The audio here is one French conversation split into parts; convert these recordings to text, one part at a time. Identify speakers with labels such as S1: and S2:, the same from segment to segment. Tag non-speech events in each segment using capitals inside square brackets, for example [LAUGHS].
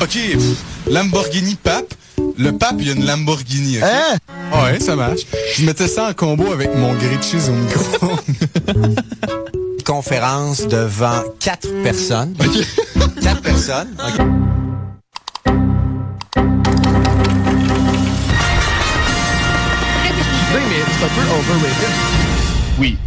S1: Ok, pff, Lamborghini Pape. Le Pape, il y a une Lamborghini. ok?
S2: Hein?
S1: Ouais, ça marche. Je mettais ça en combo avec mon grilled cheese au micro.
S3: conférence devant quatre personnes. quatre personnes. OK.
S2: mais c'est un peu overrated. Oui.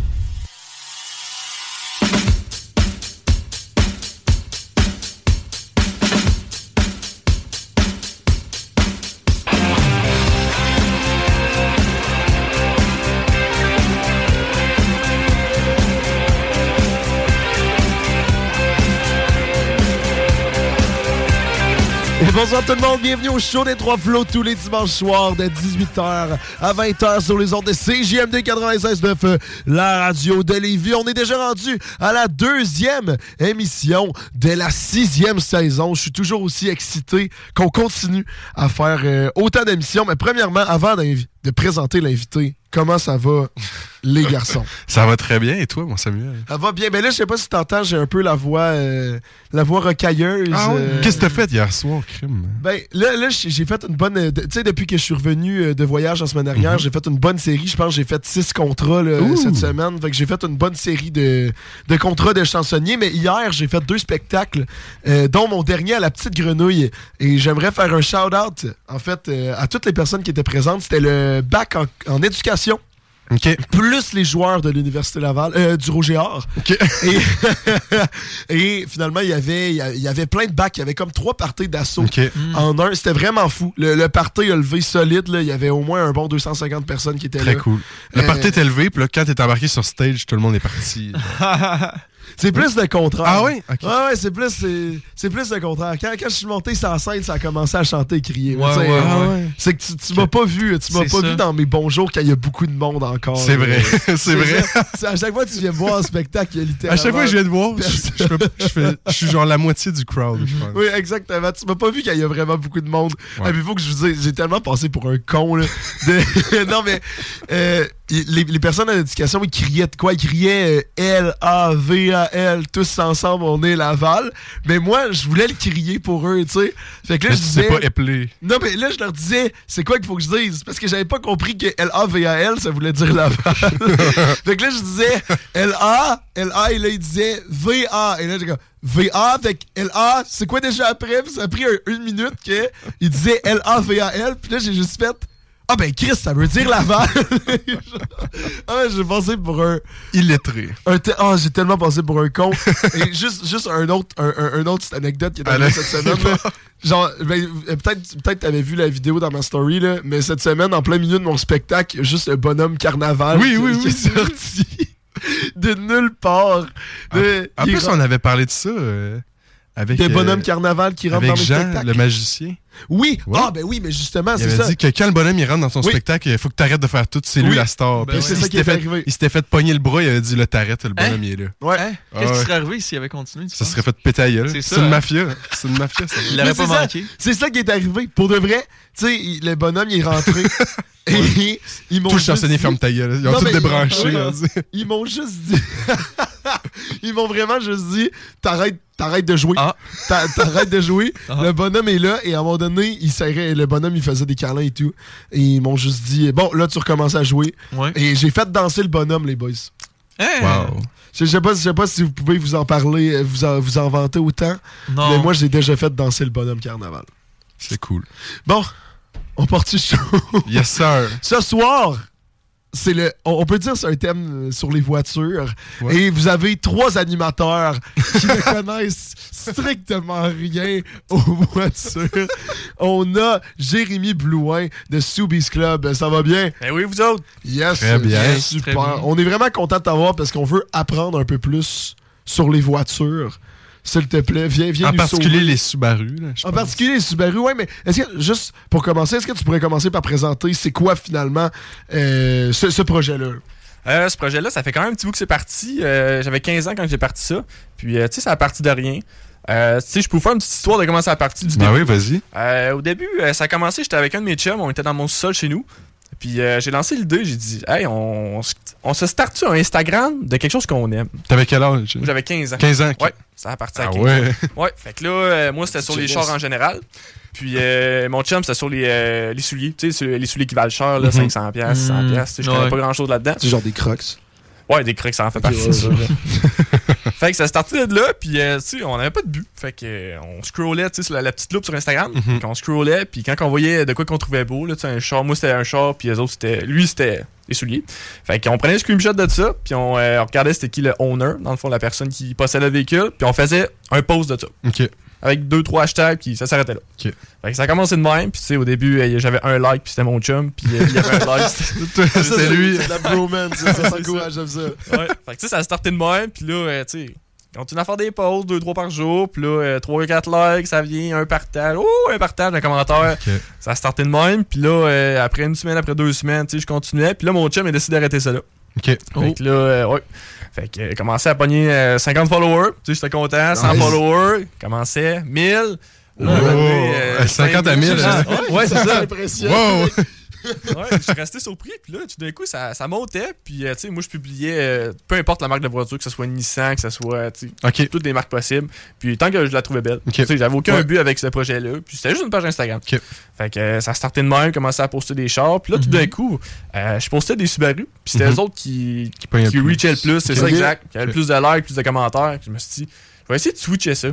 S2: Et Eh ben, bonsoir tout le monde, bienvenue au show des trois flots tous les dimanches soirs de 18h à 20h sur les ondes de CJMD 96.9, euh, la radio de Lévis. On est déjà rendu à la deuxième émission de la sixième saison. Je suis toujours aussi excité qu'on continue à faire euh, autant d'émissions. Mais premièrement, avant d'invi- de présenter l'invité, comment ça va [LAUGHS] les garçons?
S1: [LAUGHS] ça va très bien. Et toi, mon Samuel?
S2: Ça va bien, mais là, je sais pas si t'entends, j'ai un peu la voix, euh, la voix rocailleuse. euh,
S1: Qu'est-ce que t'as fait hier soir, crime?
S2: ben, là, là j'ai j'ai fait une bonne. euh, de- Tu sais, depuis que je suis revenu euh, de voyage la semaine dernière, j'ai fait une bonne série. Je pense que j'ai fait six contrats là,
S1: Ouh.
S2: cette semaine. Fait que j'ai fait une bonne série de, de contrats de chansonniers. Mais hier, j'ai fait deux spectacles, euh, dont mon dernier à La Petite Grenouille. Et j'aimerais faire un shout-out, en fait, euh, à toutes les personnes qui étaient présentes. C'était le bac en, en éducation.
S1: OK.
S2: Plus les joueurs de l'Université Laval, euh, du Roger Or. Et, [LAUGHS] et finalement, il y avait- il y a- il y avait plein de bacs. Il y avait comme trois parties d'assaut
S1: OK.
S2: en un. C'était vraiment fou. Le, le party a levé solide. là. Il y avait au moins un bon 250 personnes qui étaient
S1: Très
S2: là.
S1: cool. Le
S2: Euh,
S1: party est élevé, puis là, quand t'es embarqué sur stage, [LAUGHS] tout le monde est parti.
S2: C'est plus le contraire.
S1: Ah oui? Ok.
S2: Ouais, ouais, c'est plus, c'est- c'est plus le contraire. Quand, quand je suis monté sur la scène, ça a commencé à chanter et crier.
S4: Ouais,
S2: Tu sais,
S4: ouais,
S2: euh,
S4: ouais.
S2: C'est que tu, tu m'as pas vu. Tu m'as
S4: C'est
S2: pas
S4: ça.
S2: vu dans mes bons jours quand il y a beaucoup de monde encore.
S1: C'est vrai. [LAUGHS]
S2: Euh,
S1: C'est vrai.
S2: ça. Tu sais, À chaque fois que tu viens me voir un spectacle, il y a
S1: À
S2: littéralement.
S1: chaque fois que je viens de voir,
S2: [LAUGHS]
S1: je, je fais- je fais- je suis genre la moitié du crowd, je pense.
S2: Oui, exactement. Tu m'as pas vu quand il y a vraiment beaucoup de monde.
S1: Ouais.
S2: Et puis, faut que je vous dise, j'ai tellement passé pour un con. Là, [LAUGHS] de- non, mais euh, y- les, les personnes en éducation, ils criaient de quoi Ils criaient euh, L-A-V-A-L, tous ensemble, on est Laval. Mais moi, je voulais le crier pour eux, tu sais. Fait que là,
S1: Mais
S2: je
S1: tu sais
S2: disais.
S1: pas épeler.
S2: Non, mais là, je leur disais, c'est quoi qu'il faut que je dise? Parce que j'avais pas compris que L-A-V-A-L, ça voulait dire Laval. fait que là, je disais L-A, L-A, et là, ils disaient V-A. Et là, j'ai comme V-A, fait que L-A, c'est quoi déjà après? Puis ça a pris un- une minute que ils disaient L-A-V-A-L, puis là, j'ai juste fait. Ah ben Chris, ça veut dire [LAUGHS] Laval! ah, j'ai pensé pour un,
S1: Illettré.
S2: un te- ah, j'ai tellement pensé pour un con. Et juste, juste un autre, un, un- un autre petite anecdote qui est arrivée
S1: Allez.
S2: cette semaine.
S1: [LAUGHS]
S2: là. Genre, ben, euh, peut-être, peut-être t'avais vu la vidéo dans ma story là, mais cette semaine, en plein milieu de mon spectacle, juste le bonhomme carnaval
S1: Oui,
S2: qui,
S1: oui,
S2: qui
S1: oui.
S2: est sorti de nulle part. De-
S1: En
S2: il
S1: plus,
S2: rentre-
S1: on avait parlé de ça euh, avec,
S2: des
S1: euh,
S2: bonhommes carnaval qui rentrent dans
S1: avec
S2: mon
S1: Jean,
S2: spectacle.
S1: le magicien.
S2: Oui,
S1: Ouais.
S2: ah ben oui, mais justement,
S1: Il
S2: c'est
S1: avait
S2: ça.
S1: dit que quand le bonhomme il rentre dans son
S2: Oui.
S1: spectacle, il faut que t'arrêtes de faire tout, c'est lui
S2: Oui.
S1: la star.
S4: Ben
S1: Puis
S4: oui.
S1: il
S4: C'est
S2: ça
S1: s'était
S2: qui est
S1: fait-
S2: arrivé.
S1: Il s'était fait pogner le bras, il avait dit là t'arrêtes, le bonhomme
S4: Hein?
S1: il est là.
S2: Ouais.
S1: Ah
S4: Qu'est-ce
S1: ouais.
S4: qui serait arrivé s'il avait continué, tu
S1: Ça
S4: penses?
S1: serait fait péter à gueule.
S4: C'est ça,
S1: C'est une
S4: hein.
S1: mafia. C'est une mafia, ça.
S4: Il l'aurait
S2: Mais
S4: pas
S2: c'est ça.
S4: manqué.
S2: C'est ça qui est arrivé. Pour de vrai, tu sais, il- le bonhomme il
S1: [LAUGHS]
S2: est rentré. Et ils m'ont
S1: Tout le
S2: juste
S1: chansonnier
S2: dit-
S1: ferme ta gueule. Ils ont
S2: Non,
S1: tout
S2: mais-
S1: débranché. hein,
S2: Ouais.
S1: ils ont dit.
S2: Ils m'ont juste dit. [LAUGHS] Ils m'ont vraiment juste dit t'arrêtes. T'arrêtes de jouer.
S1: Ah.
S2: T'a- T'arrêtes de jouer. Le bonhomme est là et à un moment donné, il serrait. Le bonhomme, il faisait des câlins et tout. Et ils m'ont juste dit Bon, là, tu recommences à jouer.
S4: Ouais.
S2: Et j'ai fait danser le bonhomme, les boys.
S4: Hein?
S2: Je sais pas, je sais pas si vous pouvez vous en parler, euh, vous en, vous en vanter autant.
S4: Non.
S2: Mais moi, j'ai déjà fait danser le bonhomme carnaval.
S1: [LAUGHS] C'est cool.
S2: Bon, on part du show.
S1: [LAUGHS] Yes, sir.
S2: Ce soir, c'est le, on, on peut dire c'est un thème euh, sur les voitures.
S1: Ouais.
S2: Et vous avez trois animateurs qui [LAUGHS] ne connaissent strictement rien aux [LAUGHS] voitures. On a Jérémy Blouin de Soubies Club. Ça va bien?
S4: Ben oui, vous autres.
S2: Yes,
S1: Très bien.
S2: yes,
S4: Yes,
S2: super.
S4: très bien.
S2: On est vraiment content de t'avoir parce qu'on veut apprendre un peu plus sur les voitures. S'il te plaît, viens, viens
S1: En
S2: nous
S1: particulier
S2: sauver.
S1: les Subaru. Là, je
S2: En
S1: pense.
S2: particulier les Subaru, ouais, mais est-ce que, juste pour commencer, est-ce que tu pourrais commencer par présenter c'est quoi finalement euh, ce, ce projet-là?
S4: Euh, ce projet-là, ça fait quand même un petit bout que c'est parti. Euh, J'avais 15 ans quand j'ai parti ça. Puis, euh, tu sais, ça a parti de rien. Euh, tu sais, je peux vous faire une petite histoire de comment ça a parti du
S1: Ben
S4: début.
S1: oui, vas-y.
S4: Euh, au début, euh, ça a commencé, j'étais avec un de mes chums, on était dans mon sol chez nous. Puis euh, j'ai lancé l'idée, j'ai dit, hey, on, on se- on se starte un Instagram de quelque chose qu'on aime.
S1: T'avais quel âge?
S4: Moi, J'avais 15 ans.
S1: 15 ans.
S4: Ouais, ça a parti à
S1: Ah
S4: 15 ans.
S1: ouais.
S4: Ouais, fait que là, euh, moi, c'était sur les chars en général. Puis euh, mon chum, c'était sur les, euh, les souliers. Tu sais, sur les souliers qui valent cher,
S1: Mm-hmm.
S4: là, 500$, 100$. tu sais, Je connais
S5: Ouais.
S4: pas grand chose là-dedans.
S2: Du genre des crocs.
S4: Ouais, des crocs, ça en fait partie. [LAUGHS] Fait que ça se partit de là, puis euh, tu sais, on n'avait pas de but. Fait que euh, on scrollait, tu sais, sur la, la petite loupe sur Instagram. Puis on scrollait, puis quand on voyait de quoi qu'on trouvait beau, là, tu sais, un char, moi c'était un char, puis les autres c'était. Lui c'était des souliers. Fait qu'on prenait le screenshot de ça, puis on, euh, on regardait c'était qui le owner, dans le fond, la personne qui possédait le véhicule, puis on faisait un post de ça.
S1: OK.
S4: Avec deux, trois hashtags, puis ça s'arrêtait là.
S1: Mm. OK.
S4: Fait que ça a commencé de même, puis tu sais, au début, euh, j'avais un like, puis c'était mon chum, puis euh, il y avait un like, c'était-
S1: C'est lui.
S2: [LAUGHS] C'est de la bromance, ça, ça s'encourage, j'aime ça.
S4: ouais. Fait que tu sais, ça a starté de même, puis là, euh, tu sais, on continue à faire des pauses, 2-3 par jour, puis là, 3-4 likes, ça vient, un partage, oh, un partage, un commentaire.
S1: Ok.
S4: Ça a starté de même, puis là, euh, après une semaine, après deux semaines, tu sais, je continuais, puis là, mon chum, il a décidé d'arrêter ça là.
S1: OK.
S5: Oh.
S4: Fait que là, euh, ouais. Fait que euh, commençait à pogner euh, 50 followers, tu sais, j'étais content, 100
S1: Nice.
S4: followers, commençait, 1000.
S1: Oh,
S5: euh,
S1: 50 à 1000. hein?
S5: [LAUGHS]
S4: Ouais, c'est
S2: C'est
S4: ça.
S2: impressionnant.
S1: Wow!
S4: Ouais, je suis resté surpris. Puis là, tout d'un coup, ça, ça montait. Puis, euh, tu sais, moi, je publiais, euh, peu importe la marque de voiture, que ce soit Nissan, que ce soit, tu sais,
S1: OK.
S4: toutes les marques possibles. Puis, tant que je la trouvais belle.
S1: Ok.
S4: Tu sais, j'avais aucun
S1: Ouais.
S4: but avec ce projet-là. Puis, c'était juste une page Instagram.
S1: Ok.
S4: Fait que euh, ça startait de même, commençait à poster des chars. Puis là, tout d'un coup, euh, je postais des Subaru. Puis, c'était
S1: Mhm.
S4: eux autres qui, qui,
S1: payaient le plus.
S4: reachaient le plus. C'est
S1: Ok.
S4: ça, exact. Qui avaient le
S1: Ok.
S4: plus de likes, plus de commentaires. Puis, je me suis dit, je vais essayer de switcher ça.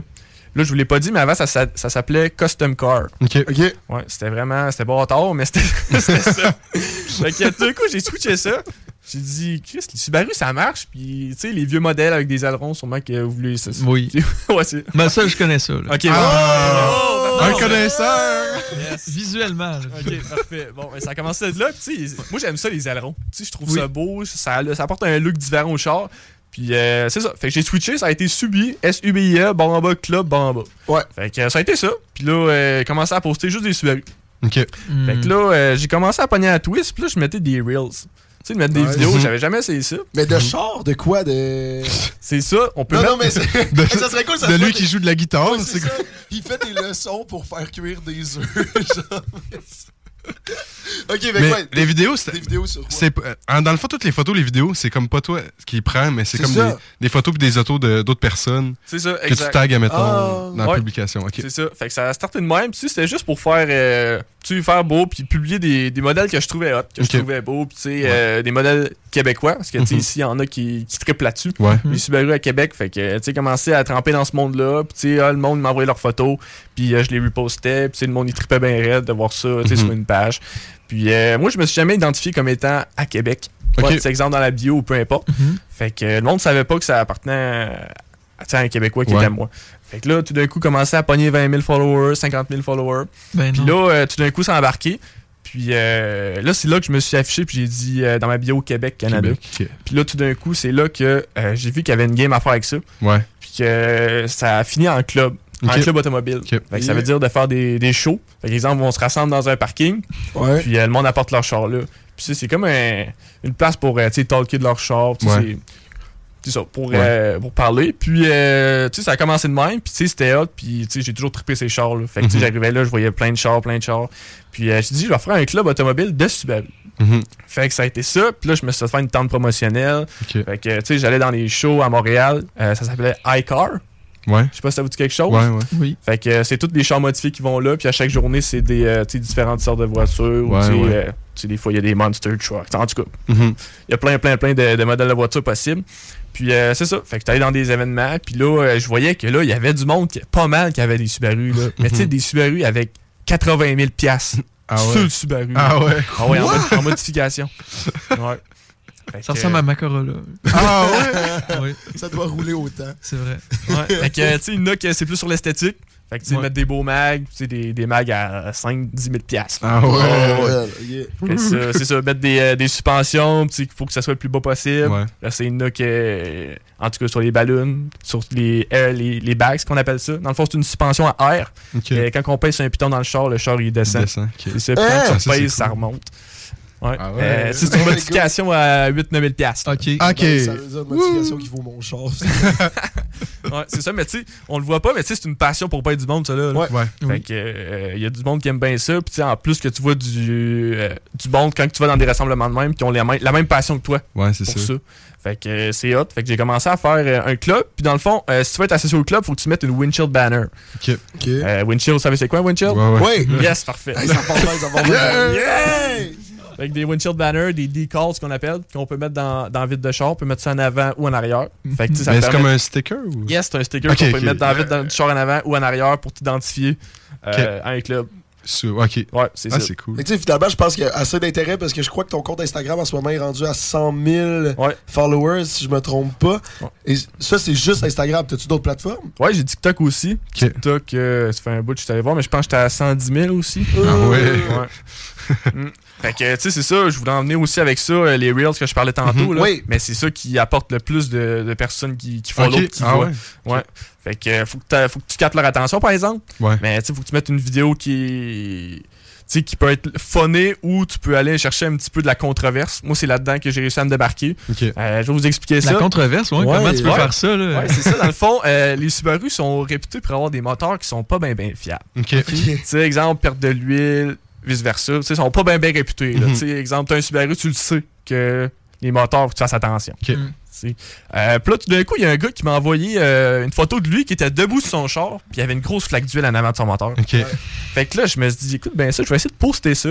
S4: Là, je vous l'ai pas dit, mais avant, ça, ça, ça s'appelait Custom Car.
S1: OK.
S2: Ok,
S4: Ouais, c'était vraiment, c'était bâtard, mais c'était [LAUGHS] c'était ça. fait que tout d'un coup, j'ai switché ça. J'ai dit, Chris, les Subaru, ça marche. Puis, tu sais, les vieux modèles avec des ailerons, sûrement que vous voulez. Ça,
S5: Oui.
S4: [LAUGHS] ouais, c'est.
S5: Ben ça, je connais ça. là.
S4: Ok, bon. Oh,
S1: Ah. Un
S4: pardon.
S1: connaisseur!
S5: Visuellement. là.
S4: Ok, parfait. Bon, ben, ça a commencé de là. Puis, tu sais, moi, j'aime ça, les ailerons. Tu sais, je trouve ça beau. Ça, ça apporte un look différent au char. Puis, euh, c'est ça. Fait que j'ai switché. Ça a été subi. S-U-B-I-E, barre en bas, club, barre en bas.
S2: Ouais.
S4: Fait que euh, ça a été ça. Puis là, euh, commencé à poster juste des Subaru.
S1: OK.
S4: Fait
S1: Hmm.
S4: que là, euh, j'ai commencé à pogner à twist, puis là, je mettais des reels. Tu sais, de mettre des
S2: Ouais.
S4: vidéos, j'avais jamais essayé ça.
S2: Mais de char, de quoi? De...
S4: C'est ça, on peut
S2: Non,
S4: mettre.
S2: Ah non, mais
S1: [LAUGHS]
S2: c'est-
S1: De,
S2: [LAUGHS] ça serait cool, ça
S1: de
S2: serait
S1: lui
S2: des-
S1: qui joue de la guitare.
S2: Ouais,
S1: Oh, c'est
S2: c'est ça. Il fait des leçons pour faire cuire des œufs. [LAUGHS] genre. ok, mais,
S1: Mais
S2: ouais,
S1: les vidéos, c'est-
S2: des vidéos sur quoi?
S1: c'est p- euh, dans le fond, toutes les photos, les vidéos, c'est comme pas toi qui prends, mais c'est
S2: C'est
S1: comme
S2: ça.
S1: des, des photos puis des autos de- d'autres personnes
S4: C'est ça,
S1: que tu
S4: exact.
S1: tagues, mettons,
S2: Ah.
S1: dans la
S4: Ouais.
S1: publication. OK.
S4: C'est ça. Fait que ça a starté de même. Puis, tu sais, c'était juste pour faire, euh, tu sais, faire beau, puis publier des, des modèles que je trouvais hot, que
S1: Ok.
S4: je trouvais beau, puis tu sais, euh, des modèles québécois, parce que, tu sais,
S1: Mhm.
S4: ici, il y en a qui, qui trippent là-dessus.
S1: Ouais. Mhm.
S4: Les Subaru à Québec, fait que, tu sais, commencer à tremper dans ce monde-là, puis tu sais, ah, le monde m'envoyait leurs photos, puis euh, je les repostais, puis tu sais, le monde, il trippait bien raide de voir ça, tu sais,
S1: Mhm.
S4: sur une page. Puis euh, moi, je me suis jamais identifié comme étant à Québec. Pas
S1: Ok. Mhm.
S4: de petit exemple dans la bio ou peu importe. Fait que euh, le monde savait pas que ça appartenait à, à, tu sais, un Québécois qui
S1: Ouais.
S4: était à moi. Fait que là, tout d'un coup, commençait à pogner 20 000 followers, 50 000 followers.
S5: Ben
S4: Puis
S5: non.
S4: là, euh, tout d'un coup, ça a embarqué. Puis euh, là, c'est là que je me suis affiché, puis j'ai dit euh, dans ma bio Québec, Canada.
S1: Québec.
S4: Puis là, tout d'un coup, c'est là que euh, j'ai vu qu'il y avait une game à faire avec ça.
S1: Ouais.
S4: Puis que euh, ça a fini en club.
S1: Ok.
S4: En club automobile.
S1: Ok.
S4: Fait que ça veut dire de faire des, des shows. Par exemple, on se rassemble dans un parking,
S2: Ouais.
S4: puis euh, le monde apporte leur char là. Puis ça, c'est comme un- une place pour euh, tu sais, talker de leur char. tu sais,
S1: Ouais.
S4: c'est- tu c'est ça, pour, euh, pour parler. Puis, euh, tu sais, ça a commencé de même. Puis, tu sais, c'était hot. Puis, tu sais, j'ai toujours trippé ces chars. Là. Fait que,
S1: Mhm.
S4: tu sais, j'arrivais là, je voyais plein de chars, plein de chars. Puis, euh, j'ai dit, je vais faire un club automobile de Subaru.
S1: Mhm.
S4: Fait que ça a été ça. Puis là, je me suis fait faire une tente promotionnelle.
S6: Ok.
S4: Fait que, tu sais, j'allais dans les shows à Montréal. Euh, ça s'appelait iCar.
S6: Ouais.
S4: Je sais pas si ça vous dit quelque chose.
S6: Ouais, ouais.
S5: Oui.
S4: Fait que euh, c'est toutes des chars modifiés qui vont là, puis à chaque journée, c'est des euh, tu sais, différentes sortes de voitures. ou
S6: Ouais,
S4: tu sais,
S6: ouais.
S4: euh, tu sais, des fois, il y a des monster trucks. En tout cas,
S6: Mhm.
S4: il y a plein, plein, plein de, de modèles de voitures possibles. Puis euh, c'est ça. Fait que allé dans des événements, puis là, euh, je voyais que là, il y avait du monde, qui, pas mal, qui avait des Subaru.
S6: Mm-hmm.
S4: Là. Mais tu sais, des Subaru avec 80 000 piastres
S6: [LAUGHS] Ah
S4: sur
S6: ouais.
S4: le Subaru.
S6: Ah ouais.
S4: Ah ouais, en, mod- en modification. Ouais. Fait
S5: Ça
S4: que,
S5: ressemble à ma Corolla.
S6: Ah ouais.
S5: oui,
S2: Ça doit rouler autant.
S5: c'est vrai.
S4: Ouais. Fait que, tu sais, il y en a que c'est plus sur l'esthétique. Fait que, tu sais,
S5: Ouais.
S4: mettre des beaux mags, tu sais, des, des mags à 5-10 000 piastres.
S6: Ah ouais.
S4: Fait que ça, c'est ça, mettre des, euh, des suspensions, pis il faut que ça soit le plus bas possible.
S6: Ouais.
S4: Là, c'est une que, euh, en tout cas, sur les ballons, sur les airs, les, les bags, qu'on appelle ça. Dans le fond, c'est une suspension à air.
S6: Ok.
S4: Et quand on pèse sur un piton dans le char, le char, il descend.
S6: Descend, ok.
S4: C'est ça, puis quand
S6: Ah,
S4: tu
S6: ça, c'est
S4: pèses, ça
S6: cool.
S4: remonte. Ouais.
S6: Ah ouais.
S4: Euh, c'est
S6: [LAUGHS]
S4: une modification à 8-9 000 piastres.
S5: OK.
S6: Ok.
S2: Ben, Ça veut dire une motivation qui vaut mon char.
S4: Ouais, c'est ça, mais tu sais, on le voit pas, mais tu sais, c'est une passion pour pas être du monde, ça, là. là.
S2: Ouais.
S6: Ouais.
S4: Fait que, euh, y a du monde qui aime bien ça. Puis, tu sais, en plus que tu vois du, euh, du monde quand tu vas dans des rassemblements de même, qui ont la même, la même passion que toi
S6: Ouais, c'est
S4: pour
S6: ça.
S4: ça. Fait que euh, c'est hot. Fait que j'ai commencé à faire euh, un club. Puis, dans le fond, euh, si tu veux être associé au club, faut que tu mettes une windshield banner.
S6: Ok.
S2: Ok.
S4: Euh, windshield, vous savez c'est quoi un windshield?
S6: Ouais, ouais.
S2: Ouais.
S4: Yes, parfait.
S2: Hey, ça part bien, ça
S4: [LAUGHS]
S2: part bien.
S4: Avec des windshield banners, des decals, ce qu'on appelle, qu'on peut mettre dans, dans le vide de char. On peut mettre ça en avant ou en arrière. Fait que, tu sais, ça
S6: Mais
S4: permet-
S6: c'est comme un sticker ou.
S4: Yes, c'est un sticker
S6: Ok,
S4: qu'on peut
S6: ok.
S4: mettre dans, vite dans le char en avant ou en arrière pour t'identifier euh, à un club.
S6: Sous- Ok.
S4: Ouais, c'est
S6: Ah,
S4: ça.
S6: c'est cool.
S2: Mais tu sais, finalement, je pense qu'il y a assez d'intérêt parce que je crois que ton compte Instagram en ce moment est rendu à 100 000
S4: Ouais.
S2: followers, si je me trompe pas.
S4: Ouais.
S2: Et ça, c'est juste Instagram. T'as-tu d'autres plateformes?
S4: Ouais, j'ai TikTok aussi.
S6: Ok.
S4: TikTok, euh, ça fait un bout que je suis allé voir, mais je pense que j'étais à 110 000 aussi.
S6: Ah ouais.
S4: Ouais. Mm. Fait que, tu sais, c'est ça, je voulais emmener aussi avec ça euh, les Reels que je parlais tantôt. là.
S2: Oui.
S4: Mais c'est ça qui apporte le plus de, de personnes qui, qui follow,
S6: Ok.
S4: qui
S6: Ah
S4: voient.
S6: ouais.
S4: Ouais. Fait que, euh, faut que, t'a- faut que tu captes leur attention, par exemple.
S6: Ouais.
S4: Mais tu sais, faut que tu mettes une vidéo qui tu sais, qui peut être funnée ou tu peux aller chercher un petit peu de la controverse. Moi, c'est là-dedans que j'ai réussi à me débarquer.
S6: Ok.
S4: Euh, je vais vous expliquer
S5: La
S4: ça.
S5: controverse, ouais,
S4: Ouais,
S5: comment tu peux
S4: ouais.
S5: faire ça, là?
S4: Ouais, c'est ça, dans le fond, euh, les Subaru sont réputés pour avoir des moteurs qui sont pas bien ben fiables.
S6: Ok.
S4: Tu sais, exemple, perte de l'huile, vice-versa. Tu sais, ils sont pas bien ben réputés. là.
S5: Mm-hmm.
S6: Mhm.
S4: Tu sais, exemple, t'as un Subaru, tu le sais que les moteurs, faut que tu fasses attention.
S6: Ok.
S4: Tu sais. Euh, puis là, tout d'un coup, il y a un gars qui m'a envoyé euh, une photo de lui qui était debout sur son char, puis il y avait une grosse flaque d'huile en avant de son moteur.
S5: Mm.
S6: Ok.
S4: Fait que là, je me suis dit, écoute, ben ça, je vais essayer de
S5: [LAUGHS]
S4: poster ça.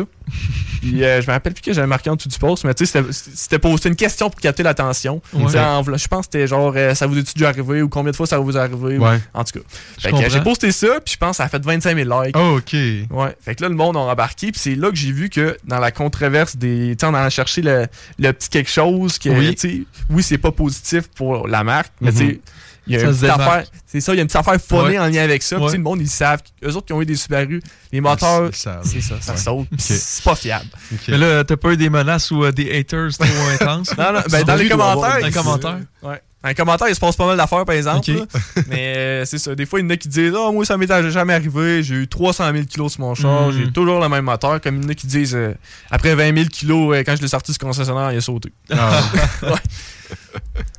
S4: Puis euh, je me rappelle plus que j'avais marqué en dessous du post, mais tu sais, c'était- c'était posté une question pour capter l'attention.
S5: Ouais.
S4: Tu sais, en v'là- Je pense que c'était genre, euh, ça vous est-tu déjà arrivé ou combien de fois ça vous est arrivé? ou-
S6: Ouais.
S4: En tout cas.
S5: Je
S4: Fait que
S5: comprends.
S4: euh, j'ai posté ça, puis je pense que ça a fait 25 000 likes.
S6: Ah, ok.
S4: Ouais. Fait que là, le monde a embarqué, puis c'est là que j'ai vu que dans la controverse des. Tu sais, on allait chercher le, le petit quelque chose que.
S5: Oui. Mhm.
S4: Oui, oui c'est pas positif pour la marque, mais tu sais. Il y a
S5: Ça
S4: une
S5: se
S4: petite
S5: démarque.
S4: affaire, c'est ça, il y a une petite affaire phonée
S5: Ouais.
S4: en lien avec ça. Puis,
S5: Ouais.
S4: tu sais, le monde, ils savent. Eux autres qui ont eu des Subaru, les moteurs,
S6: Ils savent.
S4: c'est ça, ça
S6: Ouais.
S4: saute. puis C'est pas fiable.
S6: Ok. Ah,
S5: Mais là, t'as pas eu des menaces ou euh, des haters trop intenses?
S4: [LAUGHS] Non, non, ben, dans
S2: Subaru
S4: les
S2: doit avoir
S4: commentaires.
S5: Un
S2: une-
S4: ils-
S5: commentaire.
S4: Ouais. Dans les commentaires, il se passe pas mal d'affaires, par exemple.
S5: Ok.
S4: là. Mais euh, c'est ça. Des fois, il y en a qui disent Ah, moi, ça m'est jamais arrivé. J'ai eu 300 000 kilos sur mon char.
S5: Mm.
S4: J'ai toujours le même moteur. Comme il y en a qui disent euh, Après 20 000 kilos, euh, quand je l'ai sorti du concessionnaire, il a sauté.
S6: Ah, ouais.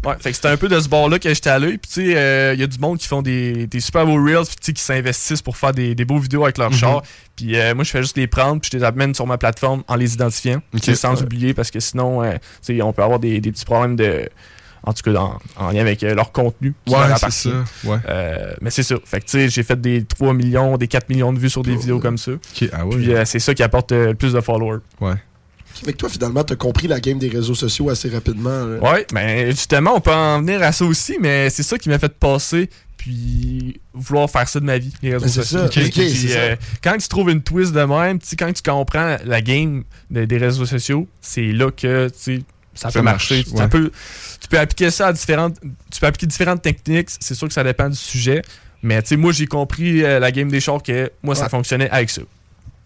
S4: Ouais, fait que c'était un peu de ce bord-là que j'étais allé. Puis, tu sais, euh, il y a du monde qui font des, des super beaux reels, puis, tu sais, qui s'investissent pour faire des, des beaux vidéos avec
S6: Mhm.
S4: leur char. Puis, euh, moi, je fais juste les prendre, puis je les amène sur ma plateforme en les identifiant,
S6: Ok.
S4: Tu sais, sans oublier, parce que sinon, euh, tu sais, on peut avoir des, des petits problèmes de. En tout cas, dans- en lien avec euh, leur contenu. qui leur
S6: Ouais, c'est
S4: appartient.
S6: ça. Ouais.
S4: Euh, mais c'est ça. Fait que, tu sais, j'ai fait des 3 millions, des 4 millions de vues sur des vidéos comme ça.
S6: Ok. Ah
S4: Puis,
S6: ouais.
S4: euh, c'est ça qui apporte euh, le plus de followers.
S6: Ouais.
S2: Fait que toi, finalement, t'as compris la game des réseaux sociaux assez rapidement. là.
S4: Ouais, ben justement, on peut en venir à ça aussi, mais c'est ça qui m'a fait passer puis vouloir faire ça de ma vie, les réseaux
S2: Ben, c'est
S4: sociaux.
S2: ça. Ok, ok,
S4: Puis,
S2: c'est ça.
S4: euh, quand tu trouves une twist de même, tu sais, quand tu comprends la game de- des réseaux sociaux, c'est là que tu sais, ça,
S6: Ça
S4: peut
S6: marche,
S4: marcher.
S6: ouais.
S4: Ça peut, tu peux appliquer ça à différentes. Tu peux appliquer différentes techniques. C'est sûr que ça dépend du sujet. Mais tu sais, moi j'ai compris euh, la game des chars que moi ça
S2: Ouais.
S4: fonctionnait avec ça.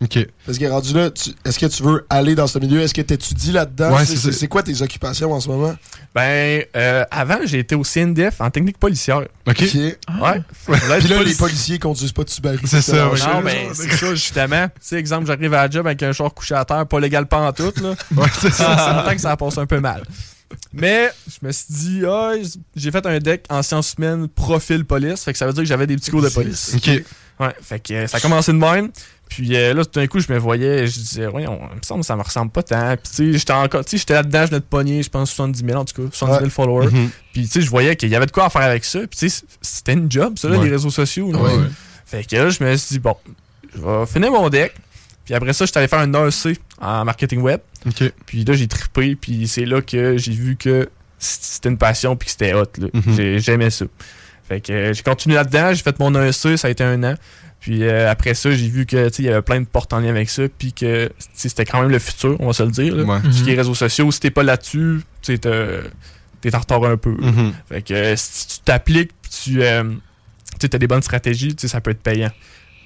S6: Ok.
S2: Parce que rendu là, tu- est-ce que tu veux aller dans ce milieu? Est-ce que t'étudies là-dedans?
S6: Ouais, c'est
S2: C'est- c'est
S6: ça.
S2: c'est quoi tes occupations en ce moment?
S4: Ben euh, avant j'ai été au CNDF en technique policière.
S6: Ok.
S2: Ok.
S4: Ouais.
S2: Ah. [LAUGHS] Puis là, les policiers conduisent pas de Subaru.
S6: C'est ça, ouais.
S4: Non,
S6: Genre,
S4: mais c'est [LAUGHS] ça, justement. Tu sais, exemple, j'arrive à la job avec un short couché à terre, pas légal pas en tout, là.
S6: Ouais, c'est ça.
S4: Ça s'entend que ça passe un peu mal. Mais je me suis dit, ah, j'ai fait un deck en sciences humaines profil police. Fait que ça veut dire que j'avais des petits cours
S1: [LAUGHS]
S4: de police.
S7: Ok.
S4: Ouais, fait que euh, ça a commencé de même. Puis euh, là, tout d'un coup, je me voyais, je disais, voyons, il me semble que ça me ressemble pas tant. Puis tu sais, j'étais encore, tu sais, j'étais là-dedans, je venais de pogner, je pense, 70 000 en tout cas, 70 000
S7: Ouais.
S4: followers.
S7: Mhm.
S4: Puis tu sais, je voyais qu'il y avait de quoi à faire avec ça. Puis tu sais, c'était une job, ça, là,
S7: Ouais.
S4: les réseaux sociaux. là.
S7: Ouais, ouais.
S4: Fait que là, je me suis dit, bon, je vais finir mon deck. Puis après ça, je suis allé faire un AEC en marketing web. Puis là, j'ai trippé. Puis c'est là que j'ai vu que c'était une passion puis que c'était hot. là. J'ai- J'aimais ça. Fait que euh, j'ai continué là-dedans. J'ai fait mon AEC. Ça a été un an. Puis euh, après ça, j'ai vu que tu sais, il y avait plein de portes en lien avec ça. Puis que tu sais, c'était quand même le futur, on va se le dire. là.
S6: Ouais.
S4: Tout ce qui est réseaux sociaux, si t'es pas là-dessus, tu sais, t'as- t'es en retard un peu. là.
S6: Mhm.
S4: Fait que euh, si tu t'appliques, puis tu as des bonnes stratégies, tu sais, ça peut être payant.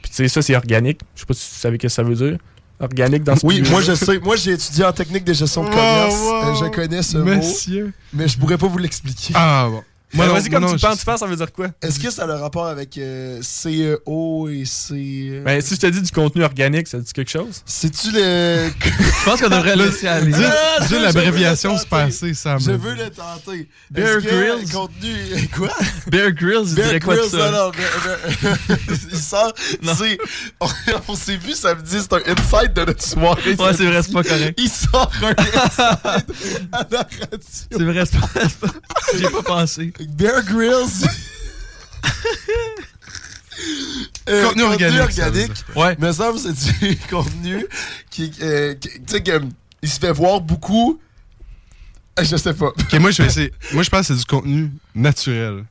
S4: Puis tu sais, ça, c'est organique. Je sais pas si tu savais ce que ça veut dire. Organique dans ce
S2: Oui,
S4: milieu-là.
S2: moi je sais. Moi j'ai étudié en technique de gestion de
S4: Wow,
S2: commerce.
S4: wow.
S2: Euh, Je connais ce mot.
S4: Monsieur.
S2: Mais je pourrais pas vous l'expliquer.
S6: Ah bon.
S4: Mais
S6: non,
S4: Ben, vas-y, comme
S6: non,
S4: tu
S6: je-
S4: penses, tu penses, ça veut dire quoi?
S2: Est-ce que ça a le rapport avec euh, CEO et C. euh,
S4: Ben, si je te dis du contenu organique, ça te dit quelque chose?
S5: [LAUGHS]
S2: C'est-tu le. Ah,
S4: Je pense qu'on devrait laisser aller.
S6: Dis- dis
S2: je-
S6: l'abréviation
S2: je veux le
S6: se passer, Sam.
S2: Je veux le tenter.
S5: Bear
S2: Est-ce que
S5: Grylls.
S2: le Contenu. [LAUGHS] Quoi?
S5: Bear Grylls, il
S2: Bear
S5: dirait quoi de
S2: Grylls,
S5: ça?
S2: non, non, Bear- Bear- [LAUGHS] il sort. c'est- On, on s'est vu samedi, c'est un insight de notre soirée.
S5: Ouais, c'est vrai,
S2: samedi.
S5: c'est
S4: [LAUGHS]
S5: pas correct.
S2: Il sort un
S5: [LAUGHS]
S2: insight à la radio.
S5: C'est vrai, c'est pas. c'est pas- J'y ai pas pensé.
S2: Bear Grylls.
S6: [LAUGHS]
S2: Euh,
S6: Contenu organique, ça veut dire.
S5: Ouais.
S2: Me semble que c'est du [LAUGHS] contenu qui. euh, qui- tu sais, que, il se fait voir beaucoup. Euh, Je sais pas. [LAUGHS]
S6: Ok, moi, je vais essayer. Moi, je pense que c'est du contenu naturel.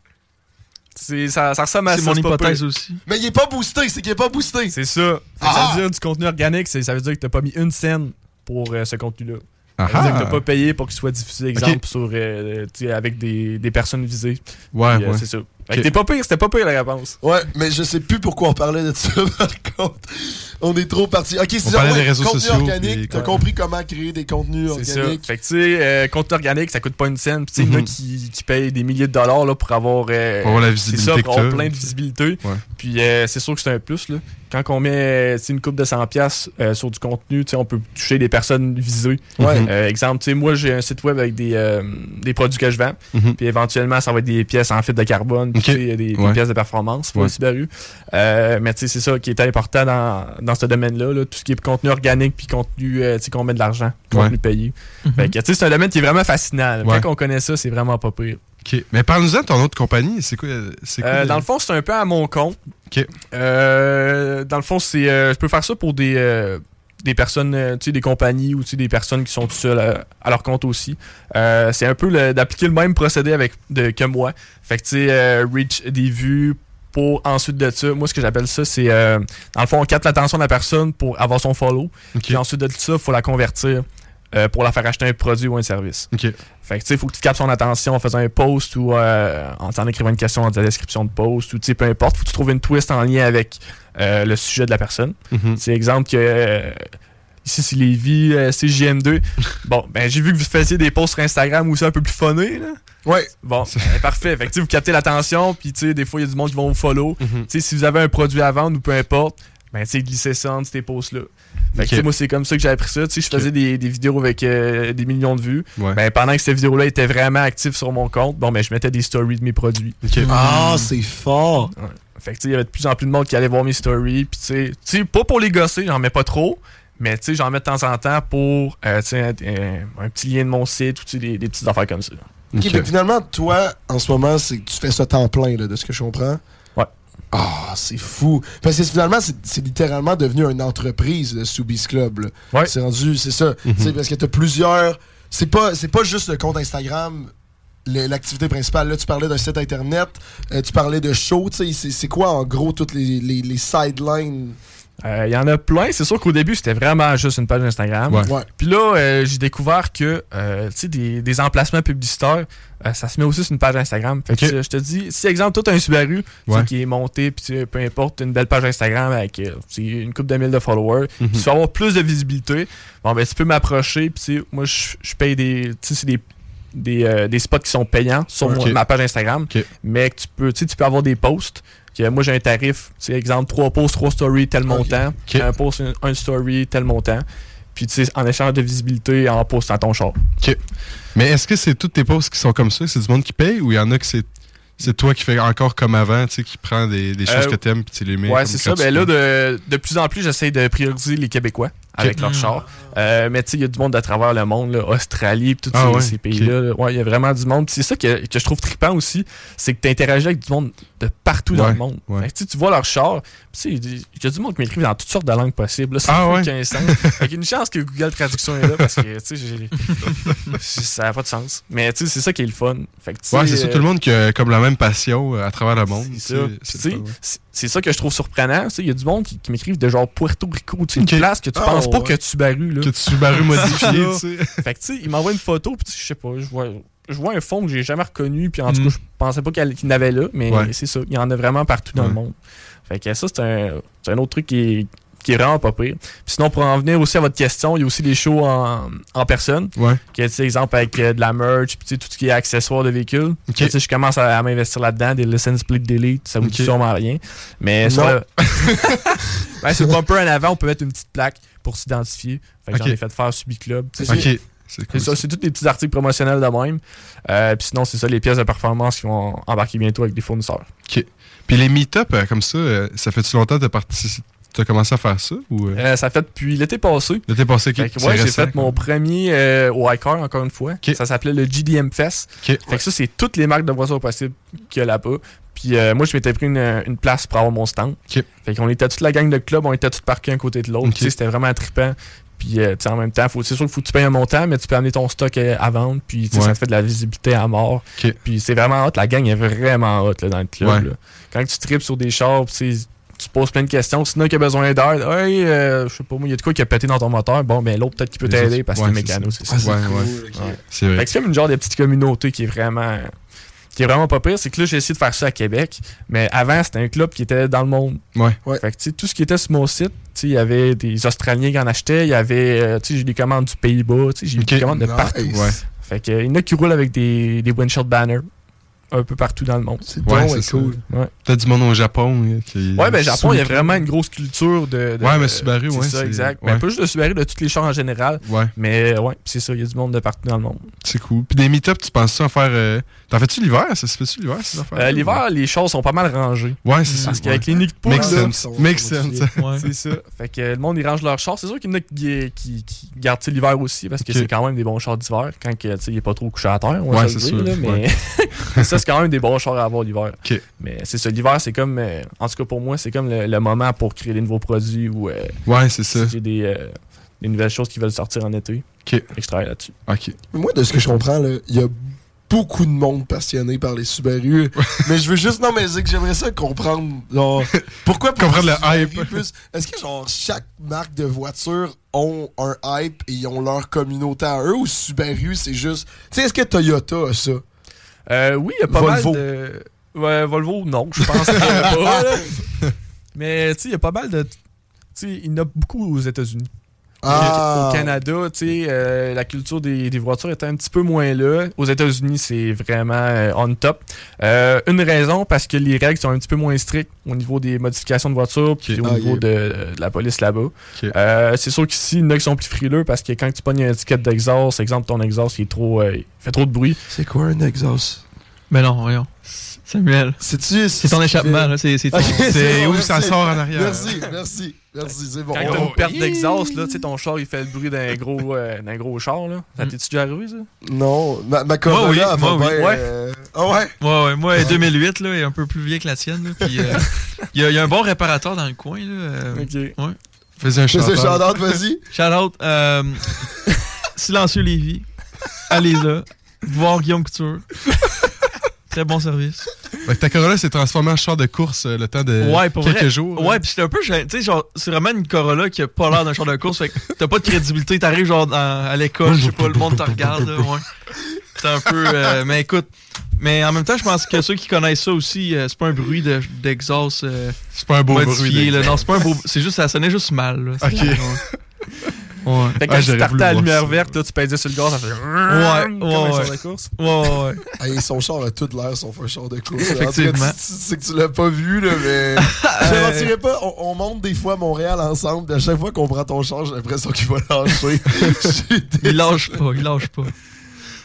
S4: C'est, ça, ça ressemble
S5: Ben,
S4: à
S5: C'est
S4: ça,
S5: mon
S4: pas
S5: hypothèse
S4: pire.
S5: aussi.
S2: Mais il est pas boosté, c'est qu'il est pas boosté.
S4: C'est ça.
S2: Ah!
S4: Ça veut dire du contenu organique, c'est- ça veut dire que t'as pas mis une scène pour euh, ce contenu-là.
S6: Ah
S4: Ça veut dire
S6: ah.
S4: que t'as pas payé pour qu'il soit diffusé, exemple,
S6: Ok.
S4: sur, euh, tu sais, avec des, des personnes visées.
S6: Ouais,
S4: Puis, euh,
S6: ouais.
S4: C'est ça. Fait
S6: Ok.
S4: que t'es pas pire, c'était pas pire la réponse.
S2: Ouais, mais je sais plus pourquoi on parlait de ça, [LAUGHS] par contre. On est trop parti. Ok, c'est
S6: parlait
S2: ouais,
S6: des réseaux
S2: contenu
S6: sociaux, puis-
S2: organique. T'as
S6: ouais.
S2: compris comment créer des contenus
S4: C'est ça.
S2: organiques.
S4: Fait que, tu sais, euh, contenu organique, ça coûte pas une scène. Puis, tu sais, il y en a
S6: Mhm.
S4: qui, qui payent des milliers de dollars là, pour avoir. euh,
S6: Pour avoir la
S4: c'est
S6: visibilité
S4: ça,
S6: que
S4: pour avoir
S6: t'as.
S4: plein de visibilité.
S6: Ouais.
S4: Puis, euh, c'est sûr que c'est un plus. Là. Quand on met euh, tu sais, une coupe de 100$ piastres, euh, sur du contenu, tu sais, on peut toucher des personnes visées.
S2: Ouais.
S4: Euh, exemple, tu sais, moi, j'ai un site web avec des, euh, des produits que je vends.
S6: Mhm.
S4: Puis, éventuellement, ça va être des pièces en fibre de carbone, puis,
S6: Ok.
S4: tu sais, des, des
S6: Ouais.
S4: pièces de performance pour
S6: Ouais.
S4: le Subaru. Euh, mais, tu sais, c'est ça qui est important dans, dans ce domaine-là. là. tout ce qui est contenu organique, puis contenu euh, tu sais, qu'on met de l'argent, contenu payé. Fait que, tu sais, c'est un domaine qui est vraiment fascinant. là.
S6: Mhm. Ouais.
S4: Quand on connaît ça, c'est vraiment pas pire.
S6: Ok. Mais parle-nous-en de ton autre compagnie. C'est quoi, c'est quoi
S4: Euh,
S6: le-
S4: dans le fond, c'est un peu à mon compte.
S6: Ok.
S4: Euh, dans le fond, c'est, euh, je peux faire ça pour des, euh, des personnes, euh, tu sais, des compagnies ou tu sais, des personnes qui sont tout seules euh, à leur compte aussi. Euh, c'est un peu le- d'appliquer le même procédé avec, de, que moi. Fait que, tu sais, euh, reach des vues pour ensuite de ça, moi, ce que j'appelle ça, c'est, euh, dans le fond, on capte l'attention de la personne pour avoir son follow.
S6: Ok.
S4: Puis ensuite de ça, faut la convertir euh, pour la faire acheter un produit ou un service.
S6: euh, Ok.
S4: Fait que tu sais, faut que tu captes son attention en faisant un post ou euh, en t'en écrivant une question dans ta description de post ou tu sais, peu importe. Faut que tu trouves une twist en lien avec euh, le sujet de la personne.
S6: Mhm.
S4: C'est exemple que. euh, Ici, c'est Lévi, euh, c'est JM2. Bon, ben, j'ai vu que vous faisiez des posts sur Instagram aussi un peu plus funny, là.
S2: Ouais.
S4: Bon,
S6: [LAUGHS]
S4: ben, parfait. Fait que, tu sais, vous captez l'attention, puis tu sais, des fois, il y a du monde qui vont vous follow.
S6: Mm-hmm.
S4: Tu sais, si vous avez un produit à vendre ou peu importe, ben, tu sais, glissez ça entre ces posts-là. Fait que,
S6: Ok.
S4: tu sais, moi, c'est comme ça que j'ai appris ça. Tu sais, je faisais des, des vidéos avec euh, des millions de vues.
S6: Ouais.
S4: Ben, pendant que cette vidéo-là était vraiment active sur mon compte, bon, ben, je mettais des stories de mes produits.
S6: Ok.
S2: Ah, c'est fort.
S4: Fait que, tu sais, il y avait de plus en plus de monde qui allait voir mes stories. Puis, tu sais, tu sais, pas pour les gosser, j'en mets pas trop. Mais, tu sais, j'en mets de temps en temps pour, euh, tu sais, un, un- un petit lien de mon site ou, tu sais, des, des petites affaires comme ça.
S2: Ok,
S6: Ok.
S2: fait que finalement, toi, en ce moment, c'est que tu fais ça temps plein, là, de ce que je comprends.
S4: Ouais.
S2: Ah, c'est fou. Parce que finalement, c'est- c'est littéralement devenu une entreprise, le Soubise Club. là.
S4: Ouais.
S2: C'est rendu, c'est ça. Tu sais, Parce que t'as plusieurs. C'est pas, c'est pas juste le compte Instagram, le- l'activité principale. Là, tu parlais d'un site internet, euh, tu parlais de show. tu sais, C'est c'est quoi, en gros, toutes les, les, les sidelines?
S4: Euh, Il y en a plein. C'est sûr qu'au début, c'était vraiment juste une page Instagram.
S6: Ouais.
S2: Ouais.
S4: Puis là, euh, j'ai découvert que euh, tu sais, des, des emplacements publicitaires, euh, ça se met aussi sur une page Instagram. Fait que
S6: Ok.
S4: tu- je te dis, si exemple, toi, t'as un Subaru tu sais,
S6: Ouais.
S4: qui est monté, puis tu sais, peu importe, t'as une belle page Instagram avec euh, tu sais, une coupe de mille de followers,
S6: Mhm.
S4: puis tu vas avoir plus de visibilité, bon, ben, tu peux m'approcher, puis tu sais, moi, je je paye des, tu sais, c'est des, des, euh, des spots qui sont payants sur mon-
S6: Ok.
S4: ma page Instagram,
S6: Ok.
S4: mais que tu peux, tu sais, tu peux avoir des posts. que moi, j'ai un tarif, tu sais, exemple, 3 posts, 3 stories, tel montant.
S6: Ok.
S4: Un post, une, un story, tel montant. Puis tu sais, en échange de visibilité, en postant ton char.
S6: OK. Mais est-ce que c'est toutes tes posts qui sont comme ça? C'est du monde qui paye ou il y en a que c'est. C'est toi qui fais encore comme avant, tu sais, qui prend des, des choses
S4: Euh,
S6: que t'aimes puis tu les mets.
S4: Ouais,
S6: comme
S4: c'est ça. Ben
S6: gratuitement.
S4: là, de, de plus en plus, j'essaie de prioriser les Québécois avec
S6: Ok.
S4: leur
S6: Mm.
S4: char. Euh, mais tu sais, il y a du monde à travers le monde, là, Australie, puis tous
S6: Ah
S4: ces,
S6: ouais,
S4: ces pays-là. là. Ouais, il y a vraiment du monde. Puis c'est ça que, que je trouve trippant aussi, c'est que tu interagis avec du monde de partout dans
S6: Ouais,
S4: le monde. Fait que, tu sais, tu vois leur char, puis tu sais, il y a du- il y a du monde qui m'écrivent dans toutes sortes de langues possibles. là. Ça
S6: Ah
S4: fait
S6: ouais?
S4: aucun sens. Fait qu'il y a une chance que Google Traduction est là parce que, tu
S6: [LAUGHS]
S4: sais, j'ai- ça n'a pas de sens. Mais tu sais, c'est ça qui est le fun. Fait que, tu
S6: Ouais,
S4: sais,
S6: c'est ça,
S4: euh,
S6: tout le monde qui a comme la même passion euh, à travers le monde.
S4: ça. Puis, tu sais, C'est c'est ça que je trouve surprenant. tu sais, Il y a du monde qui, qui m'écrivent de genre Puerto Rico, tu sais,
S6: Ok.
S4: une place que tu
S6: Ah,
S4: penses pas
S6: ouais.
S4: que Subaru. Là.
S6: Que tu Subaru modifié,
S4: [LAUGHS]
S6: tu
S4: C'est ça. Fait que tu sais, il m'envoie une photo, puis tu sais, je sais pas, je vois, je vois un fond que j'ai jamais reconnu, puis en tout cas, je pensais pas qu'elle- qu'il y en avait là, mais
S6: Hmm. Ouais.
S4: c'est ça. Il y en a vraiment partout dans le monde. Fait que ça, c'est un, c'est un autre truc qui est, qui est vraiment pas pire. Puis sinon, pour en venir aussi à votre question, il y a aussi des shows en, en personne.
S6: Ouais.
S4: Que, tu sais, exemple, avec euh, de la merch, puis tu sais, tout ce qui est accessoires de véhicules.
S6: Ok.
S4: Tu sais, je commence à, à m'investir là-dedans, des lessons split delete, ça vous dit
S6: Ok.
S4: sûrement rien. Mais sur
S6: Non. [LAUGHS]
S4: le, [LAUGHS] ben, sur le bumper en avant, on peut mettre une petite plaque pour s'identifier. Fait que
S6: Ok.
S4: j'en ai fait faire Subi Club. Tu sais,
S6: Ok.
S4: c'est-
S6: C'est
S4: C'est
S6: cool,
S4: ça, c'est tous des petits articles promotionnels de même. Euh, Puis sinon, c'est ça, les pièces de performance qui vont embarquer bientôt avec des fournisseurs.
S6: OK. Puis les meet-up, euh, comme ça, euh, ça fait-tu longtemps que tu as commencé à faire ça? Ou, euh,
S4: Euh, ça fait depuis l'été passé.
S6: L'été passé, OK,
S4: Fait que
S6: c'est
S4: ouais, j'ai
S6: récent,
S4: fait mon premier euh, au Hiker, encore une fois. Ça s'appelait le GDM Fest. Fait que ça, c'est toutes les marques de voitures possibles qu'il y a là-bas. Puis euh, moi, je m'étais pris une, une place pour avoir mon stand. Fait qu'on était toute la gang de club, on était tous parqués un côté de l'autre. Tu sais, C'était vraiment trippant. Puis euh, tu sais, en même temps, faut- c'est sûr qu'il faut que tu payes un montant, mais tu peux amener ton stock euh, à vendre. Puis tu sais,
S6: Ouais.
S4: ça te fait de la visibilité à mort. Puis c'est vraiment hot. La gang est vraiment hot là, dans le club.
S6: Ouais.
S4: là. Quand tu tripes sur des chars, puis tu sais, tu poses plein de questions. Sinon, qui a besoin d'aide, hey, euh, je sais pas moi, il y a de quoi qui a pété dans ton moteur. Bon, ben l'autre peut-être qu'il peut
S6: Les
S4: t'aider
S6: autres-
S4: parce que
S6: ouais,
S4: c'est
S6: c'est
S4: mécano,
S6: ça.
S4: c'est
S6: Ah,
S4: ça.
S6: c'est Ouais, cool, ouais. ok. C'est vrai.
S4: Fait que c'est comme une genre de petite communauté qui est vraiment. qui est vraiment pas pire. C'est que là, j'ai essayé de faire ça à Québec. Mais avant, c'était un club qui était dans le monde.
S6: Ouais.
S4: Fait que, tu sais, tout ce qui était sur mon site, tu sais, il y avait des Australiens qui en achetaient, il y avait, euh, tu sais, j'ai eu des commandes du Pays-Bas, tu sais, j'ai eu des
S6: Ok.
S4: commandes de
S6: Nice.
S4: partout.
S6: Ouais.
S4: Fait que, il y en a qui roulent avec des, des windshield banners un peu partout dans le monde. C'est
S6: Ouais, c'est cool.
S4: Ouais.
S6: Peut-être du monde au Japon. euh, Qui...
S4: Ouais, ben Japon, il y a
S6: Sous-
S4: vraiment une grosse culture de. de-
S6: Ouais, mais Subaru,
S4: c'est
S6: ouais,
S4: ça,
S6: c'est-
S4: exact.
S6: ouais.
S4: Mais pas juste de Subaru, de tous les chars en général.
S6: Ouais.
S4: Mais euh, ouais, c'est ça, il y a du monde de partout dans le monde.
S6: C'est cool. Puis des meet-up, tu penses-tu en faire. euh, T'en fais-tu l'hiver? Ça se fait-tu l'hiver, ces affaires?
S4: Euh, L'hiver, les choses sont pas mal rangées.
S6: Ouais, c'est ça.
S4: Parce qu'avec
S6: ouais.
S4: les nids de poules,
S6: Make
S4: là,
S6: sense. Make sense. [LAUGHS]
S4: C'est ça. Fait que le monde, ils range leurs chars. C'est sûr qu'il y en a qui, qui- qui gardent ça l'hiver aussi, parce que
S6: Ok.
S4: c'est quand même des bons chars d'hiver, quand que, tu sais, il n'est pas trop couché à terre. On va
S6: Ouais,
S4: se le
S6: c'est
S4: dire,
S6: sûr,
S4: là, mais
S6: ouais.
S4: mais [LAUGHS] ça, c'est quand même des bons chars à avoir l'hiver. Mais c'est ça, l'hiver, c'est comme, euh, en tout cas pour moi, c'est comme le, le moment pour créer des nouveaux produits ou euh,
S6: Ouais, c'est ça.
S4: si j'ai des, euh, des nouvelles choses qui veulent sortir en été. Fait que je travaille là-dessus.
S6: OK.
S2: Mais Moi, de ce que je comprends, là, il y a beaucoup de monde passionné par les Subaru. mais je veux juste, non, mais c'est que j'aimerais ça comprendre. genre, pourquoi pour
S6: Comprendre le
S2: Subaru
S6: hype.
S2: plus- Est-ce que, genre, chaque marque de voiture ont un hype et ils ont leur communauté à eux ou Subaru, c'est juste. Tu sais, est-ce que Toyota a ça?
S4: Euh, oui, il y a pas
S2: Volvo.
S4: mal de. Ouais, Volvo, non, je pense qu'il y en a pas. là. [LAUGHS] Mais tu sais, il y a pas mal de. Tu sais, il y en a beaucoup aux États-Unis.
S2: Ah.
S4: Au Canada, tu sais, euh, la culture des, des voitures est un petit peu moins là. Aux États-Unis, c'est vraiment euh, on top. Euh, une raison, parce que les règles sont un petit peu moins strictes au niveau des modifications de voitures puis au
S6: Ah,
S4: niveau
S6: yeah.
S4: de, de la police là-bas. Euh, c'est sûr qu'ici, il y en a qui sont plus frileux parce que quand tu pognes une étiquette d'exhaust, exemple, ton exhaust il est trop, euh, il fait trop de bruit.
S2: C'est quoi un exhaust?
S5: Mais non, voyons. Samuel.
S2: C'est-tu.
S5: C'est ton échappement, là. C'est c'est ton-
S2: Ok, bon,
S5: où
S2: merci.
S5: ça sort en arrière.
S2: Merci, merci, merci, c'est bon. Oh.
S4: Quand
S5: oh,
S4: t'as une perte d'exhaust, là, tu sais, ton char, il fait le bruit d'un gros, euh, d'un gros char, là.
S5: Hmm.
S4: Ça t'es-tu déjà arrivé, ça?
S2: Non, ma, ma
S5: Moi,
S2: Corolla,
S5: oui,
S2: elle va
S5: moi, oui.
S2: bien,
S5: Ouais.
S2: euh, Ah ouais?
S5: Ouais, ouais, moi, 2008, là, est un peu plus vieux que la tienne. là, Puis,
S2: [LAUGHS]
S5: euh, il y, a- il y a un bon réparateur dans le coin, là. euh, ouais.
S6: Fais un
S2: Fais un
S6: shout-out.
S2: shout-out, vas-y.
S5: Shout-out. euh, Silencieux Lévis. Allez là. Voir Guillaume Couture. Très bon service.
S6: Fait que ta Corolla s'est transformée en char de course euh, le temps de
S5: ouais, pour
S6: quelques
S5: vrai.
S6: jours.
S5: Ouais, puis c'est un peu, gênant. tu sais, genre, c'est vraiment une Corolla qui a pas l'air d'un char de course, fait que t'as pas de crédibilité, t'arrives genre dans- à l'école, je sais pas, le monde te regarde, là, ouais. C'est un peu, euh, mais écoute, mais en même temps, je pense que ceux qui connaissent ça aussi, euh, c'est pas un bruit de- d'exhaust. euh,
S6: C'est pas un beau bruit
S5: modifié, là.
S6: d'exhaust.
S5: Non, c'est pas un beau. C'est juste, ça sonnait juste mal. là.
S6: Ok.
S5: Ouais. Ouais.
S4: Fait que
S5: Ah, j'aurais
S4: quand tu
S5: voulu
S4: partais à la
S5: voir
S4: lumière
S5: ça.
S4: verte, là, tu pèses sur le gaz, ça fait.
S5: Ouais,
S4: comme un
S5: ouais,
S4: char
S5: ouais.
S4: de course.
S5: Ouais, ouais.
S2: Ah, et son char a toute l'air, son un char de
S5: [LAUGHS]
S2: course.
S5: Effectivement. Euh.
S2: En tout cas, tu- tu- C'est que tu l'as pas vu, là,
S5: [LAUGHS]
S2: mais. Je te mentirais pas, on, on monte des fois à Montréal ensemble, puis à chaque fois qu'on prend ton char, j'ai l'impression qu'il va
S5: [LAUGHS]
S2: lâcher. [LAUGHS]
S5: Il lâche pas, il lâche pas.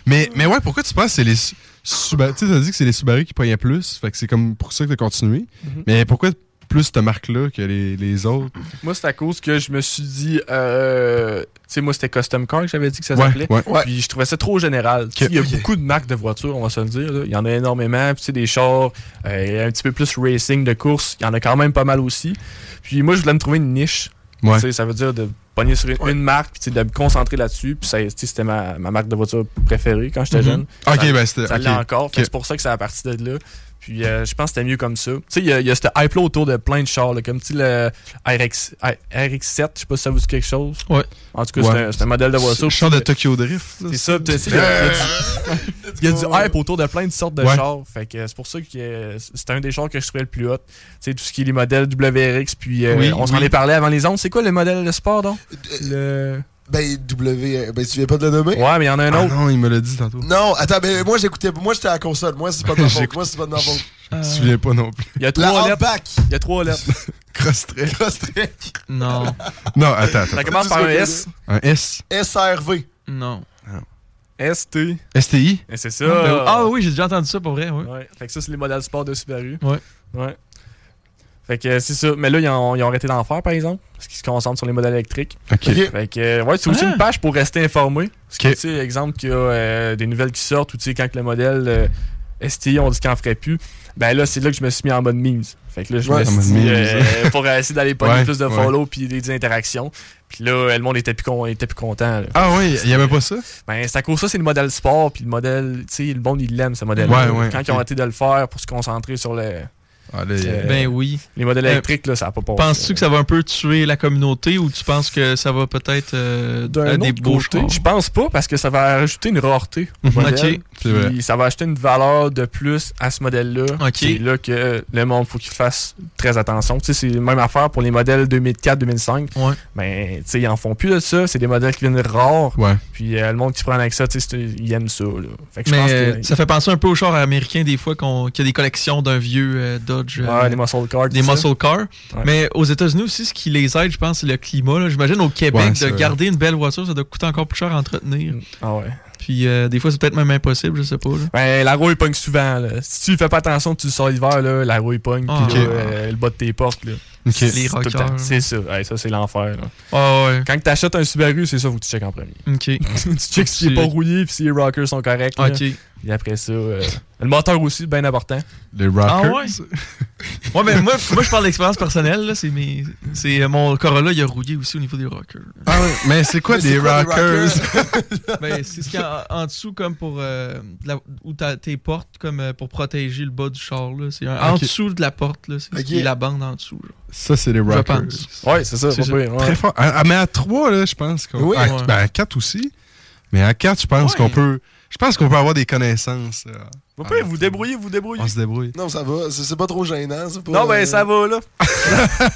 S6: Mais, mais ouais, pourquoi tu penses que c'est les Su- Subaru? Tu sais, t'as dit que c'est les Subaru qui payaient plus, fait que c'est comme pour ça que t'as continué.
S4: Mhm.
S6: Mais pourquoi plus cette marque-là que les, les autres?
S4: Moi, c'est à cause que je me suis dit. euh, tu sais, moi, c'était Custom Car que j'avais dit que ça
S6: Ouais,
S4: s'appelait.
S6: ouais.
S2: Ouais.
S4: Puis je trouvais ça trop général. Tu sais, Il y a beaucoup de marques de voitures, on va se le dire. là. Il y en a énormément. Puis tu sais, des chars, euh, un petit peu plus racing de course. Il y en a quand même pas mal aussi. Puis moi, je voulais me trouver une niche.
S6: Ouais.
S4: Tu sais, Ça veut dire de pogner sur une, une marque, puis tu sais, de me concentrer là-dessus. Puis ça, tu sais, c'était ma, ma marque de voiture préférée quand j'étais jeune.
S6: Ok,
S4: Ça-
S6: ben c'était.
S4: ça
S6: ok.
S4: l'est encore. Fait que
S6: Ok.
S4: C'est pour ça que c'est à partir de là. Puis euh, je pense que c'était mieux comme ça. Tu sais, il y a, il y a ce hype-là autour de plein de chars, là, comme tu sais, le RX, RX7, je sais pas si ça vous dit quelque chose.
S5: Ouais.
S4: En tout cas,
S6: Ouais.
S4: c'est un- c'est un, modèle de voiture.
S6: Char de Tokyo Drift. là. Euh,
S4: C'est ça, puis tu sais, il y a- il y a du- il y, a du hype autour de plein de sortes de
S6: Ouais.
S4: chars. Fait que euh, c'est pour ça que euh, c'est un des chars que je trouvais le plus hot. Tu sais, tout ce qui est les modèles WRX, puis euh,
S5: Oui,
S4: on s'en
S5: oui.
S4: est parlé avant les ondes. C'est quoi le modèle de sport, donc?
S6: Euh,
S4: Le...
S2: ben, W, ben, tu viens pas de le nommer?
S4: Ouais, mais il y en a un
S6: Ah
S4: autre. Euh.
S6: non, il me l'a dit tantôt.
S2: Non, attends, mais moi j'écoutais, moi j'étais à la console, moi c'est pas
S5: [LAUGHS]
S2: de ma faute,
S6: J'écoute-
S2: moi c'est pas de ma faute.
S6: Je me souviens pas non
S4: [LAUGHS]
S6: plus.
S4: Il y a trois
S2: La
S4: lettres.
S2: Outback,
S4: Il y a trois lettres.
S6: [LAUGHS] Cross Trail.
S2: Crosstrek,
S5: Non,
S6: Non, attends, attends.
S4: Ça commence par un S.
S6: Un S.
S2: SRV.
S5: non.
S4: ST.
S6: STI.
S4: Et c'est ça.
S5: Ben, ah oui, j'ai déjà entendu ça pour vrai, oui.
S4: Ouais. Fait que ça, c'est les modèles sport de Subaru.
S5: Ouais.
S4: Ouais. Fait que euh, c'est ça. Mais là, ils ont, ils ont arrêté d'en faire, par exemple, parce qu'ils se concentrent sur les modèles électriques.
S6: Ok.
S2: Ok.
S4: Fait que, euh, ouais, c'est aussi
S5: Ah.
S4: une page pour rester informé. Parce que,
S6: Ok.
S4: tu sais, exemple, qu'il y a euh, des nouvelles qui sortent, ou tu sais, quand que le modèle euh, STI, on dit qu'il en ferait plus, ben là, c'est là que je me suis mis en mode mise. Fait que là, je
S6: Ouais, en
S4: me suis
S6: mode
S4: dit,
S6: memes.
S4: euh, pour essayer d'aller pogner
S6: Ouais,
S4: plus de
S6: ouais.
S4: follow puis des, des interactions. Puis là, euh, le monde était plus, con- était plus content. là.
S6: Ah oui, il y avait pas ça?
S4: Ben, c'est à cause de ça, c'est le modèle sport, puis le modèle, tu sais, le monde, il l'aime, ce modèle
S6: Ouais, ouais,
S4: Quand ils ont
S6: ok.
S4: arrêté de le faire pour se concentrer sur le-
S6: Ah, là, il-
S4: Euh,
S5: Ben oui.
S4: les modèles
S5: Euh,
S4: électriques, là, ça n'a pas passé.
S5: Penses-tu que ça va un peu tuer la communauté ou tu penses que ça va peut-être euh, à
S4: d'un
S5: des
S4: autre
S5: beaux
S4: côté,
S5: chars?
S4: Je pense pas, parce que ça va rajouter une rareté au modèle.
S5: Ok.
S6: C'est vrai.
S4: Puis ça va ajouter une valeur de plus à ce modèle-là.
S5: Ok.
S4: C'est là que le monde, faut qu'il fasse très attention. Tu sais, c'est la même affaire pour les modèles 2004-2005.
S5: Ouais.
S4: Ben, tu sais, ils en font plus de ça. C'est des modèles qui viennent rares.
S6: Ouais.
S4: Puis euh, le monde qui se prend avec ça, tu sais, c'est- il aime ça. Là. Fait que je
S5: Mais
S4: pense
S5: euh,
S4: que...
S5: ça fait penser un peu aux chars américains des fois qu'on- qu'il y a des collections d'un vieux euh, Dodge. euh,
S4: Ouais, les muscle cars.
S5: des
S4: tout ça.
S5: muscle cars.
S4: Ouais.
S5: Mais aux États-Unis aussi, ce qui les aide, je pense, c'est le climat. là. J'imagine au
S6: Ouais,
S5: Québec,
S6: c'est
S5: de
S6: vrai.
S5: garder une belle voiture, ça doit coûter encore plus cher à entretenir.
S4: Ah ouais.
S5: Puis euh, des fois, c'est peut-être même impossible, je sais pas. là.
S4: Ben, la roue, il pogne souvent. Là. Si tu fais pas attention, tu le sors l'hiver, là, la roue, il pogne.
S5: Ah,
S4: puis là,
S5: ok.
S4: euh, le bas de tes portes. Là.
S6: Ok.
S4: C'est
S5: Les
S4: tout le
S5: rockers.
S4: temps. C'est ça. Ouais, ça, c'est l'enfer. là.
S5: Ah ouais,
S4: Quand tu achètes un Subaru, c'est ça, faut que tu checkes en premier.
S5: ok.
S4: [LAUGHS] tu checkes s'il est pas rouillé puis si les rockers sont corrects. là.
S5: Ok.
S4: Et après ça, euh, le moteur aussi, bien important.
S6: Les Rockers.
S5: Ah, ouais? [LAUGHS] Ouais, mais moi, moi je parle d'expérience personnelle. là, C'est mes- c'est, euh, mon Corolla, il a rouillé aussi au niveau des rockers.
S6: Ah ouais, mais c'est quoi
S2: Mais
S6: des
S2: c'est quoi des
S6: Rockers?
S5: Ben, c'est ce qu'il y a en, en dessous, comme pour. euh, de la- où t'as tes portes, comme euh, pour protéger le bas du char. là. C'est un- en
S6: Ok.
S5: dessous de la porte. là. C'est ce
S2: Ok.
S5: qui est la bande en dessous. genre.
S6: Ça, c'est les Rockers.
S5: pense.
S4: Ouais, c'est ça.
S5: C'est
S4: pas
S5: ça.
S4: pire, ouais.
S6: Très fort. Ah, ah, mais à 3, là, je pense qu'on.
S5: Oui.
S6: à,
S5: Ouais.
S6: ben, à 4 aussi. Mais à 4, je pense
S5: Ouais.
S6: qu'on peut. Je pense qu'on peut avoir des connaissances. euh,
S4: Pas pire, vous débrouillez, vous débrouillez.
S6: on se débrouille.
S2: Non, ça va, c'est c'est pas trop gênant, c'est pas.
S4: Non, ben, ça va, là.
S5: [LAUGHS]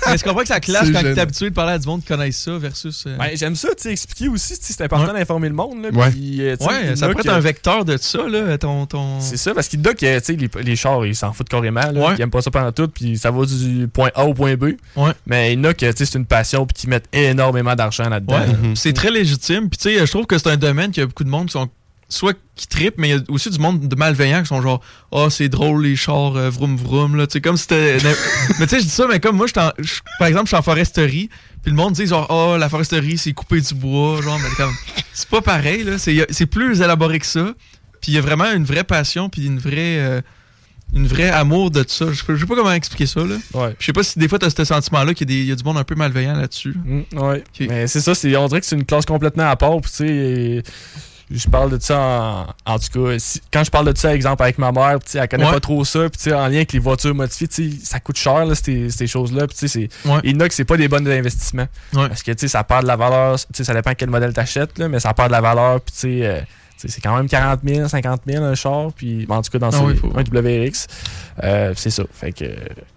S5: Mais je comprends que ça clash
S6: C'est
S5: quand t'es
S6: gênant.
S5: habitué de parler à du monde qui connaissent ça versus. euh,
S4: Ben, j'aime ça, tu sais, expliquer aussi, tu sais, c'est important d'informer le monde. Là,
S6: Ouais.
S4: puis, euh, tu sais, il y en
S5: Ouais, ça
S4: a
S5: pourrait être
S4: que-
S5: un vecteur de ça, là, ton. ton...
S4: C'est ça, parce qu'il doit que tu sais, les, les chars, ils s'en foutent carrément. Là,
S5: Ouais.
S4: Ils aiment pas ça pendant tout, puis ça va du point A au point B.
S5: Ouais.
S4: Mais il y en a que tu sais, c'est une passion, puis qui mettent énormément d'argent là-dedans.
S5: Ouais,
S1: Mhm.
S5: pis c'est très légitime. Puis tu sais, je trouve que c'est un domaine qu'il y a beaucoup de monde qui sont soit qui trippent, mais il y a aussi du monde de malveillants qui sont genre ah c'est drôle les chars euh, vroom vroom là, tu sais comme si
S1: [LAUGHS]
S5: c'était mais tu sais je dis ça mais comme moi je suis en- je- par exemple je suis en foresterie, puis le monde dit genre ah la foresterie c'est couper du bois genre mais comme c'est pas pareil là, c'est c'est plus élaboré que ça. Puis il y a vraiment une vraie passion puis une vraie euh, une vraie amour de ça. Je peux- je sais pas comment expliquer ça là.
S4: Ouais.
S5: Je sais pas si des fois t'as ce sentiment là qu'il y, a des- il y a du monde un peu malveillant là-dessus.
S4: Mm, ouais.
S5: Ok.
S4: Mais c'est ça, c'est, on dirait que c'est une classe complètement à part. puis tu sais, et je parle de ça en, en tout cas. si- quand je parle de ça, exemple, avec ma mère, puis tu sais, elle connaît
S5: Ouais.
S4: pas trop ça. Puis tu sais, en lien avec les voitures modifiées, tu sais, ça coûte cher, là, ces, ces choses-là. Puis tu sais, c'est-
S5: Ouais.
S4: il y en a que c'est pas des bonnes investissements.
S5: Ouais.
S4: Parce que tu sais, ça perd de la valeur. tu sais, Ça dépend quel modèle t'achètes, là, mais ça perd de la valeur. Puis tu sais, euh, tu sais, c'est quand même 40 000, 50 000 un char. Puis ben, en tout cas, dans
S5: Ah
S4: ces-
S5: oui, faut-
S4: un WRX, euh, c'est ça. Fait que euh,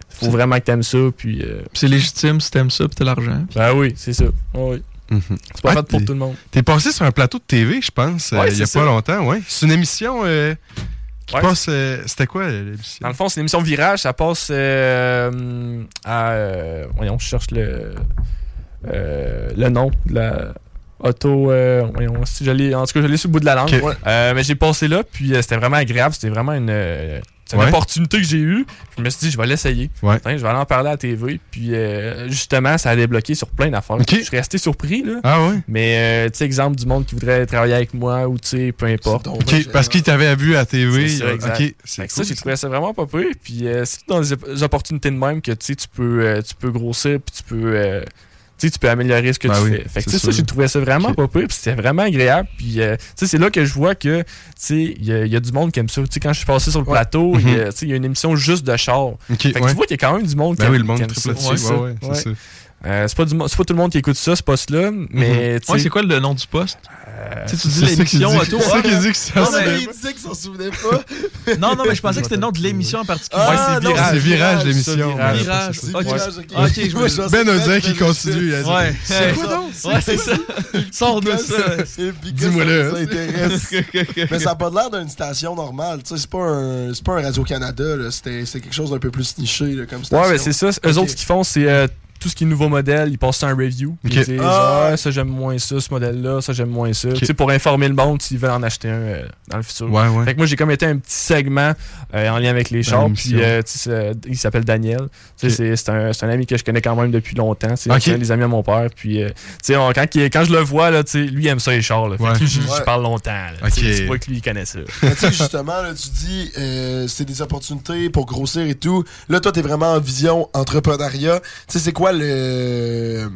S4: faut vraiment que t'aimes ça. Puis. euh,
S5: Pis c'est légitime si t'aimes ça, pis t'as l'argent.
S4: ben oui, c'est ça. Ouais, ouais. C'est pas fait pour tout le monde.
S1: T'es passé sur un plateau de TV, je pense, euh,
S4: Ouais,
S1: il y a
S4: c'est ça.
S1: pas longtemps, ouais. C'est une émission euh, qui
S4: Ouais.
S1: passe. euh, C'était quoi euh, l'émission
S4: Dans le fond, c'est l'émission Virage, ça passe euh, à. euh, voyons, je cherche le. euh, le nom de la. Auto, euh, voyons, si je l'ai- en tout cas, je l'ai sur le bout de la langue.
S1: Ok.
S4: Ouais. Euh, mais j'ai passé là, puis euh, c'était vraiment agréable. C'était vraiment une, euh, c'est une
S1: Ouais.
S4: opportunité que j'ai eue. Je me suis dit, je vais l'essayer.
S1: Ouais.
S4: Putain, Je vais aller en parler à la TV. Puis euh, justement, ça a débloqué sur plein d'affaires. Je suis resté surpris. Là.
S1: Ah ouais?
S4: Mais euh, tu sais, exemple du monde qui voudrait travailler avec moi ou tu sais, peu importe.
S1: Ok, parce qu'il t'avait vu à TV.
S4: C'est ça, exact.
S1: ok,
S4: Fait
S1: c'est
S4: que
S1: cool,
S4: ça, j'ai trouvé ça vraiment pas peu. Puis euh, c'est dans des op- des opportunités de même que tu sais, tu peux, euh, tu peux grossir, puis tu peux, euh, tu sais, tu peux améliorer ce que
S1: Ben
S4: tu
S1: oui,
S4: fais. Fait que
S1: c'est
S4: tu sais, ça,
S1: sûr.
S4: j'ai trouvé ça vraiment pas peu. Puis c'était vraiment agréable. Puis euh, tu sais, c'est là que je vois que, tu sais, il y, a- il y a du monde qui aime ça. Tu sais, quand je suis passé sur le plateau, il y
S1: Mhm.
S4: a- tu sais, il y a une émission juste de char. fait que
S1: ouais.
S4: tu vois qu'il y a quand même du monde qui
S1: Ben oui,
S4: aime-
S1: le monde
S4: qui aime
S1: triple
S4: ça.
S1: là-dessus, ouais, ouais, c'est ça.
S4: Euh, c'est pas, du mo- c'est pas tout le monde qui écoute ça, ce poste-là,
S1: Mm-hmm.
S4: mais... tu sais-
S5: Ouais, c'est quoi le nom du poste? Tu sais, tu dis
S4: c'est ça
S5: l'émission
S4: qu'il dit-
S5: auto.
S4: c'est ça
S5: Ah,
S4: qu'il dit que ça
S5: non,
S4: se
S5: mais-
S4: fait.
S2: Il disait qu'il s'en souvenait pas.
S1: [LAUGHS]
S5: Non, non, mais je pensais que c'était le nom de l'émission en particulier.
S2: Ah, non, c'est Virage,
S1: l'émission.
S5: Virage.
S1: Virage,
S5: ok.
S1: ok.
S5: Virage,
S1: Ouais.
S5: Ah, ok. je me-
S1: Ben Ozin qui continue. là,
S5: Ouais.
S1: C'est
S2: quoi donc?
S5: Ouais, c'est ça. Sors-nous ça.
S2: [LAUGHS]
S1: Dis-moi-le.
S2: Dis-moi-le.
S5: [LAUGHS]
S2: Ça intéresse. Mais ça n'a pas l'air d'une station normale. Tu sais, c'est pas un, c'est pas un Radio-Canada. là. C'était- C'est quelque chose d'un peu plus niché là, comme station.
S4: Ouais, mais c'est ça. Eux
S2: Ok.
S4: autres, ce qu'ils font, c'est euh, tout ce qui est nouveau modèle, ils passent ça en review. Puis
S1: Ok.
S4: Ils disent
S2: Ah.
S4: ah, ça, j'aime moins ça, ce modèle-là, ça, j'aime moins ça. Tu sais, pour informer le monde s'ils veulent en acheter un euh, dans le futur.
S1: Ouais, ouais.
S4: Fait que moi, j'ai comme été un petit segment euh, en lien avec les chars.
S1: l'émission.
S4: Puis, euh, tu sais, c'est- il s'appelle Daniel. Tu sais, C'est c'est un, c'est un ami que je connais quand même depuis longtemps. C'est
S1: Ok.
S4: c'est un des amis à mon père. Puis, euh, tu sais, on- quand, il- quand je le vois, là, tu sais, lui, il aime ça les chars. Là. Fait
S1: Ouais.
S4: que j'y j'y
S2: Ouais.
S4: parle longtemps. là.
S1: Ok.
S4: Tu sais, Tu vois que lui, il connaît ça.
S2: Mais tu sais, justement, là, tu dis, euh, c'est des opportunités pour grossir et tout. Là, toi, t'es vraiment en vision entrepreneuriat. Tu sais, c'est quoi le.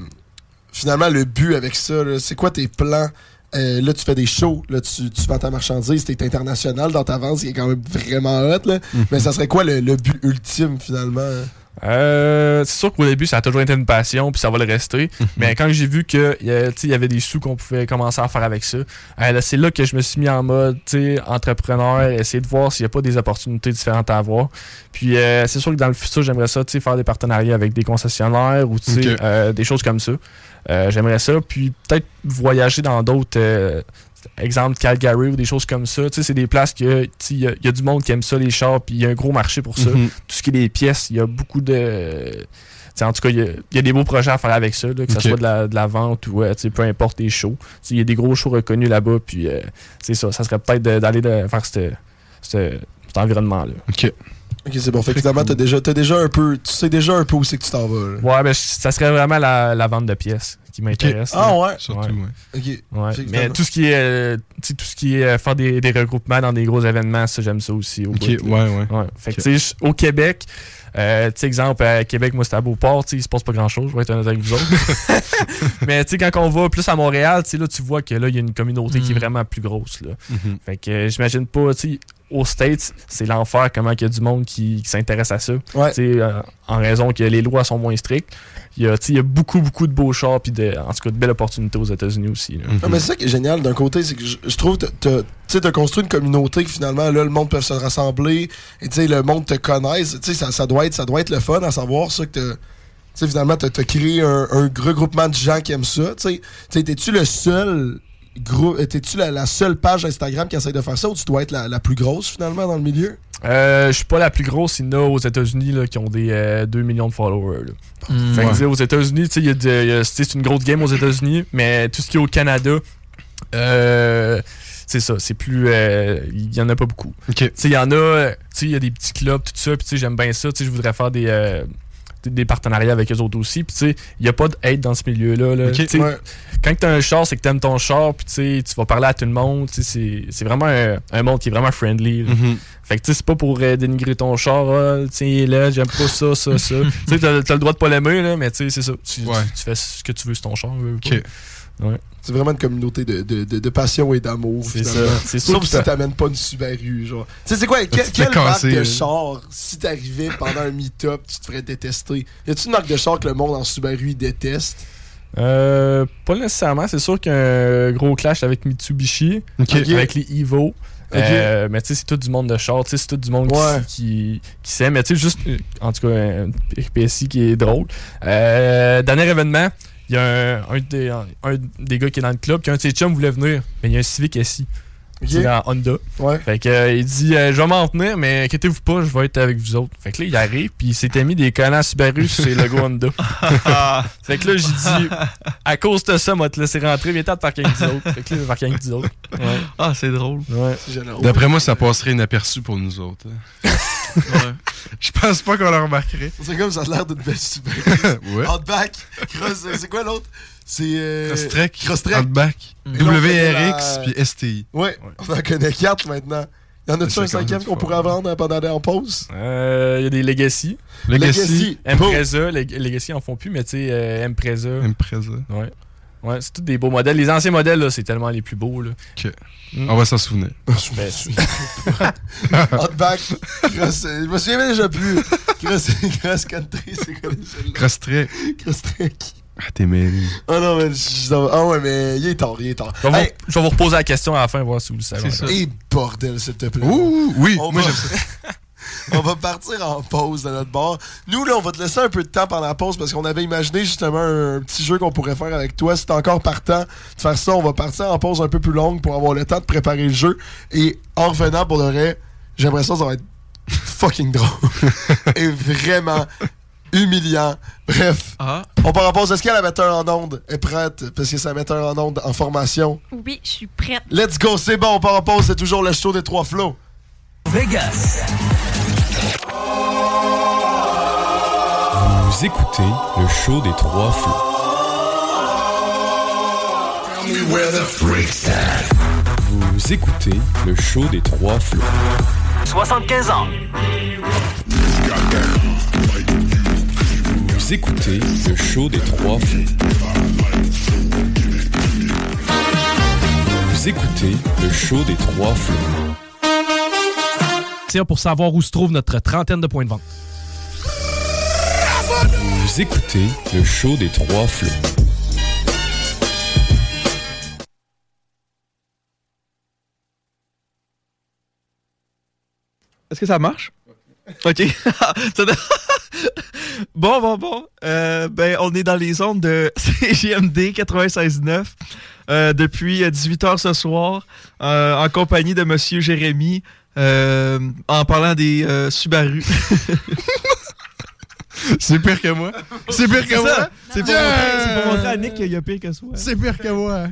S2: Finalement, le but avec ça? là? C'est quoi tes plans? Euh, là, tu fais des shows, là, tu, tu vends ta marchandise, t'es international dans ta vente, ce qui est quand même vraiment hot, là. Mais ça serait quoi le, le but ultime, finalement? hein?
S4: Euh, c'est sûr qu'au début, ça a toujours été une passion, puis ça va le rester. Mais quand j'ai vu que y a- tu sais, il y avait des sous qu'on pouvait commencer à faire avec ça, euh, là, c'est là que je me suis mis en mode tu sais, entrepreneur, essayer de voir s'il n'y a pas des opportunités différentes à avoir. Puis euh, c'est sûr que dans le futur, j'aimerais ça tu sais, faire des partenariats avec des concessionnaires ou tu sais,
S1: Ok.
S4: euh, des choses comme ça. Euh, j'aimerais ça. Puis peut-être voyager dans d'autres. euh, Exemple Calgary ou des choses comme ça. Tu sais, c'est des places que tu sais, il y, a- il y a du monde qui aime ça, les chars, puis il y a un gros marché pour ça
S1: Mhm.
S4: tout ce qui est des pièces, il y a beaucoup de. t'sais, en tout cas, il y, a- il y a des beaux projets à faire avec ça, là, que ce
S1: Ok.
S4: soit de la, de la vente ou euh, t'sais, peu importe les shows. T'sais, Il y a des gros shows reconnus là-bas, puis euh, c'est ça. Ça serait peut-être de- d'aller de- faire cette- cette- cet environnement-là.
S1: Ok.
S2: Ok, c'est bon. Fait que finalement, t'as déjà, t'as déjà un peu, tu sais déjà un peu où c'est que tu t'en vas, là.
S4: Ouais, ben, je- ça serait vraiment la, la vente de pièces qui m'intéresse.
S2: Ah ouais?
S1: Surtout, ouais.
S2: Ok.
S4: Ouais,
S2: C'est
S4: Mais
S2: exactement.
S4: tout ce qui est, euh, t'sais, tout ce qui est euh, faire des, des regroupements dans des gros événements, ça, j'aime ça aussi. Au
S1: Ok,
S4: bout, là.
S1: ouais, ouais.
S4: Ouais. Fait que, tu sais, je- au Québec, euh, tu sais, exemple, à Québec, moi, c'était à Beauport, tu sais, il se passe pas grand chose, je vais être honnête avec vous autres. Mais, tu sais, quand on va plus à Montréal, tu sais, là, tu vois que là, il y a une communauté qui est vraiment plus grosse, là.
S1: Mhm.
S4: Fait que, euh, j'imagine pas, tu sais, aux States, c'est l'enfer comment il y a du monde qui, qui s'intéresse à ça.
S2: Ouais.
S4: Tu sais, euh, en raison que les lois sont moins strictes. Il y a, tu sais, il y a beaucoup, beaucoup de beaux chars, puis de, en tout cas, de belles opportunités aux États-Unis aussi, là.
S2: Non, mais c'est ça qui est génial d'un côté, c'est que je, je trouve que t'as- tu sais, t'as construit une communauté que finalement, là, le monde peut se rassembler et tu sais, le monde te connaisse. Tu sais, ça, ça, doit être, ça doit être le fun à savoir ça que t'as- tu sais, finalement, t'as as créé un, un regroupement de gens qui aiment ça. Tu sais. Tu sais, t'es-tu le seul groupe, euh, t'es-tu la, la seule page Instagram qui essaie de faire ça ou tu dois être la, la plus grosse finalement dans le milieu?
S4: Euh, je suis pas la plus grosse, il y en a aux États-Unis là, qui ont des euh, 2 millions de followers. là. fait que, tu sais, aux États-Unis, tu sais, il y a de- il y a- c'est c'est une grosse game aux États-Unis, mais tout ce qui est au Canada, euh, c'est ça, c'est plus. euh, Il y en a pas beaucoup.
S1: Ok.
S4: Tu sais, il y en a, euh, tu sais, il y a des petits clubs, tout ça, puis tu sais, j'aime bien ça, tu sais, je voudrais faire des. euh, des- des partenariats avec eux autres aussi. Puis, tu sais, il n'y a pas d'aide dans ce milieu-là. là.
S1: Ok.
S4: Tu sais,
S2: Ouais.
S4: Quand tu as un char, c'est que tu aimes ton char, puis tu sais, tu vas parler à tout le monde. Tu sais, C'est c'est vraiment un, un monde qui est vraiment friendly. là.
S1: Mhm.
S4: Fait que tu sais, c'est pas pour euh, dénigrer ton char, ah, le tien il est là, j'aime pas ça, ça,
S1: [LAUGHS]
S4: ça. tu sais, t'as t'as le droit de pas l'aimer, là, mais tu sais, c'est ça. Tu, tu-
S1: Ouais.
S4: tu fais ce que tu veux sur ton char. euh,
S1: Ok.
S2: C'est vraiment une communauté de, de, de, de passion et d'amour.
S4: C'est ça.
S2: finalement.
S4: C'est
S2: Sauf
S4: sûr
S2: si
S4: que
S2: t'amènes pas une Subaru, genre. Tu sais, c'est quoi? Quel,
S1: te
S2: quelle
S1: fais casser,
S2: marque de
S1: là.
S2: char, si t'arrivais pendant un meet-up, tu te ferais détester? Y a-tu une marque de char que le monde en Subaru il déteste?
S4: Euh, pas nécessairement. C'est sûr qu'il y a un gros clash avec Mitsubishi,
S1: Ok.
S4: avec les Evo. Euh, mais tu sais, c'est tout du monde de char, tu sais, c'est tout du monde qui-
S2: Ouais.
S4: qui, qui s'aime. Mais tu sais, juste, euh, en tout cas, un PSI qui est drôle. Euh, dernier événement, il il y a un, un des, un des gars qui est dans le club, qui un de ses chums voulait venir, mais il y a un Civic SI. qui est dans Honda. Fait que, euh, il dit euh, Je vais m'en tenir, mais inquiétez-vous pas, je vais être avec vous autres. Fait que là, il arrive, puis il s'était mis des collants Subaru sur ses logos Honda. fait que là, j'ai dit À cause de ça, moi, te laisser rentrer, viens t'en te parquer avec vous autres. Fait que là, je parquer avec vous autres. Ouais.
S5: Ah, c'est drôle.
S4: Ouais.
S1: D'après moi, ça passerait inaperçu pour nous autres. hein. [LAUGHS] Je pense pas qu'on le remarquerait.
S2: C'est comme ça a l'air d'une belle super.
S1: Ouais.
S2: Outback, cross, euh, c'est quoi l'autre? C'est. Euh...
S1: Crosstrek,
S2: Crosstrek.
S1: Outback,
S2: Et là, on fait
S1: WRX,
S2: de
S1: puis STI.
S2: Ouais, on en connaît quatre maintenant. Y en a-tu
S4: C'est quand
S2: un
S4: même
S2: cinquième
S4: du
S2: qu'on pourrait vendre pendant la pause?
S4: Euh, Il y a des Legacy.
S2: Legacy.
S4: Impreza. Leg- Legacy en font plus, mais tu sais, euh, Impreza.
S1: Impreza.
S4: Ouais. Ouais, c'est tous des beaux modèles. Les anciens modèles, là, c'est tellement les plus beaux. Là.
S1: Ok. On va s'en souvenir.
S4: Ben,
S2: Outback, cross. euh, Je me souviens déjà plus. Cross, cross country, c'est quoi celle-là?
S1: Crosstrek.
S2: Crosstrek.
S1: Ah, t'es mêlé.
S2: Oh non, mais. je- je- Ah ouais, mais il est tard, il est tard.
S4: je, vais
S2: Hey,
S4: vous, je vais vous reposer la question à la fin, voir si vous le savez.
S2: Et bordel, s'il te plaît.
S1: Ouh, oui,
S2: moi j'aime ça. [LAUGHS] on va partir en pause de notre bar. Nous, là, on va te laisser un peu de temps pendant la pause parce qu'on avait imaginé justement un, un petit jeu qu'on pourrait faire avec toi. Si t'es encore partant de faire ça, on va partir en pause un peu plus longue pour avoir le temps de préparer le jeu. Et en revenant, pour le vrai, j'aimerais ça, ça va être fucking drôle. Et vraiment humiliant. Bref. On part en pause. Est-ce que la metteur en onde est prête? Parce que c'est la metteur en onde en formation.
S8: Oui, je suis prête.
S2: Let's go, c'est bon, on part en pause, c'est toujours le show des trois flots.
S8: Vegas.
S3: Vous écoutez le show des trois flots. Vous écoutez le show des trois flots.
S8: 75 ans.
S3: Vous écoutez le show des trois flots. Vous écoutez le show des trois flots.
S9: Tiens, pour savoir où se trouve notre trentaine de points de vente.
S3: Vous écoutez le show des trois flots.
S5: Est-ce que ça marche? OK. [LAUGHS] Ça doit- bon, bon, bon. Euh, ben, on est dans les ondes de [LAUGHS] CGMD 96.9 euh, depuis 18h ce soir euh, en compagnie de Monsieur Jérémy euh, en parlant des euh,
S9: [LAUGHS]
S5: Subaru.
S1: C'est pire que moi. C'est pire que
S5: [LAUGHS] C'est ça.
S1: moi.
S5: C'est pour, montrer- c'est pour montrer à Nick qu'il y a pire que soi.
S1: C'est pire que moi.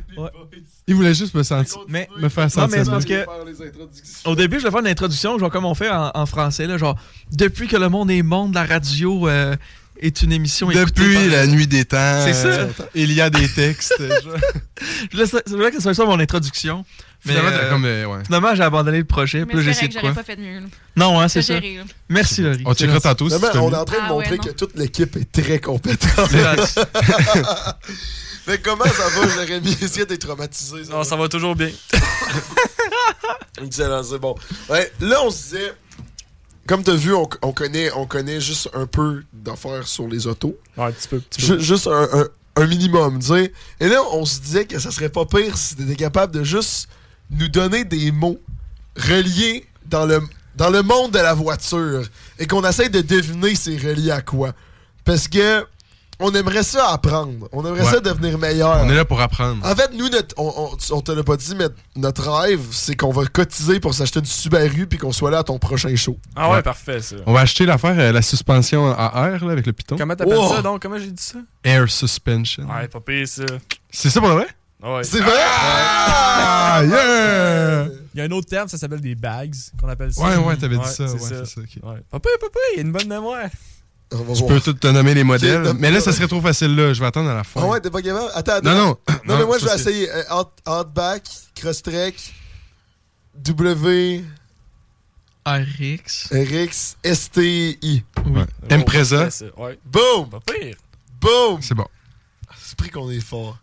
S1: Il voulait juste me sentir. me faire
S5: Non,
S1: sentir.
S5: mais c'est parce
S1: mieux.
S5: que. Au début, je vais faire une introduction, genre comme on fait en, en français, là, genre depuis que le monde est monde, la radio euh, est une émission. écoutée par-
S1: Depuis la nuit des temps.
S5: C'est ça.
S1: euh, Il y a des [LAUGHS] textes.
S5: je voulais je voulais que ce soit ça mon introduction. Mais
S1: Finalement, t'as
S5: euh,
S1: comme, euh, ouais.
S5: finalement, j'ai abandonné le projet.
S8: Mais
S5: Puis là, j'ai
S8: c'est
S5: essayé
S8: correct,
S5: de quoi
S8: j'aurais pas fait de mieux, là.
S5: Non, hein, c'est
S8: T'as
S5: ça.
S8: géré, là.
S5: Merci, Laurie.
S1: On checkera
S5: C'est
S1: tantôt si
S5: gentil.
S1: tu t'as
S2: on
S1: mis.
S2: est en train de
S8: Ah ouais,
S2: montrer
S8: non.
S2: que toute l'équipe est très compétente. [LAUGHS] Mais comment ça va, Jérémy? Est-ce que t'es traumatisé? Ça
S4: Non, ça va toujours bien.
S2: Excellent, c'est bon. Ouais, là, on se disait, comme t'as vu, on, on connaît, on connaît juste un peu d'affaires sur les autos.
S4: un petit peu. petit peu.
S2: Ju- juste un, un- un minimum, tu sais. Et là, on se disait que ça serait pas pire si t'étais capable de juste nous donner des mots reliés dans le, dans le monde de la voiture et qu'on essaye de deviner c'est relié à quoi. Parce que on aimerait ça apprendre, on aimerait
S1: Ouais.
S2: ça devenir meilleur.
S1: On est là pour apprendre.
S2: En fait, nous, notre- on, on- on te l'a pas dit, mais notre rêve, c'est qu'on va cotiser pour s'acheter une Subaru puis qu'on soit là à ton prochain show.
S4: Ah ouais, parfait, ça.
S1: On va acheter l'affaire, euh, la suspension à air là, avec le piton.
S4: Comment t'appelles
S1: Oh!
S4: ça, donc? Comment j'ai dit ça?
S1: Air suspension.
S4: Ouais, pas pire, ça.
S1: C'est ça pour le vrai?
S4: Ouais.
S2: C'est vrai?
S1: Ah, yeah!
S4: Il y a un autre terme, ça s'appelle des bags, qu'on appelle ça.
S1: Ouais, ouais, t'avais dit ça, ouais, c'est ça, ok.
S4: Ouais. Papa, papa, il y a une bonne mémoire.
S1: Je peux tout te nommer les modèles.
S2: nomme-le.
S1: mais là, ça serait trop facile, là. Je vais attendre à la fin.
S2: Ah ouais, t'es pas capable? Attends, attends.
S1: Non, non.
S2: Non, mais
S1: Non,
S2: moi, je vais
S1: parce que-
S2: essayer. Euh, Out- Outback, Crosstrek, W,
S5: RX.
S2: RX, STI.
S5: Oui.
S4: Oh,
S1: Impreza.
S4: Ouais.
S2: Boom!
S4: Pas pire.
S2: Boom!
S1: C'est bon.
S2: C'est pris qu'on est fort.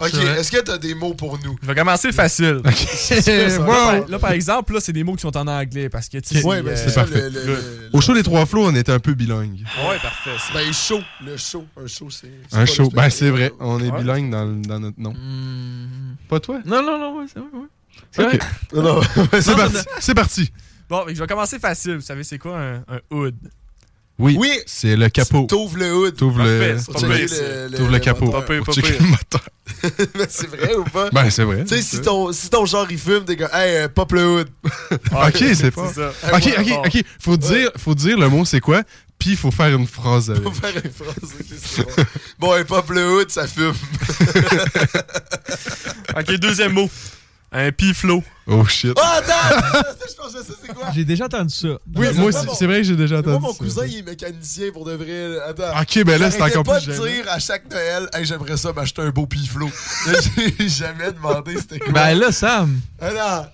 S2: Ok,
S4: C'est vrai.
S2: est-ce que t'as des mots pour nous?
S4: Je vais commencer facile. [LAUGHS]
S2: C'est ça,
S4: Là,
S2: wow.
S4: par- là, par exemple, là, c'est des mots qui sont en anglais parce que tu sais,
S2: Ouais, ben,
S4: euh,
S1: C'est parfait.
S2: le- le-
S1: Au show des trois flots, on était un peu bilingue.
S4: Ouais, parfait. ça.
S2: Ben, show. Le show. Un show, c'est. c'est
S1: Un
S2: pas
S1: show.
S2: le-
S1: Ben, c'est vrai. On est
S4: Ouais.
S1: bilingue dans, le- dans notre nom. Pas toi?
S5: Non, non, non, ouais, c'est vrai. ouais. C'est
S1: Ok.
S5: vrai.
S2: Non, non.
S1: C'est
S4: Non,
S1: parti.
S4: non, non.
S1: C'est parti.
S4: Bon, fait que je vais commencer facile. Vous savez, c'est quoi un, un hood?
S1: Oui, c'est le capot.
S2: [LAUGHS] T'ouvres le hood.
S1: T'ouvres le,
S2: Parfait, c'est pas
S1: t'ouvres
S2: pire,
S1: le,
S2: ça.
S1: t'ouvres le capot.
S2: [LAUGHS] Pas pire, pas
S1: Faut checker
S2: pire.
S1: le moteur.
S2: Mais c'est vrai ou pas?
S1: Ben, c'est vrai.
S2: Tu sais, si ton, si ton genre il fume, t'es comme, hey, euh, pop le hood. [LAUGHS]
S1: ok, c'est pas.
S2: ça.
S1: Ok,
S2: Ouais,
S1: ok,
S2: bon.
S1: ok. Faut dire, faut dire le mot c'est quoi, puis faut faire une phrase avec.
S2: Faut faire une phrase, ok, c'est bon. Bon, hey, pop le hood, ça fume.
S4: Ok, deuxième mot. Un piflo.
S1: Oh shit.
S2: Oh,
S1: [LAUGHS]
S2: attends! Je pense que ça, c'est quoi?
S5: J'ai déjà entendu ça.
S1: Oui,
S2: Mais
S1: moi
S2: c'est
S1: aussi,
S2: pas
S1: c'est
S2: mon-
S1: vrai que j'ai déjà
S2: Mais
S1: entendu.
S2: Moi, mon
S1: ça.
S2: cousin, il est mécanicien pour de vrai. Attends.
S1: Ok, ben là, c'est
S2: J'arrêtais
S1: encore
S2: pas
S1: plus
S2: de
S1: gênant.
S2: dire à chaque Noël, hey, j'aimerais ça m'acheter un beau piflot. Là, J'ai [LAUGHS] jamais demandé c'était quoi. Ah
S5: Ben là, Sam,
S2: Alors,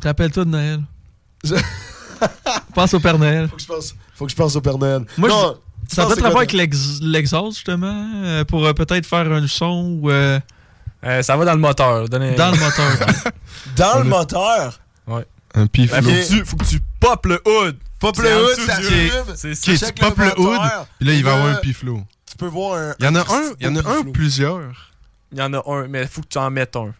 S5: te rappelles-toi de Noël? [LAUGHS] Pense au Père Noël.
S2: faut que je pense, faut que je pense au Père Noël.
S5: Moi,
S2: Non,
S5: je-
S2: tu
S5: ça
S2: penses
S5: peut
S2: c'est
S5: être rapport
S2: quoi,
S5: avec l'ex- l'exhaust, justement, euh, pour euh, peut-être faire un son ou. euh,
S4: ça va dans le moteur. donnez-
S5: Dans le moteur.
S2: Dans le moteur?
S4: Ouais.
S1: Un pif.
S4: Ben, faut, que tu, faut que tu popes le hood.
S2: Pop
S4: C'est
S2: le
S4: en
S2: hood,
S4: dessous
S2: ça
S4: du-
S2: fume.
S4: C'est ça.
S1: Ok, tu
S2: Check le
S1: popes le hood,
S2: moteur.
S1: puis là, il va
S2: Là,
S1: avoir un piflot.
S2: Tu peux voir Ah, un.
S1: Il y en a
S2: petit
S1: un, il y en a
S2: beau
S1: un ou
S2: piflot.
S1: plusieurs.
S4: Il y en a un, mais faut que tu en mettes un.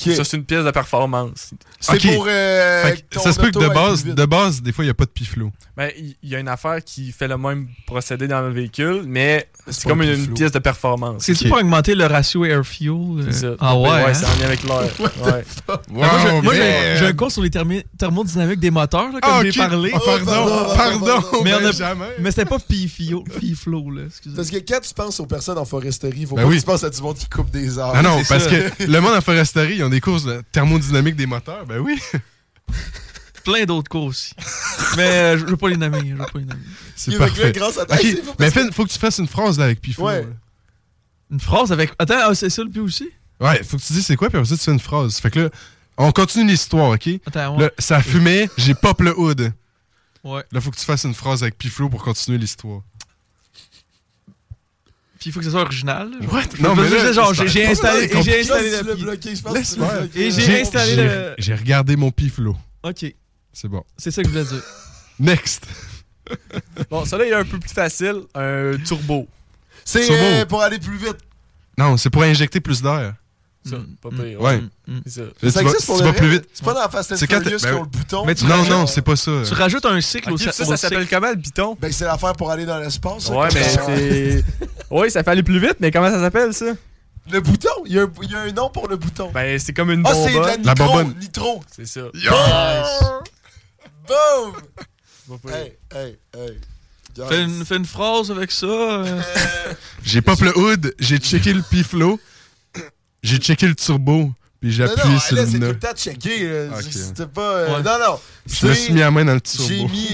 S2: Ok.
S4: Ça, c'est une pièce de performance.
S2: C'est
S1: Ok.
S2: pour. euh,
S1: Fait que
S2: ton
S1: ça se peut que
S2: auto
S1: de
S2: aille
S1: base,
S2: plus vite.
S1: de base, des fois, il n'y a pas de piflot.
S4: Ben, il il y a une affaire qui fait le même procédé dans le véhicule, mais c'est
S1: pas
S4: comme
S1: un
S4: une,
S1: piflot.
S4: une pièce de performance.
S5: C'est-tu pour augmenter le ratio air-fuel? euh,
S4: C'est ça.
S5: Ah ouais? hein?
S4: c'est en lien
S5: [LAUGHS]
S4: avec l'air. Ouais.
S5: Ben, moi, j'ai-
S1: Wow,
S5: moi, j'ai-
S1: man.
S5: j'ai un cours sur les thermi- thermodynamiques des moteurs, là, comme Oh,
S1: Ah,
S5: j'ai
S1: ok.
S5: parlé.
S1: Ah, pardon, pardon,
S5: Mais, on a-
S1: Benjamin.
S5: mais c'était pas Pifio, Piflo, là, excusez
S2: Parce que quand tu penses aux personnes en foresterie, faut
S1: Ben
S2: pas
S1: oui.
S2: que tu penses à du monde qui coupe des arbres.
S1: Ah non,
S2: C'est
S1: parce
S2: ça.
S1: que le monde en foresterie, ils ont des courses de thermodynamique des moteurs. Ben oui. [LAUGHS]
S5: Plein d'autres cours aussi. [LAUGHS] mais euh, je je veux pas les nommer, je veux pas les nommer.
S1: C'est
S2: Il va
S1: parfait.
S2: gueuler grâce à ta-
S1: Ok,
S2: C'est pour
S1: Mais
S2: ça.
S1: Finn, faut que tu fasses une phrase là avec Piflot.
S2: Ouais.
S1: là.
S5: Une phrase avec... Attends, ah, c'est ça le but aussi?
S1: Ouais, faut que tu dises c'est quoi, puis après ça, tu fais une phrase. Fait que là, on continue l'histoire, OK?
S5: Attends, ouais.
S1: Là, ça fumait, j'ai pop le hood.
S5: Ouais.
S1: Là, faut que tu fasses une phrase avec Piflo pour continuer l'histoire.
S5: Puis il faut que ça soit original. là.
S1: What?
S5: Je- je- je- genre, j'ai j'ai installé, et j'ai installé
S2: Je pense que
S5: la
S2: tu l'as bloqué, je pense
S1: Laisse
S2: que tu l'as
S1: faire.
S2: bloqué.
S5: Et j'ai installé le...
S1: J'ai regardé mon Piflo.
S5: Ok,
S1: C'est bon.
S5: c'est ça que je voulais dire.
S1: Next.
S4: [LAUGHS] Bon, ça là, il est un peu plus facile. Un turbo.
S2: C'est
S1: Turbo.
S2: euh, pour aller plus vite.
S1: Non, c'est pour injecter plus d'air.
S4: Ça,
S5: Mm.
S4: pas pire.
S1: Ouais.
S4: C'est ça.
S1: Là,
S2: Ça
S1: tu vas,
S2: existe pour
S1: tu
S2: le
S1: vas
S2: vrai?
S1: plus vite.
S2: C'est pas dans Fast and
S1: C'est quand
S2: Furious
S1: t'es-
S2: qui
S1: ben
S2: ont le bouton.
S5: Mais tu
S1: Non,
S5: rajoutes-
S1: non, c'est pas ça.
S5: Tu rajoutes un cycle au
S4: Ok, ça, ça
S5: au
S4: s'appelle
S5: cycle.
S4: comment le piton?
S2: Ben, c'est l'affaire pour aller dans l'espace. ça,
S4: Ouais,
S2: comme
S4: mais
S2: ça.
S4: c'est. Oui, ça fait aller plus vite, mais comment ça s'appelle ça?
S2: Le bouton, il y, a un- il y a un nom pour le bouton.
S4: Ben, c'est comme une
S2: Ah, c'est de
S4: bonbonne.
S2: la nitro.
S1: La bonbonne.
S2: Nitro.
S4: C'est ça.
S2: Boom!
S4: Pas pire.
S2: Hey, hey, hey. Guys.
S5: Fais une, fais une phrase avec ça. euh.
S1: J'ai pop le hood, j'ai checké le Piflo, j'ai checké le turbo, puis j'ai
S2: Non, non,
S1: appuyé
S2: là,
S1: sur le
S2: c'est tout
S1: nœud.
S2: le temps checké. là.
S1: Ok.
S2: C'est- C'était pas. euh,
S5: Ouais.
S2: Non, non.
S1: Je me
S2: c'est-
S1: suis mis la main dans le
S2: J'ai
S1: turbo.
S2: mis.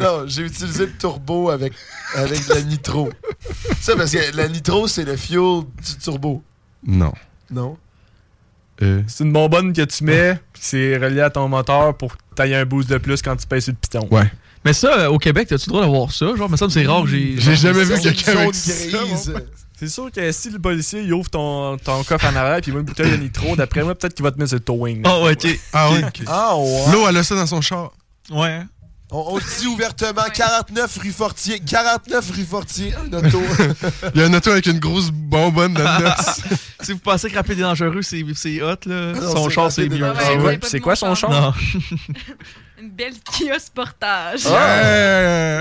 S2: non, j'ai utilisé le turbo avec, avec de la nitro. Ça, parce que la nitro, c'est le fuel du turbo.
S1: Non.
S2: Non?
S1: Euh,
S4: C'est une bonbonne que tu mets, pis c'est relié à ton moteur pour que t'ailles un boost de plus quand tu pèses sur le piton.
S1: ouais.
S5: Mais ça, euh, au Québec, t'as-tu le droit d'avoir ça? Genre, me semble que c'est rare, j'ai...
S1: J'ai jamais
S2: Ça,
S1: vu
S2: c'est une
S1: quelqu'un
S2: zone
S1: avec ça. mon
S2: grise.
S4: C'est sûr que si le policier il ouvre ton, ton coffre en arrière pis il voit une bouteille de nitro, d'après moi, peut-être qu'il va te mettre sur le towing.
S5: Ah, ouais, ok.
S1: Ah ouais?
S2: Ah, ouais.
S1: L'eau, elle a ça dans son char.
S5: Ouais. hein.
S2: On, on le dit ouvertement 49 rue Fortier. 49 rue Fortier, un auto.
S1: Il y a un auto avec une grosse bonbonne là-dedans.
S2: [LAUGHS]
S5: Si vous pensez que rapide et dangereux, c'est c'est hot, là.
S2: Non,
S5: Son
S2: c'est
S5: char, c'est
S2: rapide et
S5: mieux.
S4: C'est
S2: Ah
S4: quoi,
S2: ouais,
S4: c'est quoi son char?
S5: Non.
S10: Une belle Kia Sportage.
S1: Ouais.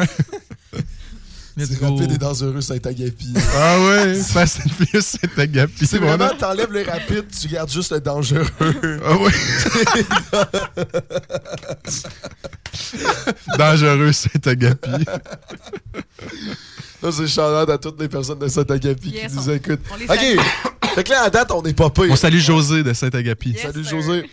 S5: Let's
S2: C'est
S5: go.
S2: rapide et dangereux, ça est agapi.
S1: Ah ouais, Fast and Furious, c'est un gapi.
S2: C'est
S1: voilà.
S2: vraiment, t'enlèves les rapides, tu gardes juste le dangereux.
S1: [LAUGHS] Ah ouais. Dangereux, c'est un gapi.
S2: Ça, c'est shout-out à toutes les personnes de Saint-Agapi
S10: Yes,
S2: qui nous
S10: on-
S2: écoutent.
S10: on les salue.
S2: OK. fait que là, à date, on est pas pire.
S1: On salue José de Saint-Agapi.
S10: Yes,
S2: Salut,
S10: sir.
S2: José.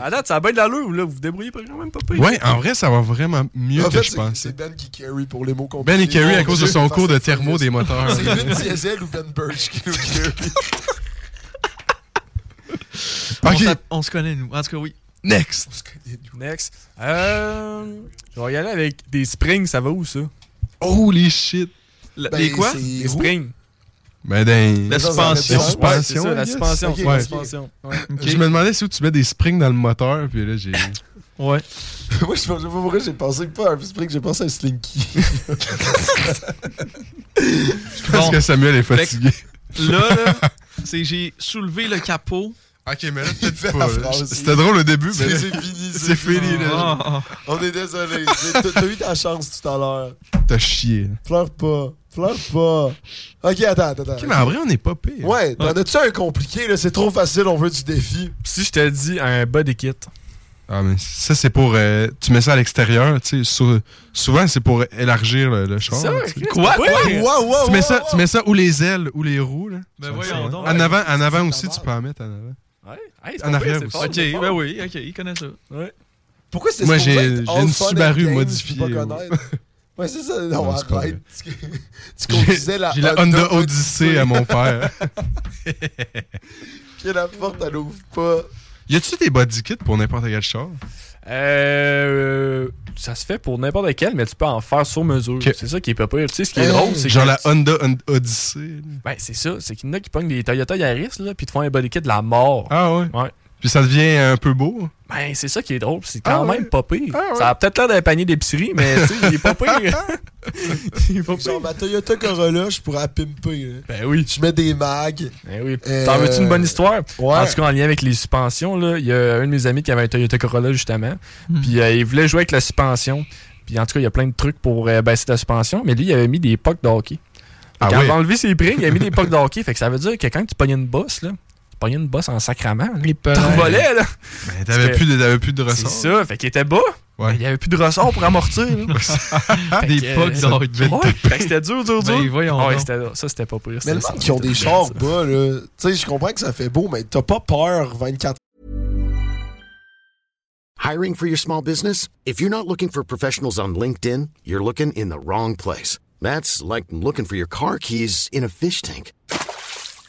S4: À date, ça a bien de l'allure, là. Vous vous débrouillez pas quand même pas pire.
S1: Ouais, en vrai, ça va vraiment mieux
S2: En
S1: que
S2: fait,
S1: je
S2: c'est-
S1: pensais.
S2: c'est Ben qui carry pour les mots qu'on
S1: Ben et Kerry, à cause de son cours de thermo des moteurs.
S2: C'est Vin Diesel ou Ben Burch qui
S1: [LAUGHS]
S2: nous carry.
S5: On
S1: Ok,
S5: s'app- On se connaît, nous. En tout cas, oui.
S1: next.
S4: Next. Euh. Je vais y aller avec des springs, ça va où ça?
S1: Holy shit.
S5: Le-
S2: Ben,
S5: les quoi?
S2: c'est
S4: Des
S2: roux.
S4: springs.
S1: Ben, dang. La
S5: La suspension.
S2: Ouais,
S4: Ouais, c'est
S1: suspension.
S4: ça, la
S1: I guess.
S4: suspension.
S1: Ok,
S4: c'est
S1: ouais.
S4: la suspension. Ouais.
S5: Ok.
S1: Je me demandais si où tu mets des springs dans le moteur, puis là, [LAUGHS] j'ai.
S5: Ouais.
S2: [LAUGHS] Moi, je sais pas pourquoi j'ai pensé pas hein, à un spring, j'ai pensé à
S1: [LAUGHS]
S2: un slinky.
S1: Parce
S5: Bon.
S1: que Samuel est
S5: Fait que-
S1: fatigué.
S4: [LAUGHS]
S5: Là, là, c'est j'ai soulevé le capot,
S1: Ok, mais là, [LAUGHS] peut-être
S2: fait
S1: pas.
S2: la
S1: là.
S2: phrase.
S1: C'était drôle au début, mais.
S2: C'est-
S1: là-
S2: c'est fini,
S1: C'est fini,
S4: Ah,
S1: Ah. là.
S2: On est désolé. T'as- T'as eu ta chance tout à l'heure.
S1: T'as chié. là.
S2: Pleure pas. Pleure pas. Ok, attends, attends. attends.
S1: Ok, mais en vrai, on est pas pire.
S2: Ouais, t'en as-tu un compliqué, là? C'est trop facile, on veut du défi.
S4: Si je te dis un body kit.
S1: Ah, mais ça, c'est pour. euh, tu mets ça à l'extérieur, tu sais. sou- souvent, c'est pour élargir le, le char.
S4: C'est vrai,
S1: tu sais.
S4: Chris, Quoi? c'est pas
S1: Tu,
S4: pire. Wow, wow,
S1: mets
S4: wow,
S1: ça,
S4: wow.
S1: tu mets ça ou les ailes ou les roues, là.
S5: Ben
S1: Ça,
S5: voyons
S1: ça,
S5: donc.
S1: En
S5: Ouais.
S1: avant, en avant aussi, tu peux en mettre en avant.
S4: Ouais. Hey, c'est
S1: En
S4: pas
S1: arrière
S4: pire, c'est
S1: aussi.
S4: fort,
S5: Ok,
S4: c'est
S5: ben
S4: fort.
S5: oui, ok, il connaît ça.
S4: Ouais.
S2: Pourquoi c'est
S1: Moi,
S2: supposé
S1: j'ai
S2: être
S1: j'ai
S2: all
S1: une
S2: fun and
S1: Subaru
S2: games,
S1: modifiée.
S2: tu peux pas
S1: ouais.
S2: connaître? Ouais, c'est ça. Non,
S1: Non, c'est pas
S2: arrête.
S1: vrai.
S2: Tu,
S1: [LAUGHS]
S2: tu conduisais la
S1: J'ai la Honda Odyssey à mon père. [LAUGHS]
S2: Puis la porte, elle ouvre pas.
S1: Y a-tu des body kits pour n'importe quel char?
S4: Euh, ça se fait pour n'importe lequel, mais tu peux en faire sur mesure. C'est ça qui est pas pire. Tu sais, ce qui est drôle, c'est
S1: Genre
S4: que-
S1: la Honda Hon- Odyssey.
S4: Ben, c'est ça. C'est qu'il y en a qui pognent des Toyota Yaris, là, puis te font un body kit de la mort.
S1: Ah ouais?
S4: Ouais.
S1: Puis ça devient un peu beau.
S4: Ben, c'est ça qui est drôle. C'est quand
S1: Ah ouais?
S4: même pas pire.
S1: Ah ouais?
S4: Ça a peut-être l'air d'un panier d'épicerie, mais tu sais, il est pas [LAUGHS] pire.
S2: Genre, ma Toyota Corolla, je pourrais la pimper. Là.
S4: Ben oui.
S2: Je mets des mags.
S4: Ben oui.
S2: Euh,
S4: T'en veux-tu une bonne histoire?
S2: ouais.
S4: En tout cas, en lien avec les suspensions, là, il y a un de mes amis qui avait un Toyota Corolla, justement.
S2: Hmm.
S4: Puis euh, il voulait jouer avec la suspension. Puis en tout cas, il y a plein de trucs pour euh, baisser la suspension. Mais lui, il avait mis des pocs de hockey.
S1: Ah
S4: quand
S1: oui.
S4: il a enlevé ses prix, il a mis des pocs
S2: [LAUGHS]
S4: de hockey. Fait que ça veut dire que quand tu pognes une bosse, là, tu pognes une bosse en sacrament. Les volets, là.
S1: Ben, t'avais plus de- t'avais plus de ressort.
S4: C'est ça. Fait qu'il était bas. mais [LAUGHS] Il y avait plus de ressort pour amortir. là.
S1: Des
S4: Fait que,
S1: pocs de
S4: ça-
S1: hockey.
S4: Ouais, fait que c'était dur, dur, dur.
S2: Ben, voyons
S4: Ouais,
S2: donc.
S4: c'était- ça, c'était pas pire.
S2: Mais
S4: Ça,
S2: le
S4: ça,
S2: monde qui ont des
S4: c'était-
S2: chars bas, là, tu sais, je comprends que ça fait beau, mais t'as pas peur 24
S11: Hiring for your small business? If you're not looking for professionals on LinkedIn, you're looking in the wrong place. That's like looking for your car keys in a fish tank.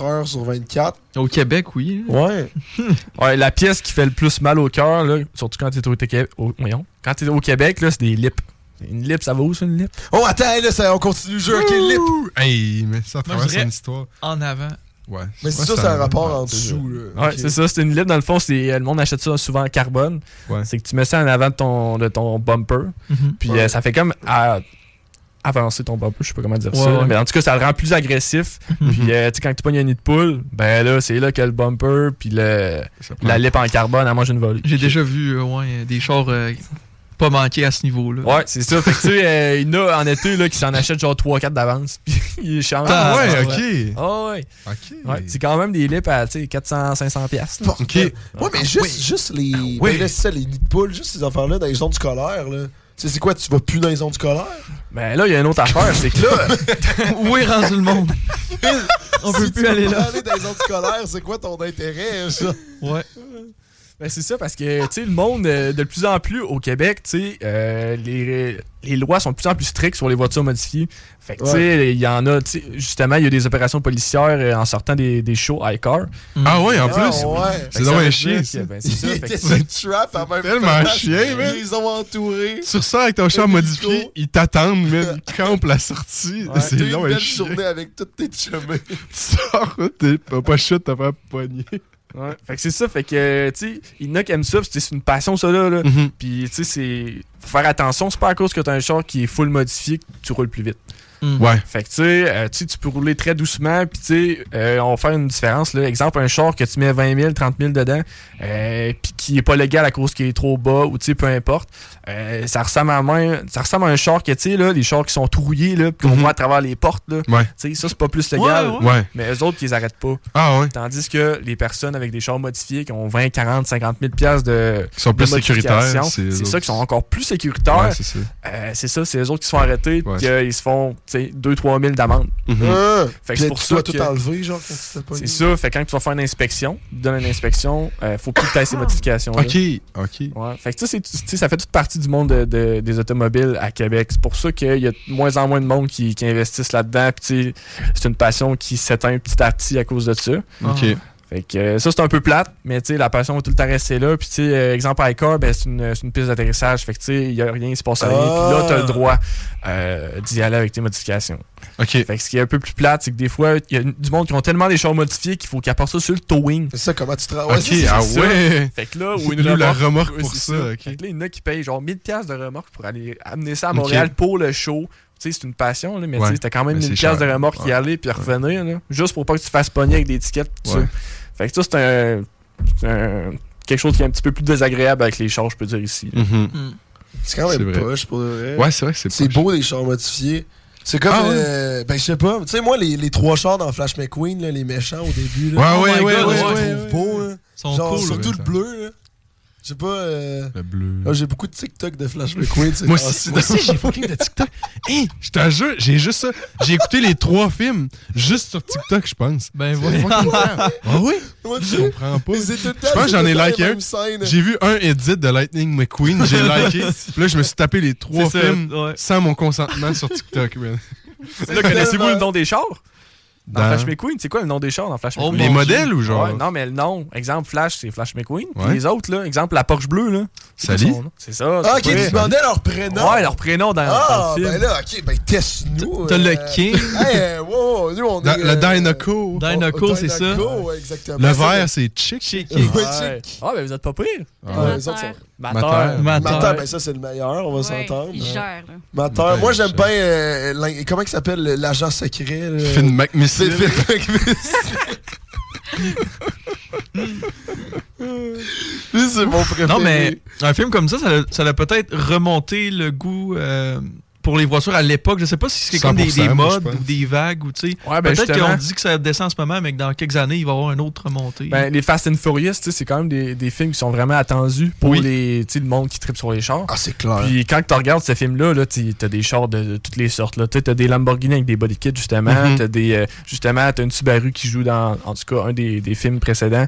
S2: heures sur 24.
S4: Au Québec, oui.
S2: Ouais.
S4: ouais, la pièce qui fait le plus mal au cœur, là, surtout quand t'es au, Québec- au- voyons, quand t'es au Québec, là, c'est des lips. Une lip, ça va où, ça, une lip?
S2: Oh, attends, là, ça, on continue le jeu. Ok, lip.
S1: Hey, mais ça
S5: Moi, je
S1: traverse
S5: dirais
S1: une histoire.
S5: En avant.
S1: Ouais.
S2: Mais c'est
S1: Ouais,
S2: ça,
S1: ça
S2: c'est un
S1: arrive.
S2: rapport en
S1: Ouais,
S2: dessous. là.
S4: Ouais,
S2: Ok.
S4: c'est ça, c'est une lip. Dans le fond, c'est, euh, le monde achète ça souvent en carbone. C'est que tu mets ça en avant de ton, de ton bumper.
S5: Mhm.
S4: Puis
S5: Ouais.
S4: euh, ça fait comme à- avancer ton bumper, je sais pas comment dire
S5: Ouais,
S4: ça. là,
S5: ouais.
S4: Mais en tout cas, ça le rend plus agressif. puis euh, tu sais, quand tu pognes un nid de poule, ben là, c'est là que le bumper, puis le, la lip en carbone, elle mange une volée.
S5: J'ai déjà vu euh, ouais, des chars euh, pas manqués à ce niveau-là.
S4: Ouais, c'est ça. Fait que tu sais, euh, il y en a en été là, qui s'en achètent genre 3-4 d'avance. Puis [LAUGHS] ils changent.
S1: Ah ouais, ok.
S4: Ah ouais. Ouais, c'est quand même des lips à 400-500$. piastres. là.
S2: Ouais, mais juste, juste les.
S4: oui.
S2: ben là, c'est ça, les nids de poules, juste ces affaires-là dans les zones scolaires, là. Tu sais, c'est quoi, tu vas plus dans les zones scolaires?
S4: Ben là, il y a une autre affaire, c'est que
S5: [LAUGHS]
S4: là.
S5: Où est rendu
S1: [LAUGHS]
S5: le monde?
S2: On
S5: peut plus aller là.
S2: aller dans les zones scolaires, c'est quoi ton intérêt, ça?
S5: Ouais.
S4: Ben c'est ça parce que tu sais le monde euh, de plus en plus au Québec, tu sais euh, les, les lois sont de plus en plus strictes sur les voitures modifiées. Fait que tu sais il y en a tu sais, justement il y a des opérations policières euh, en sortant des, des shows high car.
S5: Mm.
S1: Ah ouais, en plus.
S4: Fait
S1: C'est
S4: que ça
S1: donc
S4: veut
S1: un
S4: dire
S1: chien.
S4: que,
S1: ça.
S4: ben, c'est ça, fait
S5: [LAUGHS]
S4: que-
S2: C'était une trap à même
S1: tellement
S2: temps.
S1: chien, man.
S2: Ils les ont entourés.
S1: Tu ressors avec ton char modifié, ils t'attendent, même. Ils campent la sortie. C'est
S2: T'as eu
S1: long,
S2: une
S1: un
S2: belle
S1: chien.
S2: journée avec toutes tes chumées.
S1: Sors, t'es pas pas chute, t'as pas pogné.
S4: Ouais. Fait que c'est ça, fait que, euh, tu sais, il y en a qui aiment ça, parce que c'est une passion, ça, là. là.
S5: Mm-hmm.
S1: Mhm.
S4: Puis, tu sais, c'est. Faut faire attention, c'est pas à cause que t'as un char qui est full modifié que tu roules plus vite.
S1: Mm. Ouais.
S4: Fait que, tu sais, euh, tu sais, tu peux rouler très doucement, puis, tu sais, euh, on va faire une différence, là. Exemple, un char que tu mets 20 000, 30 000 dedans, euh, puis qui est pas légal à cause qu'il est trop bas, ou, tu sais, peu importe. euh, ça, ressemble à main, ça ressemble à un char que, tu sais, là, les chars qui sont tout rouillés, là, puis qu'on voit à travers les portes, là.
S1: Mhm. Ouais.
S4: Tu sais, ça, c'est pas plus légal.
S1: Ouais, ouais. Ouais.
S4: Mais eux autres, ils les arrêtent pas.
S1: Ah ouais.
S4: Tandis que les personnes avec des chars modifiés qui ont 20, 40, 50 000 piastres de.
S1: Qui sont
S4: de
S1: plus
S4: modification,
S1: sécuritaires, c'est eux
S4: C'est
S1: autres.
S4: ça, qui sont encore plus sécuritaires.
S1: Ouais, c'est ça.
S4: Euh, c'est ça, c'est eux autres qui se font arrêter,
S1: Ouais.
S4: puis qu'ils se font 2-3 000 d'amende.
S1: Mhm.
S2: Ah,
S4: Fait que
S2: puis
S4: c'est pour
S2: tu
S4: ça.
S2: dois
S4: que-
S2: tout enlever, genre, quand tu t'es pas
S4: C'est ça, fait que quand tu vas faire une inspection, tu donnes une inspection, euh, faut plus que tu ces modifications.
S1: Ok, ok.
S4: Ouais. Fait que ça, c'est- tu sais, ça fait toute partie du monde de- de- des automobiles à Québec. C'est pour ça qu'il y a de moins en moins de monde qui, qui investissent là-dedans. Puis, tu sais, c'est une passion qui s'éteint petit à petit à cause de ça.
S1: Ok.
S4: Fait que euh, ça, c'est un peu plate, mais tu sais, la passion va tout le temps rester là. Puis, tu sais, euh, exemple, iCar, ben, c'est une, c'est une piste d'atterrissage. Fait que, tu sais, il n'y a rien, il se passe rien. Puis là,
S1: Ah!
S4: tu as le droit euh, d'y aller avec tes modifications.
S1: OK.
S4: Fait que ce qui est un peu plus plate, c'est que des fois, il y a du monde qui ont tellement des chars modifiés qu'il faut qu'ils apportent ça sur le towing.
S2: C'est ça, comment tu travailles?
S1: Ok, ah ouais.
S4: Fait que là, ou une
S1: D'où
S4: remorque.
S1: la remorque
S4: Ouais,
S1: pour
S4: c'est
S1: ça, ok.
S4: Fait que là, il y en a qui payent genre 1000$ piastres de remorque pour aller amener ça à
S1: Ok.
S4: Montréal pour le show. Tu sais, c'est une passion, là, mais
S1: Ouais,
S4: tu sais, t'as quand même
S1: mais c'est
S4: 1000$ piastres de
S1: cher.
S4: remorque y
S1: Ouais.
S4: aller puis revenir, là, juste pour pas que tu te fasses pogner avec des étiquettes. tout ça.
S1: Ouais.
S4: Fait que ça, c'est un, c'est un- quelque chose qui est un petit peu plus désagréable avec les chars, je peux dire
S1: [LAUGHS]
S4: ici. là.
S1: Mhm.
S2: C'est quand
S1: C'est
S2: même
S1: vrai.
S2: poche pour le vrai.
S1: Ouais, c'est vrai que c'est
S2: C'est beau les chars modifiés. C'est comme,
S1: Ah ouais?
S2: euh, ben je sais pas, tu sais moi les, les trois chars dans Flash McQueen, là, les méchants au début,
S1: Ouais,
S2: là,
S1: ouais,
S2: my
S1: ouais,
S2: God,
S1: Oh ouais,
S2: je les
S1: ouais,
S2: trouve
S1: ouais.
S2: beaux, là.
S1: Ils sont
S2: hein. Genre,
S1: cool,
S2: surtout
S1: ouais,
S2: le bleu, là. je sais pas, euh,
S1: Le bleu.
S2: ah, j'ai beaucoup de TikTok de Flash McQueen.
S1: Moi aussi, moi aussi, j'ai fucking de TikTok. Hey, je te jure, j'ai juste ça. J'ai écouté les trois films juste sur TikTok, je pense. Ben
S2: voyons.
S1: Ah oui?
S2: Moi,
S1: je
S2: tu-
S1: comprends pas.
S2: mais c'est tout le temps-
S1: Je pense que
S2: c'est
S1: j'en
S2: tout
S1: ai
S2: le temps
S1: liké
S2: les
S1: un.
S2: mêmes scènes.
S1: J'ai vu un edit de Lightning McQueen, j'ai liké. Puis là, je me suis tapé les trois
S4: C'est ça,
S1: films
S4: ouais.
S1: sans mon consentement sur TikTok, man.
S4: Là, connaissez-vous le nom des chars? Dans,
S1: Dans-
S4: Flash McQueen, c'est quoi le nom des chars dans Flash
S1: Oh,
S4: McQueen?
S1: mon Les Dieu. modèles ou genre?
S4: Ouais, non, mais le nom. Exemple, Flash, c'est Flash McQueen. Puis
S1: Ouais.
S4: les autres, là, exemple, la Porsche bleue. Là. C'est quoi
S1: Sally?
S4: son nom? C'est ça.
S2: Ah,
S4: c'est
S2: ok,
S4: vrai.
S2: tu demandais leur prénom.
S4: Ouais, leur prénom dans,
S2: Ah,
S4: dans le film.
S2: ben là, ok, ben teste-nous.
S1: T'as le
S2: King.
S1: King.
S2: [LAUGHS] Hey, euh, wow, nous on
S1: Da-
S2: est. euh,
S1: le Dynaco.
S2: Oh, Dynaco,
S1: c'est ça.
S2: exactement.
S1: Le vert, c'est chic.
S2: Ouais,
S4: Ouais. Ah, ben vous êtes pas pire.
S2: Ouais, les autres sont-
S1: Mater.
S2: Mater.
S1: Mater.
S2: ben ça c'est le meilleur, on va s'entendre.
S10: il gère, là.
S2: Mater.
S1: Ouais,
S2: Moi
S1: il
S2: j'aime
S1: gère.
S2: bien. euh, l'in- comment il s'appelle le- l'agent secret là?
S1: Finn McMissile.
S2: C'est Finn McMissile. Lui, c'est mon préféré.
S5: Non, mais un film comme ça, ça l'a- ça l'a peut-être remonté le goût euh, pour les voitures à l'époque. Je sais pas si c'est comme des,
S1: 100%, moi,
S5: des
S1: je
S5: modes
S1: pense.
S5: ou des vagues ou tu sais.
S4: Ouais, ben,
S5: peut-être
S4: justement.
S5: qu'on dit que ça descend en ce moment, mais que dans quelques années, il va y avoir une autre remontée.
S4: Ben, les Fast and Furious, tu sais, c'est quand même des, des films qui sont vraiment attendus pour
S5: Oui.
S4: les, tu sais, le monde qui tripe sur les chars.
S2: Ah, c'est clair.
S4: Puis quand tu regardes ce film-là, là, tu- t'as des chars de, de toutes les sortes. là. Tu as des Lamborghini avec des body kits, justement.
S1: Mhm.
S4: T'as des, euh, justement, t'as une Subaru qui joue dans, en tout cas, un des, des films précédents.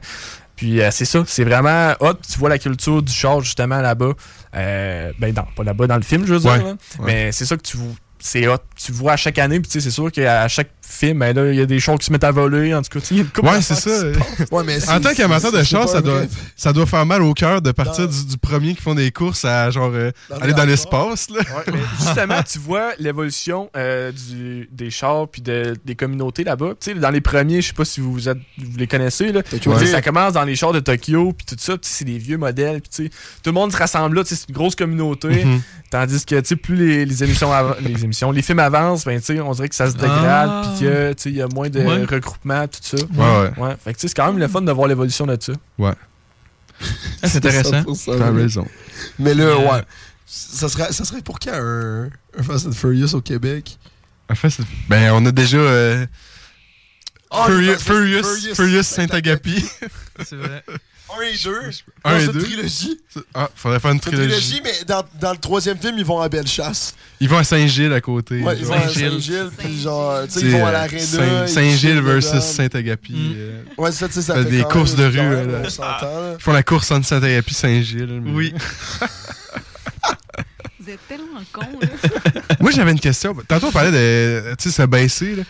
S4: Puis euh, c'est ça, c'est vraiment hot. Tu vois la culture du char, justement, là-bas. Euh, ben, non, pas là-bas dans le film, je veux dire.
S1: Ouais,
S4: là.
S1: ouais.
S4: Mais c'est ça que tu vois. C'est hot. Tu vois à chaque année, puis tu sais, c'est sûr qu'à chaque film, ben là, il y a des chars qui se mettent à voler. En tout cas, tu sais, il y a une couple
S1: Ouais,
S4: d'affaires
S1: c'est
S4: qui
S1: ça.
S4: se passent.
S2: Ouais, mais
S1: en
S2: Ah, c'est-
S1: tant qu'amateur
S2: c'est-
S1: de
S2: c'est
S1: char,
S2: pas
S1: ça
S2: un
S1: doit,
S2: rêve.
S1: ça doit faire mal au cœur de partir du, du premier qui font des courses à genre euh, aller dans l'espace. Là.
S4: Ouais, mais justement, tu vois l'évolution euh, du- des chars puis de- des communautés là-bas. Tu sais, dans les premiers, je sais pas si vous, êtes- vous les connaissez, là.
S2: Tokyo
S4: Tu sais,
S2: Drift.
S4: ça commence dans les chars de Tokyo puis tout ça. puis c'est des vieux modèles. Puis tu sais, tout le monde se rassemble là. tu sais, C'est une grosse communauté.
S1: Mhm.
S4: Tandis que tu sais, plus les, les émissions, av- les émissions, les films avancent, ben, tu sais, on dirait que ça se dégrade
S1: Ah.
S4: puis que, tu sais, il y a moins de
S1: Ouais.
S4: regroupements, tout ça.
S1: Ouais,
S4: ouais. Fait que tu sais, c'est quand même le fun de voir l'évolution de ça.
S1: Ouais.
S5: Ah, c'est
S2: [LAUGHS]
S5: intéressant.
S2: 100%,
S1: T'as
S2: oui.
S1: raison.
S2: Mais là,
S1: Euh,
S2: ouais. Ça serait, ça serait pour quand un, un Fast and Furious au Québec?
S1: En fait, c'est- ben, on a déjà euh,
S2: Ah,
S1: Furious,
S2: les Fast and
S1: Furious,
S2: Furious
S1: Furious Saint-Agapi.
S5: C'est vrai.
S2: Un et deux.
S1: Un
S2: Dans
S1: et
S2: cette
S1: deux.
S2: trilogie.
S1: Ah, faudrait faire une
S2: Cette trilogie,
S1: trilogie.
S2: mais dans, dans le troisième film, ils vont à Bellechasse.
S1: Ils vont à Saint-Gilles à côté.
S2: Ouais, ils vont
S1: genre.
S2: à Saint-Gilles, puis genre, tu sais, ils vont à l'aréna.
S1: Saint-
S2: ils
S1: Saint-Gilles
S2: chillent dedans.
S1: versus Saint-Agapi.
S4: Mm.
S1: euh,
S2: Ouais, ça, tu sais, ça
S1: fait
S2: fait
S1: des
S2: quand
S1: courses de
S2: même
S1: rue.
S2: une
S1: euh,
S2: heure,
S1: là.
S2: on s'entend, là.
S1: Ils font la course entre Saint-Agapi et Saint-Gilles. mais- [LAUGHS]
S5: Oui.
S10: Vous êtes tellement cons, là.
S1: [LAUGHS] Moi, j'avais une question. Tantôt, on parlait de tu sais, se baisser. là.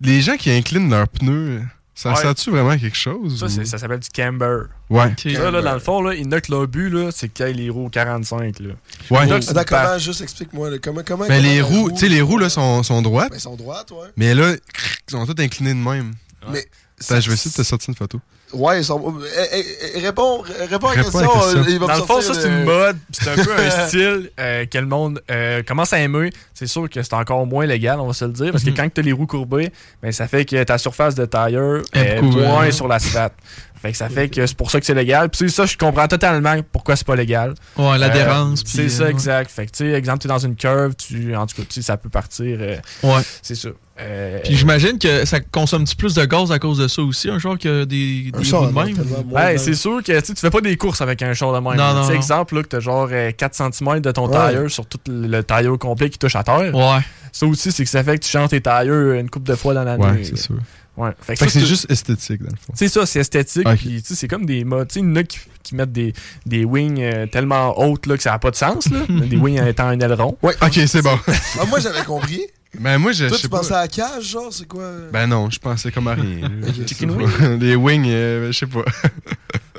S1: Les gens qui inclinent leurs pneus, ça
S4: Ouais.
S1: sent-tu vraiment quelque chose?
S4: Ça,
S1: ou-
S4: c'est- ça s'appelle du camber.
S1: Ouais.
S4: Ça, là, dans le fond, là, il y en a que leur but, là, c'est qu'il y ait les roues 45. Là.
S1: Ouais.
S4: Il y en a que
S2: Ah,
S4: c'est
S2: D'accord,
S4: par-
S2: comment- juste explique-moi, là, comment, comment.
S1: Mais Ben,
S2: comment
S1: les
S2: la
S1: roues,
S2: roue-
S1: tu sais, les roues là, sont, sont droites.
S2: Ben, Ils sont droites, ouais.
S1: Mais là, crrr, ils sont toutes inclinées de même.
S2: Mais
S1: Attends, Ben, je vais essayer de te sortir une photo.
S2: Ouais, ils sont. Eh, eh, eh, réponds, réponds à la
S1: Réponds à
S2: question.
S1: la question.
S2: euh, il va
S4: Dans
S2: me
S4: le fond,
S2: sortir
S4: ça, c'est
S2: le-
S4: une mode, puis c'est un peu
S5: [LAUGHS]
S4: un style euh, que le monde euh, commence à aimer. C'est sûr que c'est encore moins légal, on va se le dire, parce
S5: Mhm.
S4: que quand tu as les roues courbées, ben, ça fait que ta surface de tailleur est
S1: beaucoup,
S4: moins
S1: hein.
S4: sur l'asphalte. Fait que ça fait que c'est pour ça que c'est légal. Puis tu sais, ça, je comprends totalement pourquoi c'est pas légal.
S5: Ouais, l'adhérence, puis,
S4: c'est
S5: euh,
S4: ça,
S5: ouais.
S4: exact. Fait que, tu sais, exemple, t'es dans une curve, tu, en tout cas, tu sais, ça peut partir. euh,
S5: Ouais.
S4: C'est ça. Euh,
S5: Puis j'imagine que ça consomme-tu plus de gaz à cause de ça aussi, un genre que des, des roues de même?
S4: Ouais, c'est sûr que tu sais, tu fais pas des courses avec un char de même.
S5: Non, non,
S4: Tu sais,
S5: non.
S4: exemple, là, que t'as genre euh, 4 cm de ton
S5: Ouais.
S4: tailleur sur tout le le tailleur complet qui touche à terre.
S5: Ouais.
S4: Ça aussi, c'est que ça fait que tu chantes tes tailleurs une couple de fois dans l'année.
S1: Ouais, c'est sûr.
S4: Ouais. Fait
S1: Fait
S4: que
S1: que
S4: ça,
S1: c'est
S4: c'est-
S1: juste esthétique, dans le fond.
S4: C'est ça, c'est esthétique.
S1: Ok.
S4: puis, tu sais, c'est comme des modes. Tu sais, il y en a qui, qui mettent des, des wings euh, tellement hautes là, que ça n'a pas de sens. Là. des wings étant un aileron.
S2: Ouais.
S1: Ok, c'est bon.
S2: Ah, moi, j'avais compris.
S1: Ben moi, [LAUGHS] je
S2: Toi,
S1: je
S2: tu
S1: sais pas.
S2: pensais à la cage, genre, c'est quoi?
S1: [LAUGHS] Ben non, je pensais comme à rien. Je
S4: Chicken
S1: sais
S4: wing?
S1: pas. Les wings, euh, je sais
S5: [LAUGHS]
S1: pas.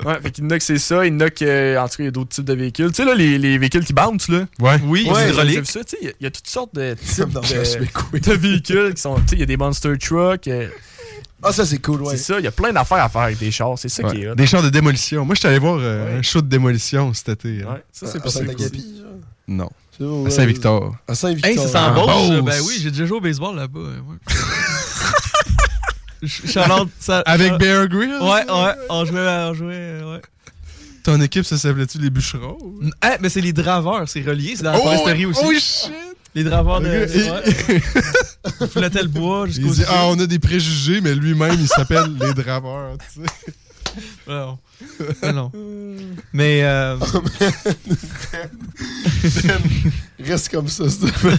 S4: Ouais, fait qu'il y en a que c'est ça, il y en a que, euh, en tout cas, il y a d'autres types de véhicules. Tu sais, là, les, les véhicules qui bouncent, là.
S1: Ouais.
S4: Oui,
S1: Ouais,
S4: hydrauliques.
S1: j'ai
S4: vu ça, tu sais, il y a- il y, a toutes sortes de types
S2: Non, je me
S4: de, de véhicules qui sont. Tu sais, il y a des monster trucks.
S2: Ah, ça, c'est cool,
S4: ouais. C'est ça, il y a plein d'affaires à faire avec des chars, c'est ça qui est hot.
S1: Des chars de démolition. Moi, je suis allé voir euh, un show de démolition cet été.
S4: Ouais, ça, c'est
S1: Ah,
S4: pas
S1: ça,
S4: ça.
S1: la
S4: cool.
S1: gapi. Non.
S2: C'est où,
S1: À
S2: euh,
S1: Saint-Victor.
S2: À Saint-Victor.
S5: Hey, c'est en
S1: Ah,
S5: Beauce.
S1: Beauce.
S5: Ben oui, j'ai déjà joué au baseball là-bas. euh, [LAUGHS] ouais. Ch- Charlotte, ça-
S1: Avec
S5: Char-
S1: Bear Grylls?
S5: Ah. Ouais, ouais. On jouait, on jouait, euh, ouais.
S1: Ton équipe, ça s'appelait-tu les bûcherons?
S5: Ah, mais c'est les draveurs, c'est relié, c'est dans la
S1: Oh,
S5: foresterie
S1: oh,
S5: aussi.
S1: oh, shit!
S5: Les draveurs de.
S1: Ok. [LAUGHS]
S5: ouais. Ils flottaient le bois
S1: Il
S5: jusqu'au.
S1: dit, ah, on a des préjugés, mais lui-même, il s'appelle les draveurs. tu sais.
S5: [LAUGHS] Non. Mais Ah, non. Mais. euh,
S2: Reste comme ça, s'il te plaît.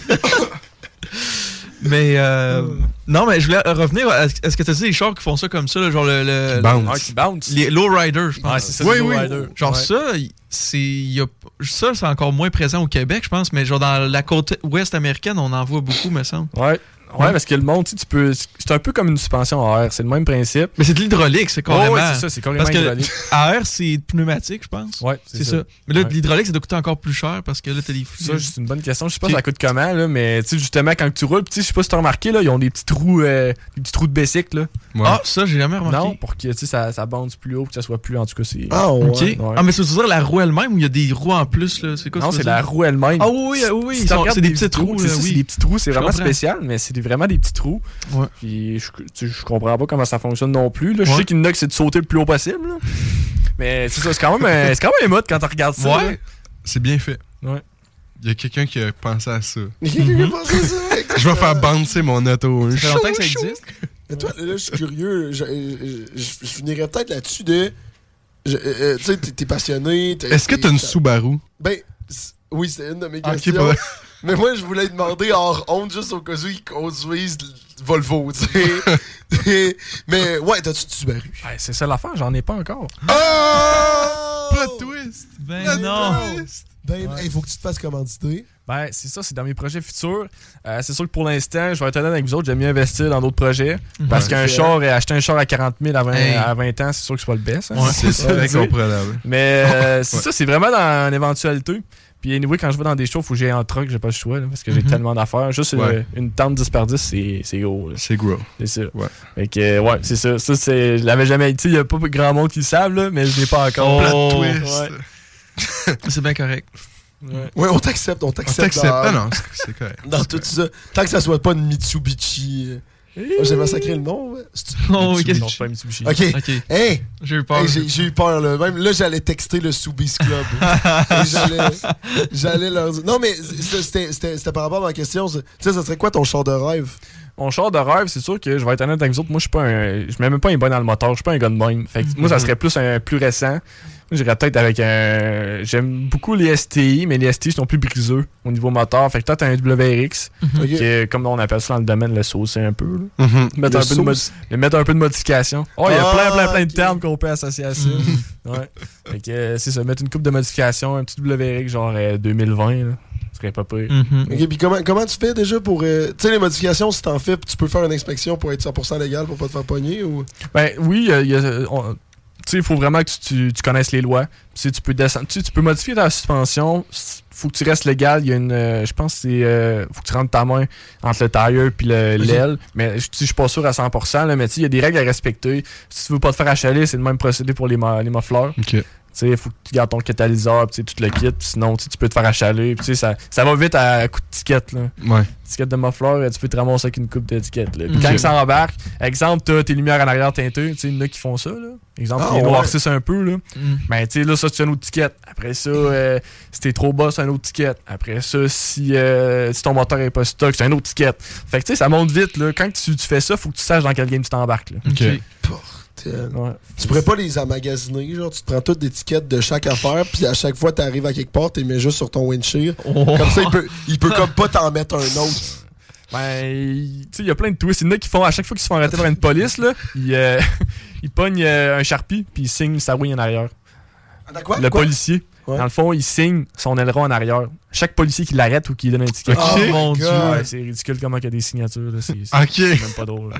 S5: mais. euh, Non, mais je voulais revenir. à- Est-ce que tu as dit les chars qui font ça comme ça, là, genre le. le
S1: Qui bounce.
S5: le-
S1: Ah, qui bounce.
S5: Les lowriders, je pense.
S1: Ouais, c'est ça, les lowriders.
S5: Genre
S1: Ouais.
S5: ça, il- c'est. il y a- ça, c'est encore moins présent au Québec, je pense, mais genre dans la côte ouest américaine, on en voit beaucoup, me semble.
S4: Ouais. Ouais, parce que le monde, tu sais, tu peux. C'est un peu comme une suspension à air, c'est le même principe.
S5: Mais c'est de l'hydraulique, c'est carrément.
S4: Ouais, c'est ça, c'est carrément
S5: Parce
S4: hydraulique.
S5: que à air, c'est pneumatique, je pense.
S4: Ouais, c'est
S5: c'est ça.
S4: ça.
S5: Mais là,
S4: Ouais.
S5: l'hydraulique, ça doit coûter encore plus cher parce que là, t'as des.
S4: Ça, c'est une bonne question. Je sais pas
S5: Puis-
S4: ça coûte comment, là, mais tu sais, justement, quand tu roules, pis tu sais, je sais pas si t'as remarqué, là, ils ont des petits trous, euh, des petits trous de bicycle, là.
S5: Ah, ça, j'ai jamais remarqué.
S4: Non, pour que, tu sais, ça, ça bande plus haut, que ça soit plus, en tout cas, c'est...
S5: Ok.
S2: [LAUGHS]
S5: Ah, mais ça veut dire la roue elle-même ou il y a des roues en plus, là? C'est quoi
S4: Non,
S5: ça veut
S4: c'est
S5: dire?
S4: la roue elle-même.
S5: Ah oui, oui, oui, oui.
S4: Si
S5: ils
S4: tu
S5: sont-
S4: regardes
S5: c'est des
S4: des
S5: petits
S4: vidéos,
S5: trous,
S4: c'est
S5: là,
S4: ça,
S5: oui.
S4: c'est des petits trous, c'est
S5: Je
S4: vraiment
S5: comprends.
S4: spécial, mais c'est des- vraiment des petits trous.
S5: Ouais.
S4: Puis je, tu sais, je comprends pas comment ça fonctionne non plus. là. Je sais qu'il y en a que c'est de sauter le plus haut possible. là. Mais c'est ça, c'est quand même, euh, c'est quand même émote quand tu regardes ça.
S1: Ouais.
S4: là.
S1: C'est bien fait.
S4: Ouais.
S1: Il y a quelqu'un qui a pensé à ça.
S2: J'ai pensé ça, mec.
S1: Mhm. Je vais faire bouncer mon auto. Ça
S2: Mais toi, là, je suis curieux. Je, je- je- je finirais peut-être là-dessus de. je- euh, euh, tu sais, t'es t'es passionné. t'es-
S1: Est-ce que
S2: t'es-
S1: t'as une Subaru?
S2: Ben, c- oui, c'est une de mes
S1: Ok,
S2: questions.
S1: pas-
S2: [LAUGHS] Mais moi, je voulais demander hors honte, juste au cas où ils conduisent Volvo, tu sais. [LAUGHS] Mais ouais, t'as-tu une Subaru?
S4: Ouais, c'est ça l'affaire, j'en ai pas encore.
S2: Oh! Plot
S1: Ah! twist!
S5: Ben
S2: Plot
S4: non.
S2: twist! Ben, hey, faut que tu te fasses commanditer.
S4: Ben, c'est ça, c'est dans mes projets futurs. Euh, c'est sûr que pour l'instant, je vais être honnête avec vous autres, j'aime mieux investir dans d'autres projets.
S1: Mhm.
S4: Parce
S1: Ouais.
S4: qu'un
S1: Ouais.
S4: char, euh, acheter un char à 40 000 à 20,
S1: Hey.
S4: à 20 ans, c'est sûr que c'est pas le best. hein.
S1: Ouais, c'est
S4: ça,
S1: très
S4: tu sais.
S1: comprenable.
S4: Mais euh,
S1: [LAUGHS]
S4: c'est
S1: Ouais.
S4: ça, c'est vraiment dans une éventualité. Puis, anyway, quand je vais dans des shows, faut que j'aille en truck, j'ai pas le choix, là, parce que j'ai
S1: Mhm.
S4: tellement d'affaires. Juste euh,
S1: Ouais.
S4: une, une tente 10 par 10, c'est- c'est gros. là.
S1: C'est gros.
S4: C'est ça. Ouais. Fait que, euh, ouais, c'est ça. Ça, c'est. Je l'avais jamais dit. Il y a pas grand monde qui le savent, là, mais je l'ai pas
S1: Oh.
S4: encore.
S5: Plot
S2: Oh,
S1: twist.
S5: C'est bien correct.
S4: Ouais.
S2: Ouais, on t'accepte, on
S1: On
S2: t'accepte.
S1: t'accepte.
S2: dans-
S1: Ah non, c'est- c'est correct.
S2: Dans tout ça. Tant que ça soit pas une Mitsubishi. euh,
S4: oh,
S2: J'ai massacré le nom. ouais. C'est-
S5: Oh,
S2: Mitsubishi.
S5: qu'est-ce
S4: Non, c'est pas Mitsubishi.
S2: Ok. Hey!
S5: J'ai eu peur.
S2: Hey, j'ai, j'ai eu peur, là. Même là, j'allais texter le
S4: [LAUGHS]
S2: Soubise Club. Et j'allais, j'allais leur dire. Non, mais c- c'était, c'était- c'était par rapport à ma question. c'est- Tu sais, ça serait quoi ton char de rêve?
S4: Mon char de rêve, c'est sûr que je vais être honnête avec vous autres. Moi, je suis pas un. Je mets même pas un bon dans le moteur. Je suis pas un gars de même. Fait que moi,
S1: Mhm.
S4: ça serait plus un plus récent. Moi, J'irais peut-être avec un. J'aime beaucoup les STI, mais les STI sont plus briseux au niveau moteur. Fait que peut-être un WRX,
S2: Mhm.
S4: qui est, comme on appelle ça dans le domaine, le saucer un peu. là.
S1: Mhm.
S4: Mettre,
S1: Le
S4: un peu de mod-
S1: sauce.
S4: le mettre un peu de modification. Oh, il y a
S1: Ah,
S4: plein, plein, plein de
S1: ok.
S4: termes qu'on peut associer à ça.
S1: Mhm.
S4: Ouais. Fait que euh, c'est ça, mettre une coupe de modification, un petit WRX genre euh, 2020, là. Ce serait pas pire.
S5: Mm-hmm.
S2: Ok, puis comment, comment tu fais déjà pour. euh, tu sais, les modifications, si t'en fais, puis tu peux faire une inspection pour être 100% légal pour pas te faire pogner ou.
S4: Ben oui, euh, il y a- on- tu sais, il faut vraiment que tu, tu- tu connaisses les lois. Tu sais, tu peux descendre, tu sais, tu peux modifier ta suspension. s- Faut que tu restes légal. Il y a une, euh, je pense, que c'est, euh, faut que tu rentres ta main entre le tire puis le-
S1: Ok.
S4: l'aile. Mais je tu sais, je suis pas sûr à 100%. Là, mais tu sais, il y a des règles à respecter. Si tu veux pas te faire achaler, c'est le même procédé pour les, mo- les muffleurs.
S1: Ok.
S4: Tu sais, faut que tu gardes ton catalyseur, puis tu sais, tout le kit, puis sinon tu sais, tu peux te faire achaler, puis tu sais, ça, ça va vite à coup de ticket. Là.
S1: Ouais.
S4: Ticket de muffler, tu peux te ramasser avec une coupe d'étiquette. là. Puis
S1: Mhm.
S4: quand
S1: Ok.
S4: ils s'embarquent, exemple, t'as tes lumières en arrière teintées, tu sais, il y en a qui font ça. Là. Exemple,
S1: Ah,
S4: ils
S1: ouais.
S4: noircissent un peu. Là.
S5: Mm.
S1: Mhm.
S4: Ben, tu sais, là, ça, c'est une autre ticket. Après ça, euh, si t'es trop bas, c'est une autre ticket. Après ça, si, euh, si ton moteur est pas stock, c'est une autre ticket. Fait que, tu sais, ça monte vite. Là. Quand tu, tu fais ça, faut que tu saches dans quel game tu t'embarques. là.
S2: Tel.
S4: Ouais.
S2: Tu pourrais pas les amagasiner, genre tu te prends toutes des étiquettes de chaque affaire, puis à chaque fois t'arrives à quelque part, t'es mets juste sur ton windshield.
S4: Oh.
S2: Comme ça, il peut, il peut comme pas t'en mettre un autre.
S4: Ben, il- tu sais, il y a plein de twists. Il y en a qui font, à chaque fois qu'ils se font arrêter par une police, là, [LAUGHS] ils, euh, ils pognent euh, un charpie, puis ils signent sa rouille en arrière.
S2: quoi?
S4: Le
S2: Quoi?
S4: policier.
S2: Ouais.
S4: Dans le fond, il signe son aileron en arrière. Chaque policier qui l'arrête ou qui lui donne un ticket.
S2: Ok. Oh
S5: Mm-hmm.
S4: mon
S2: my
S4: Dieu.
S2: God.
S4: Ouais, c'est ridicule comment il y a des signatures. là. C'est c'est-
S2: Ok.
S4: c'est même pas drôle.
S2: [LAUGHS]
S4: là.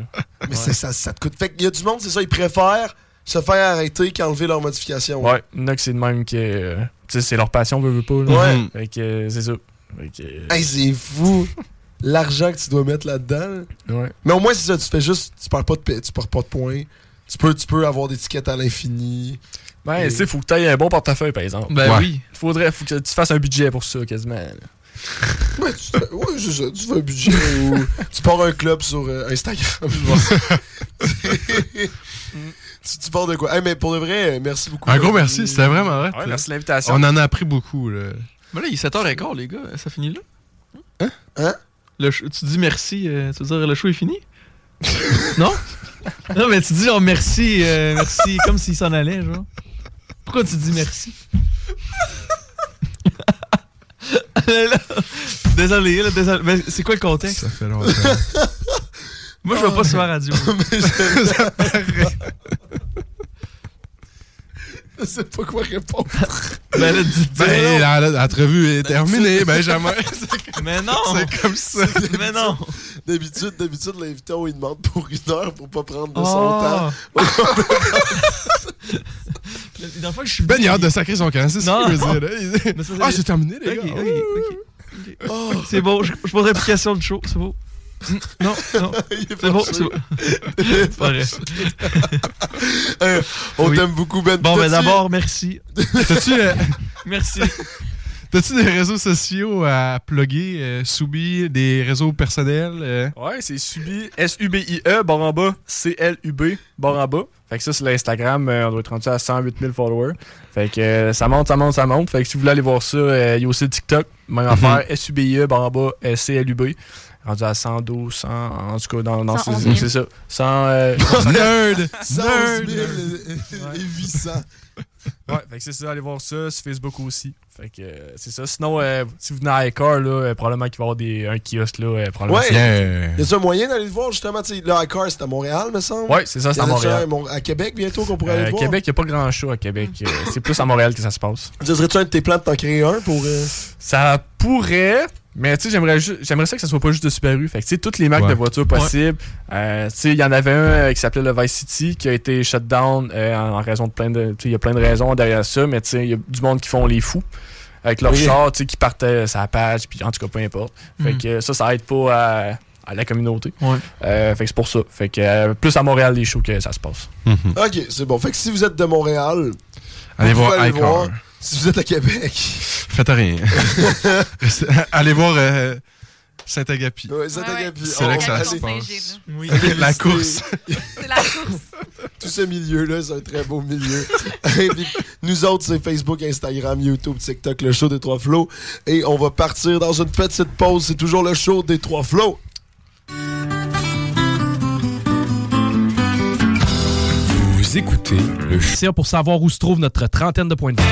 S2: Mais c'est- ça, ça te coûte. Fait qu'il y a du monde, c'est ça, ils préfèrent se faire arrêter qu'enlever leur modification.
S4: Ouais, il y en a que c'est de même que. euh, tu sais, c'est leur passion, veut, veut pas. là.
S2: Ouais.
S4: Fait que euh, c'est ça. Fait que, euh,
S2: Hey, c'est fou l'argent que tu dois mettre là-dedans. là. Mais au moins, c'est ça, tu fais juste, tu perds pas de, pa- tu perds pas de points. Tu peux, tu peux avoir des tickets à l'infini.
S4: Ben, tu sais, faut que tu aies un bon portefeuille, par exemple.
S2: Ben Ouais. oui.
S4: Faudrait, faut que tu fasses un budget pour ça, quasiment. là.
S2: Ouais, tu, fais- ouais, c'est ça, tu fais un budget [LAUGHS] ou tu pars un club sur euh,
S5: [LAUGHS]
S2: Instagram. tu, tu pars de quoi? Hey, mais pour de vrai, euh, merci beaucoup.
S1: Un
S2: [LAUGHS]
S1: gros merci, c'était vraiment vrai.
S2: Ouais,
S4: merci de l'invitation.
S1: On en a appris beaucoup. Là.
S5: Mais là, il est 7h15, les gars. Ça finit là?
S2: Hein?
S5: Le show- tu dis merci, euh, tu veux dire le show est fini? [LAUGHS] non? Non, mais tu dis genre merci, euh, merci, comme s'il s'en allait, genre. Pourquoi tu dis merci? [LAUGHS] Là, désolé, là, désolé. Mais c'est quoi le contexte? Ça
S1: fait longtemps.
S5: [LAUGHS] Moi, je vais pas sur
S1: [LAUGHS]
S5: la radio.
S2: Ça paraît. Je sais pas quoi répondre.
S5: Ben là, dis-
S1: Ben, la- la- l'entrevue est
S5: [LAUGHS]
S1: terminée, Benjamin. [LAUGHS]
S5: Mais non!
S1: C'est comme ça.
S5: Mais non!
S2: D'habitude, d'habitude, l'invité, on lui demande pour une heure pour pas prendre de Ah.
S5: Oh.
S2: son temps.
S5: La dernière fois que je suis
S1: Ben, il a hâte de sacrer son camp, c'est ce
S5: [LAUGHS] Non.
S1: que je veux dire. là. Il-
S5: Mais ça,
S1: Ah,
S5: c'est-
S1: c'est terminé, les
S5: Ok,
S1: gars. Oh.
S5: ok, Oh. C'est bon, je, je poserai application de show, c'est beau. Non,
S1: [LAUGHS]
S5: non. C'est bon, c'est bon. C'est pas vrai.
S2: Euh, on
S5: Oui.
S2: t'aime beaucoup, Ben.
S5: Bon, mais
S2: T'as-tu-
S5: d'abord, merci.
S1: T'as-tu, euh,
S5: [LAUGHS] Merci.
S1: T'as-tu des réseaux sociaux à plugger, euh, Soubi, des réseaux personnels?
S2: [LAUGHS]
S1: euh?
S4: Ouais, c'est Subi, S-U-B-I-E, E, barre en bas, C-L-U-B, barre en bas. Fait que ça, sur l'Instagram, euh, on doit être rendu à 108 000 followers. Fait que euh, ça monte, ça monte, ça monte. Fait que si vous voulez aller voir ça, euh, il y a aussi le TikTok, même
S2: Mhm.
S4: affaire, S-U-B-I-E, barre en bas, euh, C-L-U-B. Rendu à 112, 100, en tout cas, dans, dans ces-
S2: 111 000.
S4: c'est ça. 100, euh,
S1: Nerd!
S2: 111 000 et 800.
S4: Ouais, fait que c'est ça, allez voir ça, sur Facebook aussi. Fait que euh, c'est ça. Sinon, euh, si vous venez à Icar, là, euh, probablement qu'il va y avoir des, un kiosque, là, euh, probablement.
S2: Ouais.
S4: c'est-
S2: Y a-tu un moyen d'aller le voir, justement? tu sais, Le Icar, c'est à Montréal, me semble.
S4: Ouais, c'est ça, c'est
S2: Y en
S4: à
S2: a-tu un
S4: Montréal.
S2: Mon- À Québec, bientôt, qu'on pourrait
S4: Euh,
S2: aller le voir.
S4: Québec, il n'y a pas grand show à Québec. Euh, c'est plus à Montréal que ça se passe.
S2: Ce serait-tu un de tes plans de t'en créer un pour. euh,
S4: Ça pourrait, mais tu sais, j'aimerais ju- j'aimerais ça que ça soit pas juste de Subaru. Fait que tu sais, toutes les marques
S1: Ouais.
S4: de voitures possibles. Euh, tu sais, il y en avait un euh, qui s'appelait le Vice City qui a été shut down euh, en, en raison de plein de. Tu sais, il y a plein de raisons derrière ça, mais tu sais, il y a du monde qui font les fous. Avec leur
S1: Oui.
S4: char, tu sais, qui partaient sa page, puis en tout cas, peu importe. Fait
S9: Mm.
S1: Mhm.
S4: que ça, ça aide pas à, à la communauté.
S5: Ouais.
S4: Euh, fait que c'est pour ça. Fait que euh, plus à Montréal, les shows que ça se passe.
S2: Ok, c'est bon. Fait que si vous êtes de Montréal,
S1: Allez
S2: vous
S1: voir
S2: pouvez aller
S1: Icar.
S2: voir. Si vous êtes à Québec. [LAUGHS]
S1: Faites rien. [LAUGHS] Restez- Allez voir euh, Saint-Agapi.
S2: Ouais, Saint-Agapi.
S1: C'est là
S2: Oh,
S1: que ça
S2: allez.
S1: se passe.
S2: Oui.
S1: La
S2: C'est-
S1: course.
S10: C'est la
S2: [LAUGHS]
S10: course.
S2: Tout ce milieu-là, c'est un très beau milieu. [LAUGHS] Et puis, nous autres, c'est Facebook, Instagram, YouTube, TikTok, le show des trois flots. Et on va partir dans une petite pause. C'est toujours le show des trois flots.
S3: Vous écoutez le show.
S9: C'est pour savoir où se trouve notre trentaine de points de vue.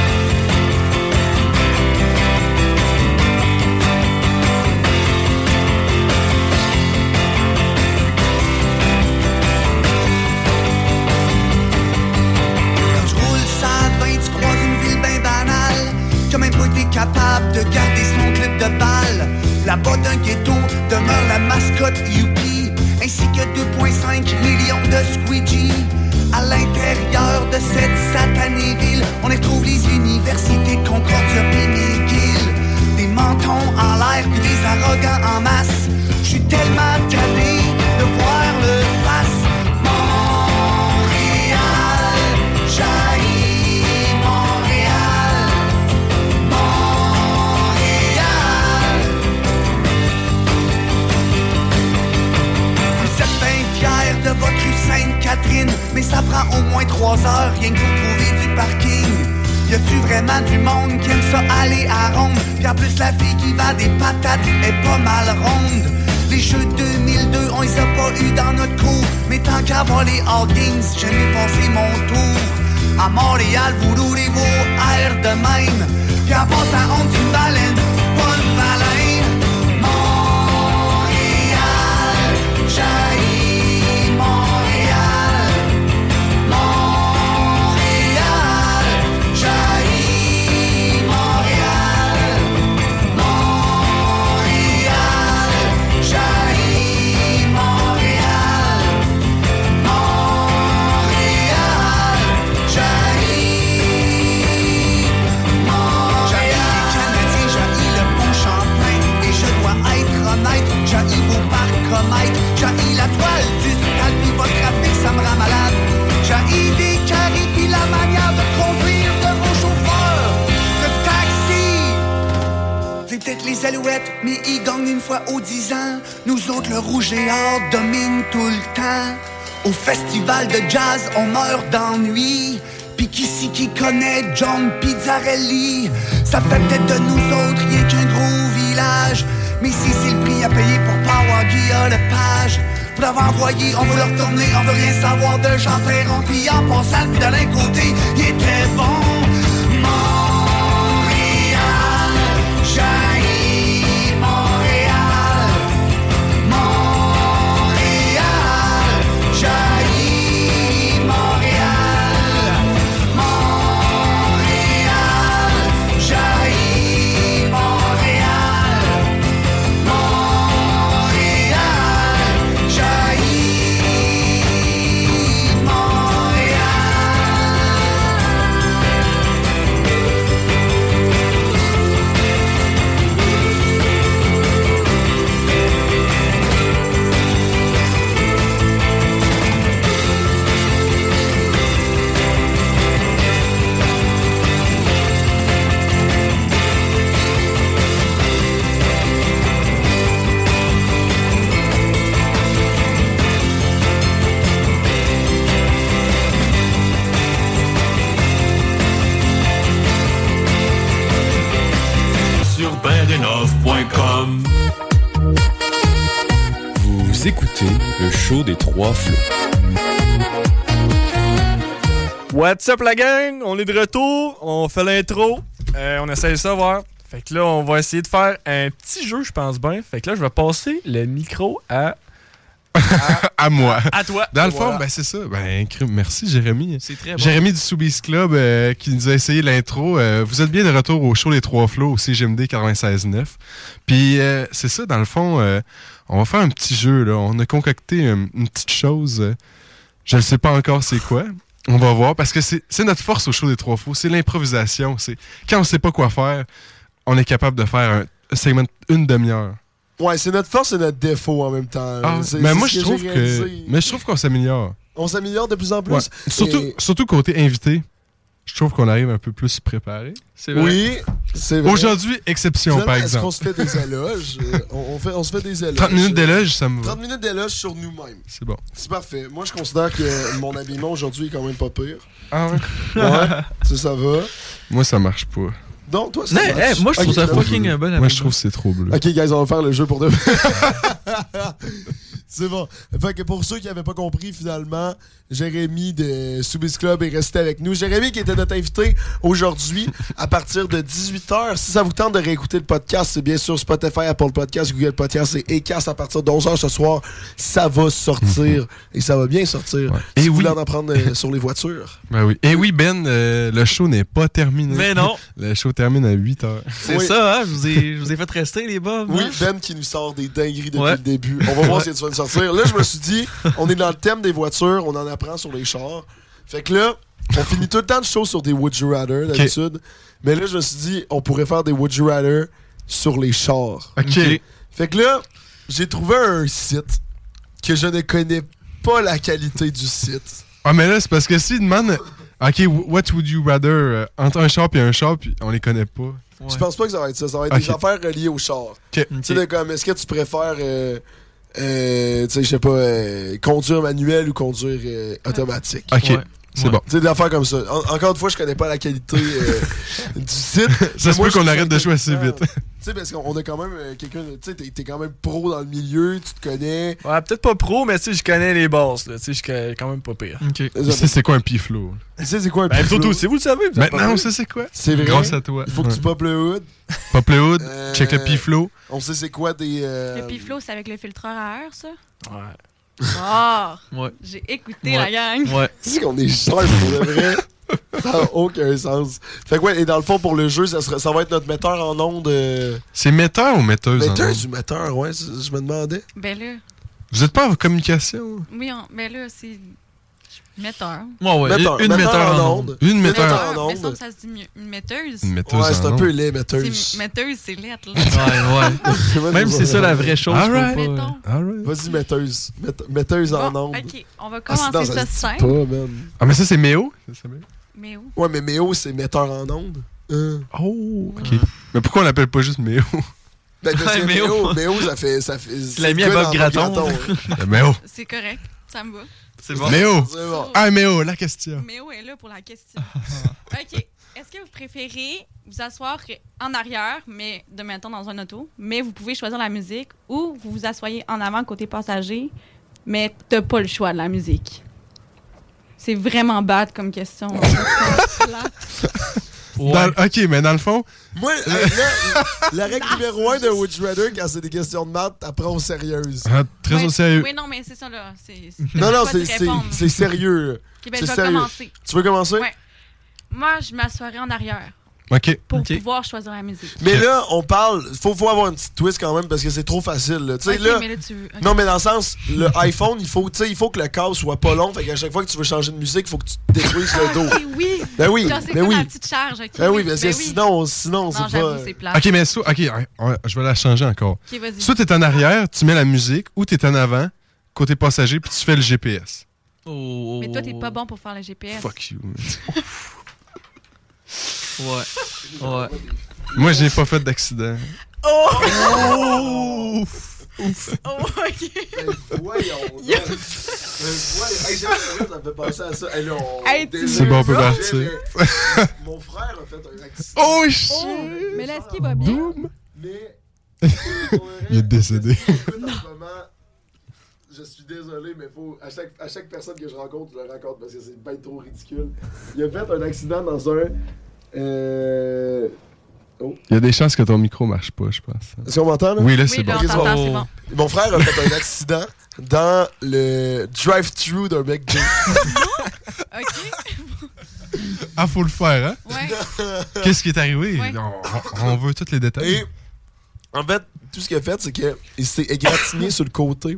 S12: Quand je roule ça à 20, tu croises une ville bien banale. Qui a même pas été capable de garder son clip de balle. Là-bas d'un ghetto demeure la mascotte Yuki, ainsi que 2,5 millions de squeegee. À l'intérieur de cette satanée ville, on y retrouve les universités Concordia et McGill. Des mentons en l'air puis des arrogants en masse. Je suis tellement tanné de voir le face. Montréal, jaillit Montréal, Montréal. Vous êtes bien fiers de votre rue Sainte-Catherine, mais ça prend au moins trois heures rien que pour trouver du parking. Y a-tu vraiment du monde qui aime ça aller à ronde? Puis en plus, la fille qui va des patates est pas mal ronde. Les jeux 2002, on les a pas eu dans notre cours. Mais tant qu'à voir les Hawkins, j'ai mieux passer mon tour. À Montréal, vous roulez vos airs de même. Puis en passant, on dit une baleine, pas une baleine. Montréal, jaillit Montréal. Montréal, jaillit alouettes, mais ils gagnent une fois aux 10 ans. Nous autres, le rouge et or domine tout le temps. Au festival de jazz, on meurt d'ennui. Puis qui c'est qui connaît John Pizzarelli? Ça fait peut-être de nous autres rien qu'un gros village. Mais si c'est le prix à payer pour Power Guilla Lepage, pour l'avoir envoyé, on veut le retourner, on veut rien savoir de Jean Perron. Puis en passant, puis de l'un côté, il était bon. Montréal, jaillit Montréal. Montréal, jaillit Montréal. Montréal, jaillit Montréal. Montréal, jaillit Montréal.
S3: Sur bendenov.com Vous écoutez le show des trois flots.
S4: What's up la gang? On est de retour, on fait l'intro, Euh, on essaie de savoir. Fait que là, on va essayer de faire un petit jeu, je pense bien. Fait que là, je vais passer le micro à.
S1: à moi.
S4: À toi.
S1: Dans le
S4: Voilà.
S1: fond, ben, c'est ça. Ben, cri- merci, Jérémy.
S4: C'est très bon.
S1: Jérémy du Soubise Club euh, qui nous a essayé l'intro. Euh, vous êtes bien de retour au show Les Trois Flots au CGMD 96.9. Puis, euh, c'est ça, dans le fond, euh, on va faire un petit jeu. Là. On a concocté euh, une, petite chose. euh, je ne sais pas encore c'est quoi. On va voir parce que c'est c'est notre force au show des Trois Flots. C'est l'improvisation. C'est Quand on ne sait pas quoi faire, on est capable de faire un, un segment une demi-heure.
S2: Ouais, c'est notre force et notre défaut en même temps.
S1: Ah,
S2: Euh, C'est-
S1: mais
S2: c'est
S1: moi,
S2: ce
S1: je
S2: j'ai
S1: trouve que.
S2: réalisé.
S1: Mais je trouve qu'on s'améliore.
S2: On s'améliore de plus en plus.
S1: Ouais. Surtout,
S2: Et-
S1: surtout côté invité, je trouve qu'on arrive un peu plus préparé.
S2: vrai. Oui, c'est vrai.
S1: Aujourd'hui, exception,
S2: Finalement,
S1: par
S2: est-ce
S1: exemple.
S2: qu'on se fait des
S1: [LAUGHS]
S2: éloges? Euh, on, on fait, on se fait des éloges.
S1: 30 minutes d'éloges, ça me va.
S2: 30 minutes d'éloges sur nous-mêmes.
S1: C'est bon.
S2: C'est parfait. Moi, je considère que mon habillement aujourd'hui est quand même pas pire.
S1: Ah ouais?
S2: Ouais, ça, ça va.
S1: Moi, ça marche pas.
S2: Donc, toi, ça
S5: Mais,
S2: marche.
S5: eh, moi, je trouve
S2: Ok,
S5: ça
S2: donc-
S5: fucking un bon
S1: Moi, je trouve que c'est trop bleu.
S2: Ok, guys, on va faire le jeu pour deux. [LAUGHS] C'est bon. Fait que pour ceux qui n'avaient pas compris, finalement, Jérémy de Soubis Club est resté avec nous. Jérémy qui était notre invité aujourd'hui à partir de 18h. Si ça vous tente de réécouter le podcast, c'est bien sûr Spotify, Apple Podcast, Google Podcast et Acast à partir de 11h ce soir. Ça va sortir et ça va bien sortir. Si vous voulez en apprendre euh, sur les voitures.
S1: Ben oui. Et oui, Ben, euh, le show n'est pas terminé.
S2: Mais non.
S1: [LAUGHS] Le show termine à 8 heures.
S5: C'est ça, hein? Je vous, ai, je vous ai fait rester, les bobs.
S2: Oui,
S5: hein?
S2: Ben qui nous sort des dingueries depuis
S5: Ouais.
S2: le début. On va voir
S5: Ouais.
S2: si tu vas nous sortir. Là, je me suis dit, on est dans le thème des voitures, on en apprend sur les chars. Fait que là, on finit tout le temps de choses sur des Would You Rather d'habitude. Mais là, je me suis dit, on pourrait faire des Would You Rather sur les chars.
S1: Ok.
S2: Fait que là, j'ai trouvé un site que je ne connais pas la qualité du site.
S1: Ah, mais là, c'est parce que s'ils demandent. Ok, what would you rather euh, entre un char et un char, puis on les connaît pas.
S2: Je pense pas que ça va être ça. Ça va être des
S1: Ok.
S2: affaires reliées au char.
S1: Ok.
S2: Tu sais, de comme, est-ce que tu préfères, euh, euh, tu sais, je sais pas, euh, conduire manuel ou conduire euh, automatique?
S1: Ok. Ouais. C'est Ouais. bon.
S2: Tu sais, des affaires comme ça. En- encore une fois, je connais pas la
S1: [LAUGHS]
S2: qualité euh, du site.
S1: Ça
S2: Mais
S1: se
S2: moi,
S1: peut
S2: je
S1: qu'on
S2: trouve
S1: arrête de jouer assez
S2: intéressant.
S1: vite. [LAUGHS]
S2: Tu sais, parce qu'on a quand même euh, quelqu'un, de- tu sais, t'es- t'es quand même pro dans le milieu, tu te connais.
S4: Ouais, peut-être pas pro, mais tu sais, je connais les bases, là. Tu sais, je connais quand même pas pire.
S5: Ok.
S1: Tu sais, c'est quoi un piflo?
S2: Tu sais, c'est quoi un
S4: Ben,
S2: piflo?
S4: surtout, si vous le savez, vous avez
S1: Maintenant,
S4: pas
S1: on
S4: vu.
S1: sait c'est quoi.
S2: C'est vrai.
S1: Grâce à toi.
S2: Il faut que tu
S1: Ouais.
S2: pop le hood.
S1: Pop le hood,
S2: Euh,
S1: check le piflo.
S2: On sait c'est quoi des. euh,
S10: Le piflo, c'est avec le filtreur à air, ça?
S1: Ouais.
S10: Ah!
S2: Ouais.
S10: J'ai écouté la gang.
S2: C'est qu'on est sharp pour de vrai. Ça n'a aucun sens. Fait que ouais, et dans le fond, pour le jeu, ça, serait- ça va être notre metteur en ondes. euh,
S1: C'est metteur ou metteuse? en
S2: Metteur
S1: ondes?
S2: du metteur, ouais, c- je me demandais.
S10: Ben là,
S1: Vous êtes pas en communication?
S10: oui, on- ben là, c'est. Metteur.
S5: Ah
S1: Oh,
S2: Metteur, metteur en onde.
S1: Une
S10: Metteur,
S1: metteur en
S10: mais
S1: onde.
S10: ça me semble que ça se dit mieux. Une metteuse.
S1: Une metteuse Ouais, c'est en un onde. peu laid, metteuse.
S10: C'est- Metteuse, c'est lettre,
S2: [LAUGHS]
S10: là.
S2: Ouais, ouais.
S5: Même si c'est ça la vraie chose,
S2: All
S5: faut
S2: right.
S5: pas, euh,
S10: Mettons.
S1: All right.
S2: Vas-y, metteuse. Mette- metteuse en ondes.
S10: OK, on va
S2: Ah, c'est dans
S10: commencer
S2: un
S10: ça
S2: petit
S10: simple.
S2: pas, man.
S1: Ah, mais ça, c'est Méo?
S10: Mais où?
S2: Ouais, mais Méo, c'est metteur en onde. Hein?
S1: Oh, OK. Mais pourquoi on l'appelle pas juste Méo? [LAUGHS]
S2: Ben, de
S5: Ouais,
S2: ces
S5: Méo.
S2: Méo, Méo, ça fait. Ça fait
S5: Tu l'as mis à
S2: c'est que
S5: Bob
S2: dans
S5: Graton.
S2: Bob
S1: Méo.
S10: C'est correct, ça me va.
S5: C'est
S1: Méo.
S2: C'est bon.
S1: Ah, Méo, la question.
S10: Méo est là pour la question. OK. Est-ce que vous préférez vous asseoir en arrière, mais de maintenant dans un auto, mais vous pouvez choisir la musique, ou vous vous asseyez en avant côté passager, mais t'as pas le choix de la musique? C'est vraiment bad comme question.
S1: Dans- ok, mais dans le fond,
S2: Moi, euh, là, la règle numéro un de Would You Rather, quand c'est des questions de maths, t'apprends au sérieux.
S1: Ah, très
S2: au
S1: sérieux.
S10: Oui, non, mais c'est ça, là. C'est-
S2: Non,
S10: j'ai
S2: non,
S10: pas de
S2: c'est- c'est
S10: réponse.
S2: c'est sérieux. là.
S10: Ok, ben,
S2: C'est
S10: je vais
S2: sérieux.
S10: commencer.
S2: Tu veux commencer?
S10: Ouais. Moi, je m'assoirais en arrière
S1: OK.
S10: pour pouvoir choisir la musique.
S2: Mais là, on parle, faut, faut avoir un petit twist quand même parce que c'est trop facile. là. Tu sais,
S10: Ok,
S2: là,
S10: mais là, tu veux- ok.
S2: Non, mais dans le sens,
S1: [LAUGHS]
S2: le iPhone, il faut, tu sais, il faut que le câble soit pas long. Fait qu'à chaque fois que tu veux changer de musique, il faut que tu te détruises
S10: [LAUGHS]
S2: le dos.
S10: Oui.
S2: Ben oui,
S10: Genre, c'est
S2: ben
S10: comme
S2: oui.
S10: la petite charge. ok,
S2: Ben oui, parce que
S10: ben
S2: sinon, sinon,
S10: Non,
S2: c'est
S10: j'avoue,
S2: pas.
S10: c'est plat.
S1: ok, mais so- ok, hein, on- je vais la changer encore.
S10: Ok, vas-y.
S1: Soit t'es en arrière, tu mets la musique, ou t'es en avant, côté passager, puis tu fais le GPS.
S10: Mais toi, t'es pas bon pour faire le GPS.
S1: Fuck you.
S5: Ouais. Ouais.
S1: Moi, j'ai pas fait d'accident.
S10: Oh!
S5: Oh!
S10: Ouf! Oh, ok.
S2: [LAUGHS]
S10: [LAUGHS]
S2: voyons. Euh,
S10: Yo.
S2: Hey, j'ai l'impression que ça me fait penser à ça. Hey, là, on-
S10: Hey, tu
S2: désolé,
S1: C'est bon, on peut
S2: j'ai- [LAUGHS]
S1: partir.
S2: j'ai- Mon frère a fait
S1: [LAUGHS]
S2: un accident.
S1: Oh,
S10: Mais là, est-ce qu'il va bien?
S2: Mais
S1: Il est décédé.
S2: écoute, en ce moment, je suis désolé, mais faut, à, chaque, à chaque personne que je rencontre, je le raconte parce que c'est bien trop ridicule. Il a fait un accident dans un. Euh... Oh.
S1: Il y a des chances que ton micro marche pas, je pense.
S2: Est-ce qu'on m'entend là?
S1: Oui, là, c'est bon.
S2: Mon frère a fait un accident dans le drive-thru d'un McDo.
S1: Ah, faut le faire, hein?
S2: Ouais.
S1: Qu'est-ce qui est arrivé?
S2: Ouais.
S1: On, on veut tous les détails.
S2: Et en fait, tout ce qu'il a fait, c'est qu'il s'est égratigné sur le côté.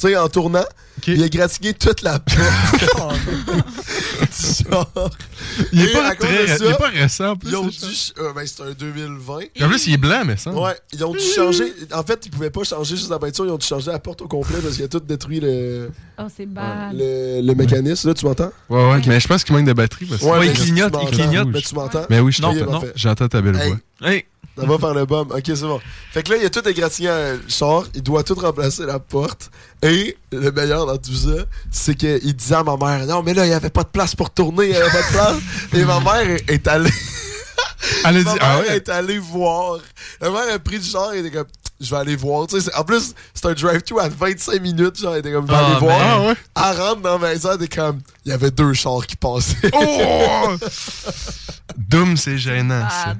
S2: Tu sais, en tournant, il a égratigné toute la porte.
S1: [LAUGHS]
S2: Genre.
S1: Il est
S2: Et
S1: pas
S2: à cause
S1: très-
S2: de ça,
S1: il est pas récent, en plus,
S2: Ils ont
S1: le
S2: dû. euh, ben, c'est un 2020.
S1: En plus, il est blanc, mais ça.
S2: Ouais, ils ont dû changer. En fait, ils pouvaient pas changer juste la peinture, ils ont dû changer la porte au complet parce qu'il a tout détruit le,
S10: Oh, c'est bad.
S2: le, le mécanisme. Là, tu m'entends?
S1: Ouais, ouais, mais je pense qu'il manque de batterie. Parce que-
S2: Ouais, mais tu m'entends. Mais tu m'entends?
S1: Mais oui, je
S2: Ok,
S1: t'entends.
S2: parfait.
S1: J'entends ta belle
S2: Hey.
S1: voix.
S2: Ça va faire le bomb. Ok, c'est bon. Fait que là, il a tout égratigné à char. Il doit tout remplacer la porte. Et le meilleur dans tout ça, c'est qu'il disait à ma mère Non, mais là, il n'y avait pas de place pour tourner. Il n'y avait pas de place. Et ma mère est- est allée.
S1: [LAUGHS] Elle a
S2: [LAUGHS] ma
S1: dit,
S2: mère
S1: ah ouais?
S2: est allée voir. Ma mère a pris du genre. Elle était comme Je vais aller voir. Tu sais, c'est- en plus, c'est un drive-thru à 25 minutes. Genre, elle était comme Je vais
S1: Ah,
S2: aller
S1: man.
S2: voir.
S1: Ah ouais?
S2: Elle rentre dans la maison. Elle était comme Il y avait deux chars qui
S1: [LAUGHS]
S2: passaient.
S1: Oh! Doom, c'est gênant, ça.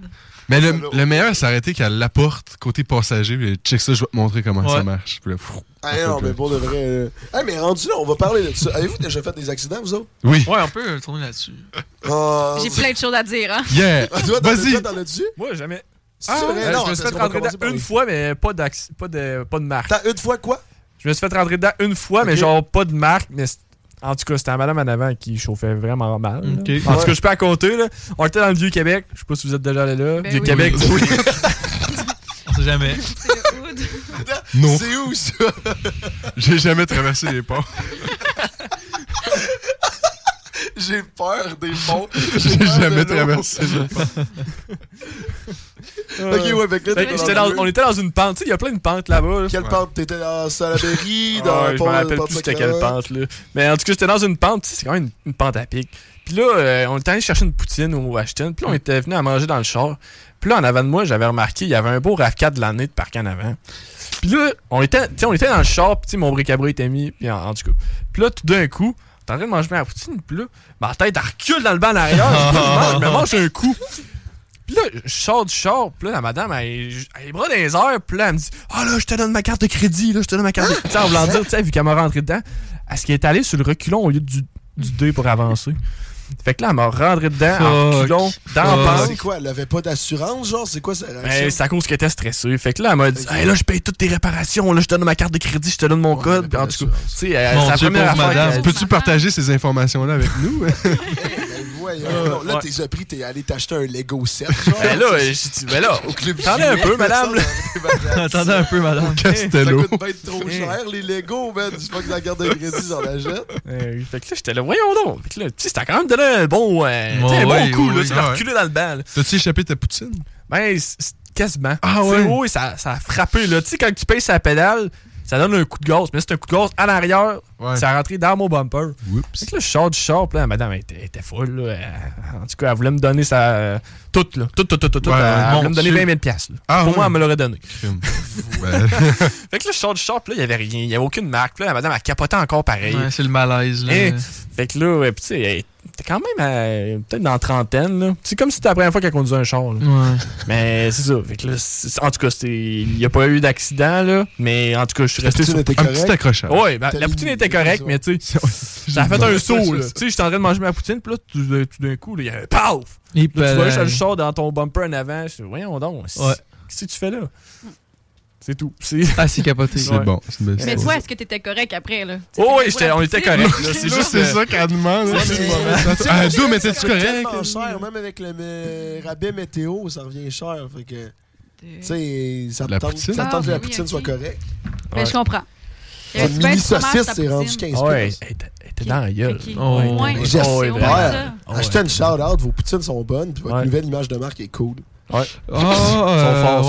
S1: Mais le, le meilleur, c'est arrêter qu'elle l'apporte côté passager. puis Check ça, je vais te montrer comment ça
S2: Ouais.
S1: marche. Puis là, pfff,
S2: Ah non, mais pour de vrai. euh, Ah, mais rendu là, on va parler de ça. Avez-vous déjà fait des accidents, vous autres?
S1: Oui.
S5: Ouais, on peut tourner là-dessus.
S2: Euh,
S10: J'ai plein de choses à dire, hein?
S2: Ah, Toi, t'en as- toi, t'en as-tu?
S4: Moi, jamais.
S2: C'est vrai?
S4: Euh,
S2: Ah, Non,
S4: je me
S2: c'est
S4: suis fait
S2: qu'on va
S4: rentrer
S2: commencer par
S4: dedans une
S2: les-
S4: fois, mais pas, d'acc- pas, de, pas de marque.
S2: T'as une fois quoi?
S4: Je me suis fait rentrer dedans une fois, mais genre pas de marque, mais c'est- en tout cas, c'était la madame en avant qui chauffait vraiment mal. là.
S5: Ok.
S4: En
S5: Ouais.
S4: tout cas, je peux à compter. Là. On était dans le Vieux-Québec. Je sais pas si vous êtes déjà allé là.
S5: Ben
S4: Vieux-Québec.
S5: oui.
S2: [LAUGHS]
S5: Oui. On sait jamais.
S1: Non.
S2: C'est où ça?
S1: [LAUGHS] J'ai jamais traversé les
S2: [LAUGHS]
S1: ponts.
S2: J'ai peur des
S4: [LAUGHS]
S2: ponts.
S1: J'ai
S2: peur de
S1: jamais
S2: l'eau.
S1: traversé les ponts.
S2: Ok, ouais, fait que
S4: Fait que
S2: là, t'es dans
S4: Ben, j'étais
S2: le
S4: dans-
S2: bleu.
S4: on était dans une pente. Tu sais, Il y a plein de pentes là-bas. là.
S2: Quelle
S4: Ouais.
S2: pente? T'étais dans Salaberry, dans
S4: Ah,
S2: le
S4: je
S2: pont-
S4: me rappelle
S2: pente
S4: plus c'était
S2: Sacrament.
S4: quelle pente là. Mais en tout cas, j'étais dans une pente, tu sais, c'est quand même une, une pente à pic. Puis là, euh, on était allé chercher une poutine au Washington. Puis là, on
S2: Mm.
S4: était venu à manger dans le char. Puis là, en avant de moi, j'avais remarqué, il y avait un beau RAV4 de l'année de parc en avant. Puis là, on était, tu sais, on était dans le char, puis tu sais, mon bric-à-brac était mis, puis en, en tout cas. Puis là, tout d'un coup, t'es en train de manger ma poutine, puis là, ma tête elle recule dans le banc en arrière. Puis là, je mange- je me mange un coup. Puis là, je sors du char, puis là, la madame, elle, elle les bras dans les airs, puis là, elle me dit Ah là, je te donne ma carte de crédit, là, je te donne ma
S2: [LAUGHS]
S4: carte de crédit. Tu sais, en voulant dire, tu sais, vu qu'elle m'a rentré dedans, est-ce qu'elle est allée sur le reculon au lieu du, du 2 pour avancer Fait que là, elle m'a rentré dedans, en
S2: Fuck.
S4: reculon, dans la
S2: Ah,
S4: pente.
S2: C'est quoi? Elle avait pas d'assurance, genre? C'est quoi sa
S4: Ben,
S2: réaction?
S4: c'est à cause qu'elle était stressée. Fait que là, elle m'a dit Hey, là, je paye toutes tes réparations, là, je te donne ma carte de crédit, je te donne mon code. Puis en tout cas, tu sais, euh,
S1: Mon
S4: c'est la
S1: Dieu,
S4: première
S1: pauvre
S4: affaire.
S1: madame.
S4: qu'elle-
S1: Peux-tu partager ces informations-là avec nous?
S2: voyons.
S4: Euh,
S2: donc. là,
S4: ouais.
S2: t'es appris, t'es allé t'acheter un Lego 7.
S4: Ben là, j'ai dit, ben là,
S2: au club.
S4: attendez un peu, madame. là. [LAUGHS]
S5: Attendez un
S1: [LAUGHS]
S5: peu, madame.
S4: Castello.
S2: Ça coûte bien
S4: [LAUGHS]
S2: trop cher, les Lego, man. Je crois que la garde de crédit, j'en achète.
S4: Euh, oui, fait que là, j'étais là, voyons donc. Fait que là, tu sais, c'était quand même donné un bon, euh, tu sais, un bon
S1: ouais,
S4: coup,
S1: ouais,
S4: là. Tu l'as
S1: ouais.
S4: reculé dans le banc, là.
S1: T'as-tu échappé ta poutine?
S4: Ben, c- c- quasiment.
S1: Ah
S4: Tu sais,
S1: ouais?
S4: Oui, ça, ça a frappé, là. Tu sais, quand tu payes sa pédale, ça donne un coup de gaz. Mais c'est un coup de gaz à l'arrière. Ça a rentré dans mon bumper. Fait que là, je sors du shop, là. Madame, elle était, elle était folle, là. Elle- en tout cas, elle voulait me donner sa. euh, Toute, là. Toute, toute, toute, toute.
S1: Ouais,
S4: elle
S1: ouais,
S4: voulait
S1: mon
S4: me donner
S1: Dieu.
S4: 20 000 piastres, là.
S1: Ah
S4: Pour
S1: ouais.
S4: moi, elle me l'aurait donné.
S1: Ben-
S4: fait que là, je sors du shop, là, il y avait rien, il y avait aucune marque. Puis Là, la madame, elle capotait encore pareil.
S5: Ouais, c'est le malaise, là.
S1: Eh.
S4: Hein? fait que là, ouais, puis tu sais, elle était quand même euh, peut-être dans la trentaine, là. C'est comme si c'était la première fois qu'elle conduisait un char, là. Mais c'est ça. Fait que là, c'est- en tout cas, c'était- il n'y a pas eu d'accident, là. Mais en tout cas, je suis
S1: La
S4: resté
S1: poutine
S4: sur
S1: était Un correcte? petit accrochage.
S4: Ouais, ben,
S1: T'as
S4: la
S1: mis-
S4: poutine était correcte, mais tu sais, ça a fait un saut, là. Tu sais, j'étais en train de manger ma poutine, puis là, tout, tout d'un coup, là, il y a un paf!
S5: Et
S4: Là,
S1: Ben,
S4: tu vois,
S5: palais.
S4: je le sors dans ton bumper en avant. Je dis, voyons donc. c'est-
S5: Ouais.
S4: Qu'est-ce que tu fais là? C'est tout.
S5: Ah, c'est capoté.
S1: C'est bon, c'est une belle
S10: Mais toi, est-ce que t'étais correct après, là? Tu sais,
S4: Oh,
S10: c'est
S4: oui, j'étais-
S10: quoi,
S4: on
S10: la
S4: était
S10: poutine?
S4: corrects. là. C'est
S1: Là,
S4: juste euh,
S1: c'est ça qu'elle demande. là. Ah, Doom, mais t'es-tu correct?
S2: tellement cher, même avec le euh, rabais météo, ça revient cher. Fait que. Tu sais, ça
S1: La
S2: me tente
S1: poutine?
S2: ça me tente que
S1: Ah,
S2: la
S1: oui,
S2: poutine
S1: ok.
S2: soit correcte.
S10: Mais je comprends. Il y avait
S2: Une
S10: du pain de
S2: mini
S10: fromage,
S2: saucisse,
S10: ta
S2: c'est rendu
S10: poutine.
S2: 15
S4: Ouais,
S2: piastres.
S4: elle était- elle était dans la gueule.
S10: Ok.
S4: Oh,
S10: Ouais. Ouais.
S2: J'espère.
S10: Ouais, ben,
S2: Ouais.
S10: ouais.
S2: Achetez une shout-out, vos poutines sont bonnes, puis votre nouvelle image de marque est cool.
S4: Ouais.
S2: Ils
S5: Ils sont euh, forts, ils sont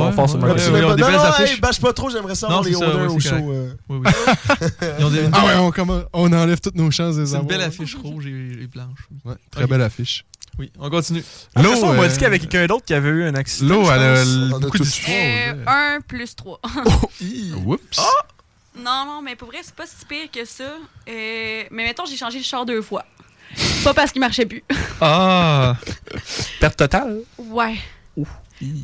S5: ouais, forts sur ouais, Market. ouais, ouais, ils ont des
S2: Non,
S5: belles
S2: non,
S5: affiches.
S2: hey, bâche pas trop, j'aimerais ça avoir
S5: Non,
S2: les
S5: c'est ça,
S2: odeurs
S5: oui,
S2: au
S5: c'est
S2: show.
S5: correct.
S2: euh.
S5: Ils ont des-
S1: Ah ouais, on, commence- on enlève toutes nos chances de les
S5: C'est une
S1: avoir.
S5: belle affiche rouge et, et blanche.
S1: Ouais, Très belle affiche.
S5: Oui, on continue.
S1: Après ça, on m'a dit qu'il y
S4: avait quelqu'un d'autre qui avait eu un accident.
S1: L'eau,
S5: je
S1: elle a
S5: pense.
S1: l-
S5: On en a
S1: beaucoup
S5: tous
S1: d'histoires.
S10: Euh, 1 plus 3.
S1: Oups.
S10: Non, non, mais pour vrai, c'est pas si pire que ça. Euh, mais mettons, j'ai changé le char deux fois. Pas parce qu'il marchait plus.
S5: Ah!
S4: Perte totale?
S10: Ouais.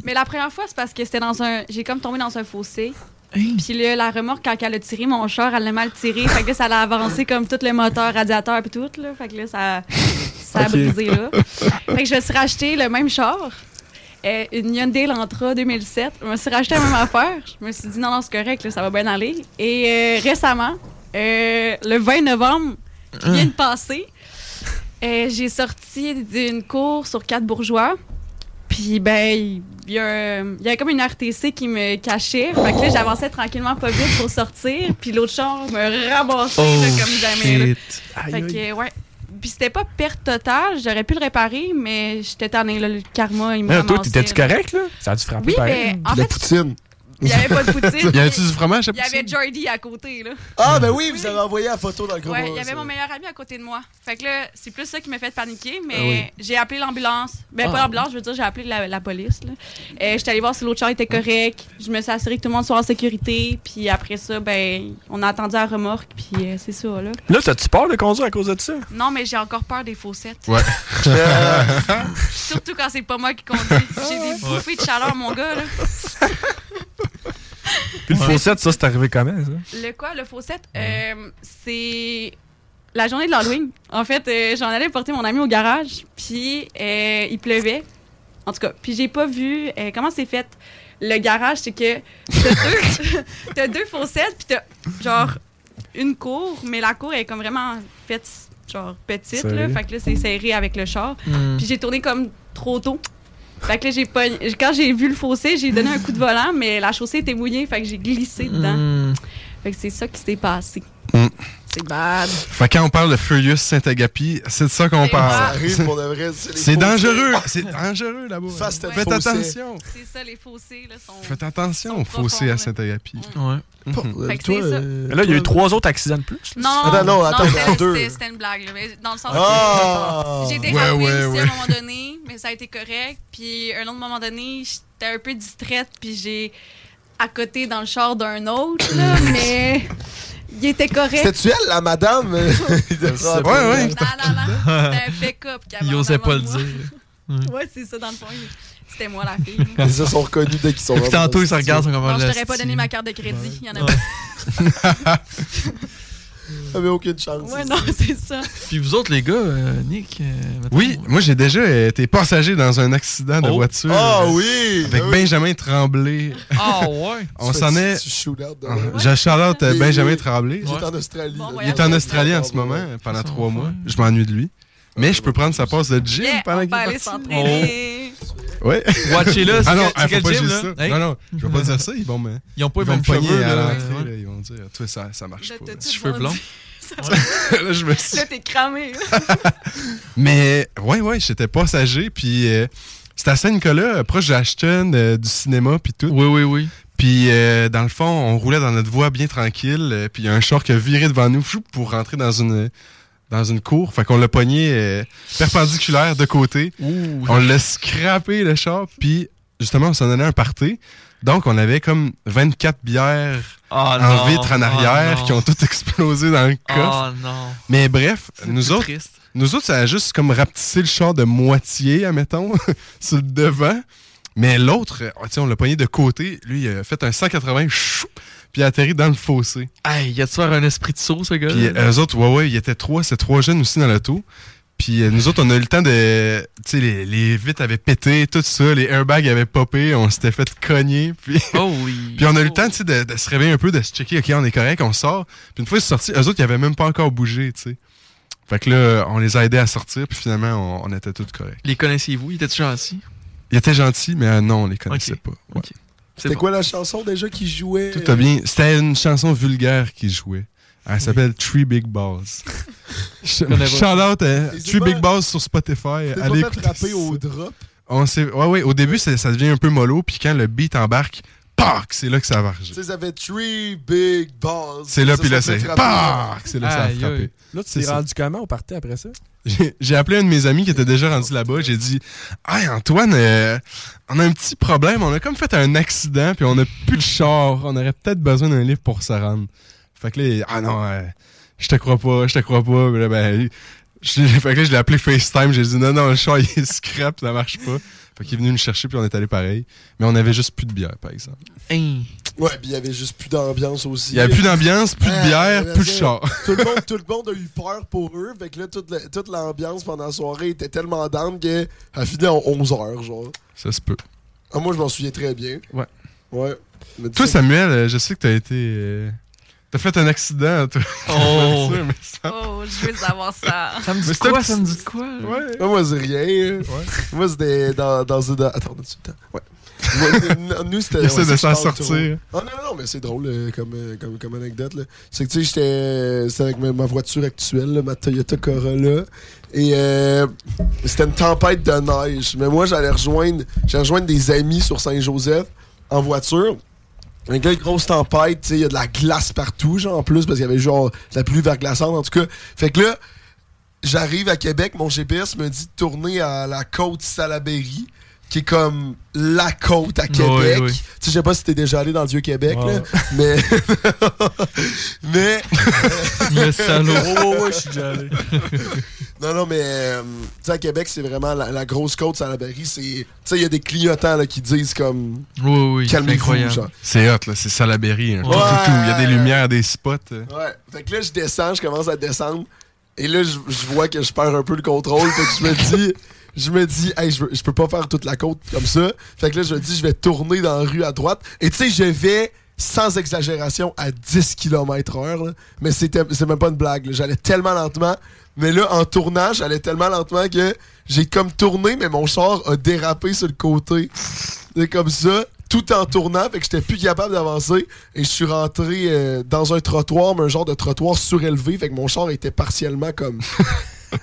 S10: Mais la première fois, c'est parce que c'était dans un. J'ai comme tombé dans un fossé.
S4: Hein?
S10: Puis là, la remorque, quand elle a tiré mon char, elle l'a mal tiré. Fait que là, ça a avancé comme tout le moteur, radiateur, puis tout. Là. Fait que là, ça, ça a
S13: Ok.
S10: brisé. Là. Fait que je me suis racheté le même char, euh, une Hyundai Elantra 2007. Je me suis racheté la même affaire. Je me suis dit, non, non, c'est correct, là, ça va bien aller. Et euh, récemment, euh, le 20 novembre, qui
S4: Hein.
S10: vient de passer, euh, j'ai sorti d'une cour sur quatre bourgeois. Puis, ben, il y, a un- il y a comme une RTC qui me cachait. Fait
S4: Oh.
S10: que là, j'avançais tranquillement pas vite pour sortir. Puis l'autre char me ramassait
S5: Oh,
S10: là, comme jamais. là.
S5: shit.
S10: Fait que, ouais. Puis c'était pas perte totale. J'aurais pu le réparer, mais j'étais tannée, là. Le karma, il me
S4: Mais toi,
S10: ramassait.
S4: t'étais-tu correct, là? Ça a dû frapper
S10: Oui,
S4: pareil.
S10: mais en fait,
S2: poutine.
S10: il y avait
S4: [LAUGHS]
S10: pas de poutine.
S4: Y avait-tu du fromage à
S10: Il y avait Jordy à côté, là.
S2: Ah, ben oui, vous avez envoyé la photo dans le groupe.
S10: Ouais, il y avait mon meilleur ami à côté de moi. Fait que là, c'est plus ça qui m'a fait paniquer,
S4: Ah
S10: mais j'ai appelé l'ambulance. Ben, pas
S13: Ah.
S10: l'ambulance, je veux dire, j'ai appelé la, la police. Là. Euh, J'étais allée voir si l'autre char était
S4: Ah.
S10: correct. Je me suis assurée que tout le monde soit en sécurité. Puis après ça, ben, on a attendu la remorque, puis euh, c'est ça, là.
S4: Là, t'as-tu peur de conduire à cause de ça?
S10: Non, mais j'ai encore peur des
S4: [LAUGHS]
S10: faussettes.
S4: Ouais.
S10: Surtout quand c'est pas moi qui
S4: [LAUGHS]
S10: conduis. J'ai des bouffées de chaleur, mon gars, là.
S4: Puis le faussette, ça, c'est arrivé comment, ça?
S10: Le quoi, le faussette? Euh, c'est la journée de l'Halloween. En fait, euh, j'en allais porter mon ami au garage, puis euh, il pleuvait. En tout cas, puis j'ai pas vu euh, comment c'est fait. Le garage, c'est que t'as deux, [LAUGHS] t'as deux faussettes, puis t'as genre une cour, mais la cour est comme vraiment faite genre petite, là.
S13: Serrée.
S10: Fait que là, c'est serré avec le char.
S13: Hmm.
S10: Puis j'ai tourné comme trop tôt. Fait que là, j'ai pas... Quand j'ai vu le fossé, j'ai donné un coup de volant, mais la chaussée était mouillée, fait que j'ai glissé dedans. Fait que c'est ça qui s'est passé.
S4: Hmm.
S1: Mm.
S10: C'est bad.
S1: Fait quand on parle de Furious Saint-Agapi, c'est de ça qu'on
S10: C'est vrai.
S1: parle.
S10: Ça arrive
S2: pour de vrai, c'est les
S1: C'est
S2: faux-
S1: dangereux. C'est dangereux là-bas.
S2: Fast and
S1: Faites
S2: Furious.
S1: attention.
S10: C'est ça, les fossés, là, sont...
S1: Faites attention au fossé à Saint-Agapi.
S5: Ouais.
S10: [LAUGHS]
S5: euh,
S10: Fait que c'est ça.
S4: Mais là, il y a eu trois autres accidents de plus. là.
S10: Non,
S1: Attends, non,
S10: non,
S1: attends,
S10: c'était-
S1: deux.
S10: c'était- c'était une blague. là, mais Dans le sens
S1: Ah!
S10: que j'ai été
S1: Ouais,
S10: rapide
S1: ouais,
S10: aussi à
S1: ouais.
S10: un moment donné, mais ça a été correct. Puis à un autre moment donné, j'étais un peu distraite, puis j'ai accoté dans le char d'un autre, là, mais il était correct.
S2: C'était-tu elle, la
S5: [LAUGHS]
S2: madame? ouais,
S10: Non, non, non, c'était un pick-up. qui avait
S2: Il osait
S10: en avant
S2: pas
S10: de
S2: le
S10: moi. [LAUGHS]
S2: dire.
S10: ouais, c'est ça, dans le fond. il- C'était moi, la fille.
S2: Ils se sont reconnus dès qu'ils sont
S5: Puis tantôt, ils se regardent, ils sont comme,
S10: Non, je
S1: Ah,
S5: là,
S10: t'aurais pas donné
S5: c'est-
S10: ma carte de crédit. Il y en a
S5: Ouais.
S2: T'avais aucune chance.
S10: Ouais, [LAUGHS] non, c'est ça.
S5: Puis vous autres, les gars, euh, Nick, euh, mettons-
S1: Oui, moi j'ai déjà été passager dans un accident de
S5: Oh.
S1: voiture.
S5: Ah
S1: euh,
S5: oui,
S1: Avec
S5: ben oui.
S1: Benjamin Tremblay.
S5: Ah ouais.
S1: On s'en est. Ah,
S2: Tu shoot-out dans-
S1: Je shout-out à
S2: Il-
S1: Benjamin Tremblay.
S2: Il est en Australie.
S1: Il est en Australie en ce moment, pendant trois mois. Je m'ennuie de lui. Mais je peux prendre sa passe de gym pendant qu'il est parti. Oh. Ouais.
S5: [LAUGHS] Watchez-le, c'est
S1: Ah non,
S5: quel-
S1: hein,
S5: c'est
S1: faut
S5: quel
S1: pas
S5: gym,
S1: juste
S5: là?
S1: ça.
S5: Hey.
S1: Non, non, je vais pas dire ça. Ils vont me,
S5: Ils ont pas les
S1: vont me
S5: mêmes cheveux,
S1: pogner à
S5: là, ouais.
S1: l'entrée. là, Ils vont dire, toi, ça, ça marche pas. [LAUGHS] là.
S5: Cheveux blonds.
S1: Là, je me
S10: [LAUGHS]
S1: suis-
S10: Là, t'es cramé. là.
S1: [LAUGHS] Mais ouais, ouais, j'étais passager, puis euh, c'était à Saint-Nicolas, euh, proche d'Ashton, euh, du cinéma, puis tout. Oui, oui, oui. Puis euh, dans le fond, on roulait dans notre voie bien tranquille, euh, puis il y a un char qui a viré devant nous fou, pour rentrer dans une dans une cour. Fait qu'on l'a pogné euh, perpendiculaire de côté. On l'a scrappé, le char, puis justement, on s'en donnait un party. Donc, on avait comme 24 bières en
S5: non,
S1: vitre en
S5: oh
S1: arrière
S5: non.
S1: qui ont toutes [LAUGHS] explosé dans le coffre.
S5: Oh non.
S1: Mais bref, nous
S5: plus
S1: autres,
S5: triste.
S1: nous autres, ça a juste comme rapetissé le char de moitié, admettons, [LAUGHS] sur le devant. Mais l'autre, euh, tu sais, on l'a pogné de côté. Lui, il a fait un 180, chou, puis il a atterri dans le fossé.
S5: Hey, y a-tu un esprit de saut, ce gars?
S1: Puis euh, eux autres, ouais, ouais, il y était trois, c'est trois jeunes aussi dans l'auto. Puis euh, nous autres, on a eu le temps de. Tu sais, les, les vitres avaient pété, tout ça, les airbags avaient popé, on s'était fait cogner. [LAUGHS] Puis,
S5: Oh,
S1: puis on a eu le temps, tu sais, de, de se réveiller un peu, de se checker, OK, on est correct, on sort. Puis une fois qu'ils sont sortis, eux autres, ils avaient même pas encore bougé, tu sais. Fait que là, on les a aidés à sortir, puis finalement, on, on était tous corrects.
S5: Les connaissiez-vous? Ils étaient gentils?
S1: Ils étaient gentils, mais euh, non, on les connaissait pas. Ouais.
S2: C'était quoi la chanson déjà qui jouait
S1: Tout a bien. C'était une chanson vulgaire qu'ils jouaient. Elle s'appelle Three Big
S2: [LAUGHS]
S1: Balls. Shout
S2: connais pas.
S1: out à
S2: Ils ont
S1: Three
S2: pas-
S1: Big Balls sur Spotify.
S2: euh, T'es pas
S1: Allez
S2: fait
S1: écouter.
S2: frapper au drop.
S1: On s'est- ouais, ouais, au début, c'est- ça devient un peu mollo, puis quand le beat embarque, pac, c'est là que ça va
S2: Tu sais, ils avaient three big balls.
S1: C'est là,
S2: Ça,
S1: puis là,
S2: ça fait
S1: c'est
S2: frapper.
S1: pac, c'est là que ça a
S13: Aïe,
S1: frappé.
S13: aïe. Là, tu
S1: C'est
S13: t'es
S1: ça.
S13: rendu comment au party
S1: [LAUGHS]
S13: après ça?
S1: J'ai- J'ai appelé un de mes amis qui était déjà rendu là-bas. J'ai dit Hey Antoine, euh, on a un petit problème. On a comme fait un accident, puis on a plus de char. On aurait peut-être besoin d'un livre pour se rendre. Fait que là, il- ah non, euh, je te crois pas, je te crois pas. Puis là, ben, je, [LAUGHS] fait que là, je l'ai appelé FaceTime. J'ai dit Non, non, le char, [LAUGHS] il est scrap, ça marche pas. Fait qu'il est venu me chercher, puis on est allé pareil. Mais on avait juste plus de bière, par exemple.
S2: Ouais, puis il y avait juste plus d'ambiance aussi.
S1: Il y avait plus d'ambiance, plus de
S2: Ah,
S1: bière,
S2: je veux
S1: plus de
S2: dire,
S1: char. [LAUGHS]
S2: Tout le, monde, tout le monde a eu peur pour eux. Fait que là, toute la- toute l'ambiance pendant la soirée était tellement down qu'elle finit en 11h, genre.
S1: Ça se peut.
S2: Ah, moi, je m'en souviens très bien.
S1: Ouais.
S2: Ouais. Mais tu
S1: Toi,
S2: sais-
S1: Samuel, euh, je sais que t'as été. euh, T'as fait un accident, toi. [LAUGHS]
S5: Oh.
S1: Ça, mais ça-
S10: Oh, je veux savoir ça.
S1: Mais c'était un petit-
S5: dit quoi?
S2: Ouais. Moi, c'est rien. hein. Moi, c'était dans, dans une. Attends, on a-tu le temps? Ouais. Moi, c'est- n-
S1: [LAUGHS]
S2: nous, c'était.
S1: Il essaie
S2: ouais,
S1: de
S2: c'est que je
S1: s'en
S2: parle
S1: sortir.
S2: trop. Ah non, non, mais c'est drôle euh, comme, euh, comme, comme anecdote. là. C'est que, tu sais, j'étais. C'était avec ma, ma voiture actuelle, là, ma Toyota Corolla. Et euh, c'était une tempête de neige. Mais moi, j'allais rejoindre, j'allais rejoindre des amis sur Saint-Joseph en voiture. Donc là, une grosse tempête, tu sais, il y a de la glace partout, genre, en plus, parce qu'il y avait genre de la pluie verglaçante, en tout cas. Fait que là, j'arrive à Québec, mon GPS me dit de tourner à la côte Salaberry, qui est comme la côte à Québec.
S5: oui.
S2: Tu sais, je sais pas si t'es déjà allé dans le vieux Québec, là, [LAUGHS] mais. mais.
S5: Le salaud.
S2: Oh, Ouais, ouais, ouais,
S5: je suis déjà allé.
S2: non, non, mais euh, tu sais, à Québec, c'est vraiment la, la grosse côte Salaberry. C'est, tu sais, il y a des clignotants là, qui disent comme.
S1: Oui,
S2: Calmez-vous, genre.
S1: C'est hot, là. C'est Salaberry. hein. Tout, tout, tout. Il y a des lumières, des spots. euh.
S2: Ouais. Fait que là, je descends, je commence à descendre. Et là, je, je vois que je perds un peu le contrôle. fait que je me dis, je me dis, hey, je, veux- je peux pas faire toute la côte comme ça. Fait que là, je me dis, je vais tourner dans la rue à droite. Et tu sais, je vais, sans exagération, à 10 km heure. là. Mais c'était, c'est même pas une blague. là. J'allais tellement lentement. Mais là, en tournant, j'allais tellement lentement que j'ai comme tourné, mais mon char a dérapé sur le côté. C'est comme ça, tout en tournant, fait que j'étais plus capable d'avancer. Et je suis rentré euh, dans un trottoir, mais un genre de trottoir surélevé, fait que mon char était partiellement comme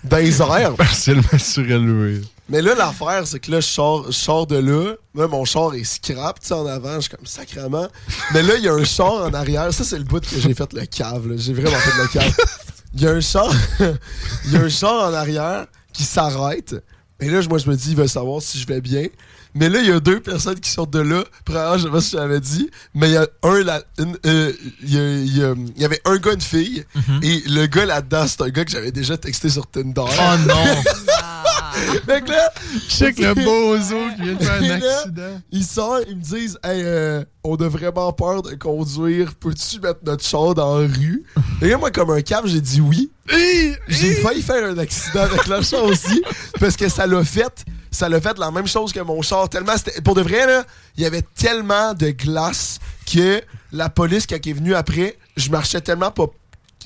S2: dans les airs.
S1: Partiellement [LAUGHS] surélevé.
S2: Mais là, l'affaire, c'est que là, je sors, je sors de là. Là, mon char est scrap, tu sais, en avant. Je suis comme sacrement. Mais là, il y a un char en arrière. Ça, c'est le bout que j'ai fait le cave. là. J'ai vraiment fait le cave. Il y a un char. [LAUGHS] Il y a un char en arrière qui s'arrête. Et là, je- moi, je me dis, il veut savoir si je vais bien. Mais là, il y a deux personnes qui sortent de là. Premièrement, je sais pas si je l'avais dit, mais il y a un, là- une- euh, il y, a- il y a- il y avait un gars, une fille. Et le gars là-dedans, c'est un gars que j'avais déjà texté sur Tinder.
S5: Oh
S1: [LAUGHS]
S5: non!
S2: Fait que là,
S1: Check le bozo qui vient de faire un
S2: Et là,
S1: accident.
S2: Ils sortent, ils me disent Hey, euh, on a vraiment peur de conduire. Peux-tu mettre notre char dans la rue Et là, moi, comme un cap, j'ai dit oui. J'ai failli faire un accident avec le char aussi. Parce que ça l'a fait. Ça l'a fait la même chose que mon char. Tellement c'était- Pour de vrai, là, il y avait tellement de glace que la police, quand elle est venue après, je marchais tellement pas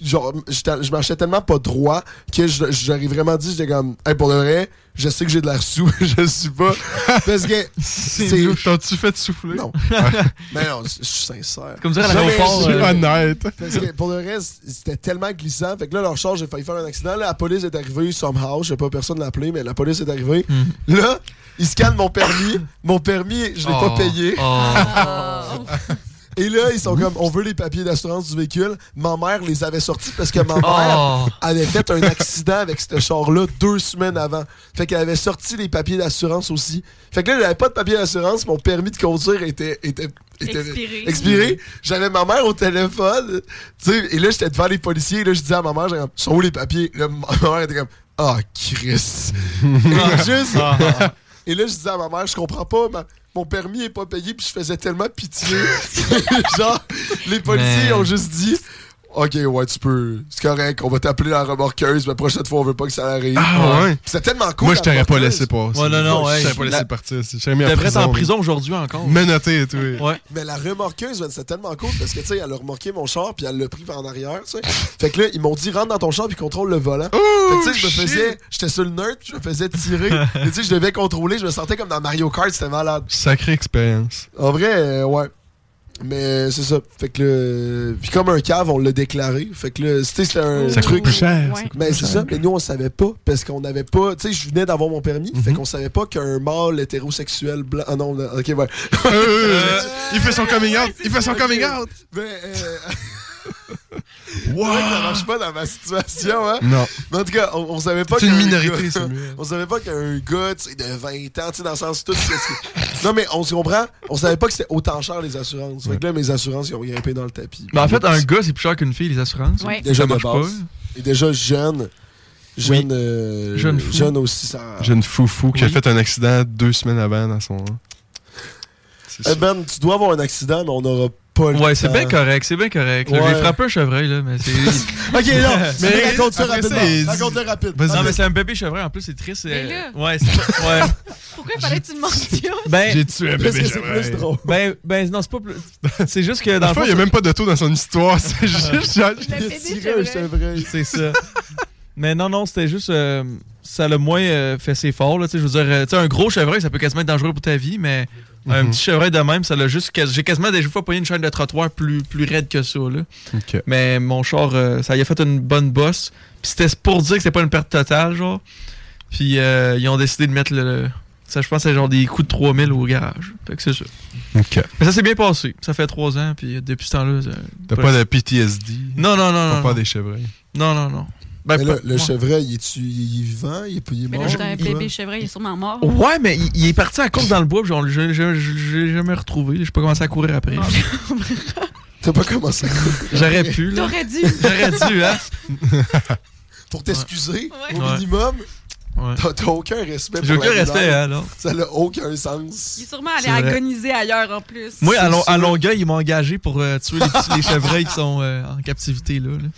S2: genre, j'étais- je marchais tellement pas droit que je- j'aurais vraiment dit, j'étais comme, hey, pour le vrai, je sais que j'ai de l'air sous, [LAUGHS] je le suis pas. Parce que. C'est.
S1: T'as-tu fait souffler? [LAUGHS] Ah.
S2: Non. Mais non, je je suis sincère.
S1: Comme dire à
S2: Jamais-
S1: l'aéroport,
S2: jamais-
S1: euh, honnête.
S2: Parce que pour le reste, c'était tellement glissant. Fait que là, leur char, j'ai failli faire un accident. Là, la police est arrivée, somehow. Je sais pas, personne l'a appelé, mais la police est arrivée.
S7: Mm.
S2: Là, ils scannent mon permis. Mon permis, je l'ai
S7: Oh.
S2: pas payé.
S7: Oh.
S2: Et là, ils sont comme, on veut les papiers d'assurance du véhicule. Ma mère les avait sortis parce que ma
S7: Oh.
S2: mère avait fait un accident avec ce char-là deux semaines avant. Fait qu'elle avait sorti les papiers d'assurance aussi. Fait que là, j'avais pas de papiers d'assurance. Mon permis de conduire était, était, était
S7: Expiré.
S2: expiré. J'avais ma mère au téléphone. Tu sais, et là, j'étais devant les policiers. Et là, je disais à ma mère, j'ai comme, sont où les papiers? Là, ma mère était comme, ah, Chris.
S1: Ah.
S2: [LAUGHS] Et juste. Et là, je disais à ma mère, je comprends pas, ma- mon permis est pas payé, puis je faisais tellement
S1: [LAUGHS]
S2: pitié. [LAUGHS] Genre, les policiers
S7: Mais-
S2: ont juste dit. Ok, ouais, tu peux. C'est correct, on va t'appeler la remorqueuse, mais la prochaine fois, on veut pas que ça arrive.
S1: Ah, ouais.
S2: Puis C'était tellement cool.
S1: Moi, je
S2: la
S1: t'aurais pas
S2: remorqueuse.
S1: laissé passer.
S2: Ouais, non, non, ouais,
S1: Je t'aurais
S2: je-
S1: pas laissé
S2: la-
S1: partir. Je t'aurais mis en
S2: Devrait
S1: prison.
S2: être en prison
S5: aujourd'hui encore.
S1: Menotté et tout. Ouais.
S2: Mais la remorqueuse, man, c'était tellement cool parce que, tu sais, elle a remorqué mon char puis elle l'a pris par en arrière, tu sais. Fait que là, ils m'ont dit, rentre dans ton char puis contrôle le volant.
S1: Oh,
S2: fait que, tu sais, je me
S7: shit.
S2: faisais, j'étais sur le nerd puis je me
S1: [LAUGHS]
S2: faisais tirer. Et tu sais, je devais contrôler, je me sentais comme dans Mario Kart, c'était malade.
S1: Sacrée expérience.
S2: En vrai, euh, ouais. Mais c'est ça. Fait que le. Puis comme un cave, on l'a déclaré. Fait que le. C'était c'était un
S1: Ça coûte
S2: truc.
S1: plus cher, ça coûte
S2: Mais
S1: plus
S2: c'est
S1: cher.
S2: ça. Mais nous, on savait pas. Parce qu'on n'avait pas. Tu sais, je venais d'avoir mon permis. Fait
S1: Mhm.
S2: qu'on savait pas qu'un mâle hétérosexuel blanc. Ah non, non, ok, ouais. [LAUGHS]
S1: Euh,
S5: Euh,
S1: il fait son coming out. Il fait son coming out.
S2: Mais. euh, [LAUGHS] Ouais, ça marche pas dans ma situation, hein?
S1: Non.
S2: Mais en tout cas, on, on savait pas
S1: C'est une
S2: qu'un
S1: minorité,
S2: gars-
S1: c'est mieux.
S2: [LAUGHS] On savait pas qu'un gars, tu sais, de 20 ans, tu sais, dans le sens tout. qu'est-ce que- non, mais on se comprend, on savait pas que c'était autant cher les assurances. Fait que là, mes assurances, ils ont grimpé dans le tapis.
S5: Mais Ben, en fait, un gars, c'est plus cher qu'une fille, les assurances.
S2: Ouais.
S5: Ça
S2: Déjà de
S5: marche pas.
S2: base. Et déjà jeune. Jeune, euh,
S5: Jeune fou.
S2: jeune aussi, ça.
S1: Jeune foufou qui a
S2: Oui.
S1: fait un accident deux semaines avant dans son.
S2: Eh ben, tu dois avoir un accident, mais on n'aura pas le
S5: Ouais, c'est
S2: temps.
S5: bien correct, c'est bien correct. là.
S2: Ouais.
S5: J'ai frappé un chevreuil, là, mais c'est.
S2: Ok,
S5: [LAUGHS]
S2: là, mais raconte ça
S5: après
S2: rapidement.
S5: il dit-
S2: Raconte-le rapide.
S5: Non, mais c'est un bébé chevreuil, en plus, c'est triste. c'est-
S10: Mais là.
S5: Ouais, c'est pas-
S1: [LAUGHS]
S5: ouais.
S10: Pourquoi il fallait que tu me mentionnes?
S5: Ben,
S10: Parce que c'est
S1: chevreuil. plus drôle.
S5: Ben, ben, non, c'est pas plus. C'est juste que dans
S1: Dans
S5: le fond.
S1: il n'y a
S5: c'est-
S1: même pas de taux dans son histoire. [LAUGHS] C'est juste.
S2: Il a tiré un chevreuil.
S5: [LAUGHS] C'est ça. Mais non, non, c'était juste. euh, ça l'a moins euh, fait ses forts. Là, tu sais, je veux dire, euh, tu sais, un gros chevreuil, ça peut quasiment être dangereux pour ta vie, mais un
S1: Mhm.
S5: petit chevreuil de même, ça l'a juste. que- J'ai quasiment déjà fois pogné une chaîne de trottoir plus, plus raide que ça. Là.
S1: Ok.
S5: Mais mon char, euh, ça y a fait une bonne bosse. Puis c'était pour dire que c'était pas une perte totale, genre. Puis euh, ils ont décidé de mettre le. le- ça, je pense, c'est genre des coups de 3000 au garage. Fait que c'est ça.
S1: Ok.
S5: Mais ça s'est bien passé. Ça fait trois ans, puis euh, depuis ce temps-là. ça-
S1: T'as pas de PTSD.
S5: Non, non, non.
S1: T'as
S5: non,
S1: pas
S5: non.
S1: des chevreuils.
S5: Non, non, non. Ben,
S2: Mais là,
S5: pas-
S2: le
S5: ouais.
S2: chevreuil, il est-tu il est vivant? Il est, il est
S10: Mais
S2: mort?
S10: là, j'étais un
S2: Il est
S10: bébé chevreuil, il est sûrement mort.
S5: Ouais, mais il, il est parti à course dans le bois, puis genre, je, je, je, je l'ai jamais retrouvé. là. J'ai pas commencé à courir après.
S4: Ah,
S2: T'as pas commencé à courir.
S5: [LAUGHS] J'aurais pu, là.
S10: T'aurais dû.
S5: [LAUGHS] J'aurais dû, hein.
S2: Pour t'excuser,
S10: Ouais.
S2: au
S5: Ouais.
S2: minimum,
S5: Ouais.
S2: t'as t'as aucun respect pour
S5: J'ai aucun
S2: la douleur.
S5: respect, hein, non.
S2: Ça n'a aucun sens.
S10: Il est sûrement allé
S5: C'est vrai.
S10: agoniser ailleurs en plus.
S5: Moi, à, Lon- à Longueuil, ils m'ont engagé pour euh, tuer les, petits- les chevreuils qui sont euh, en captivité, là. là.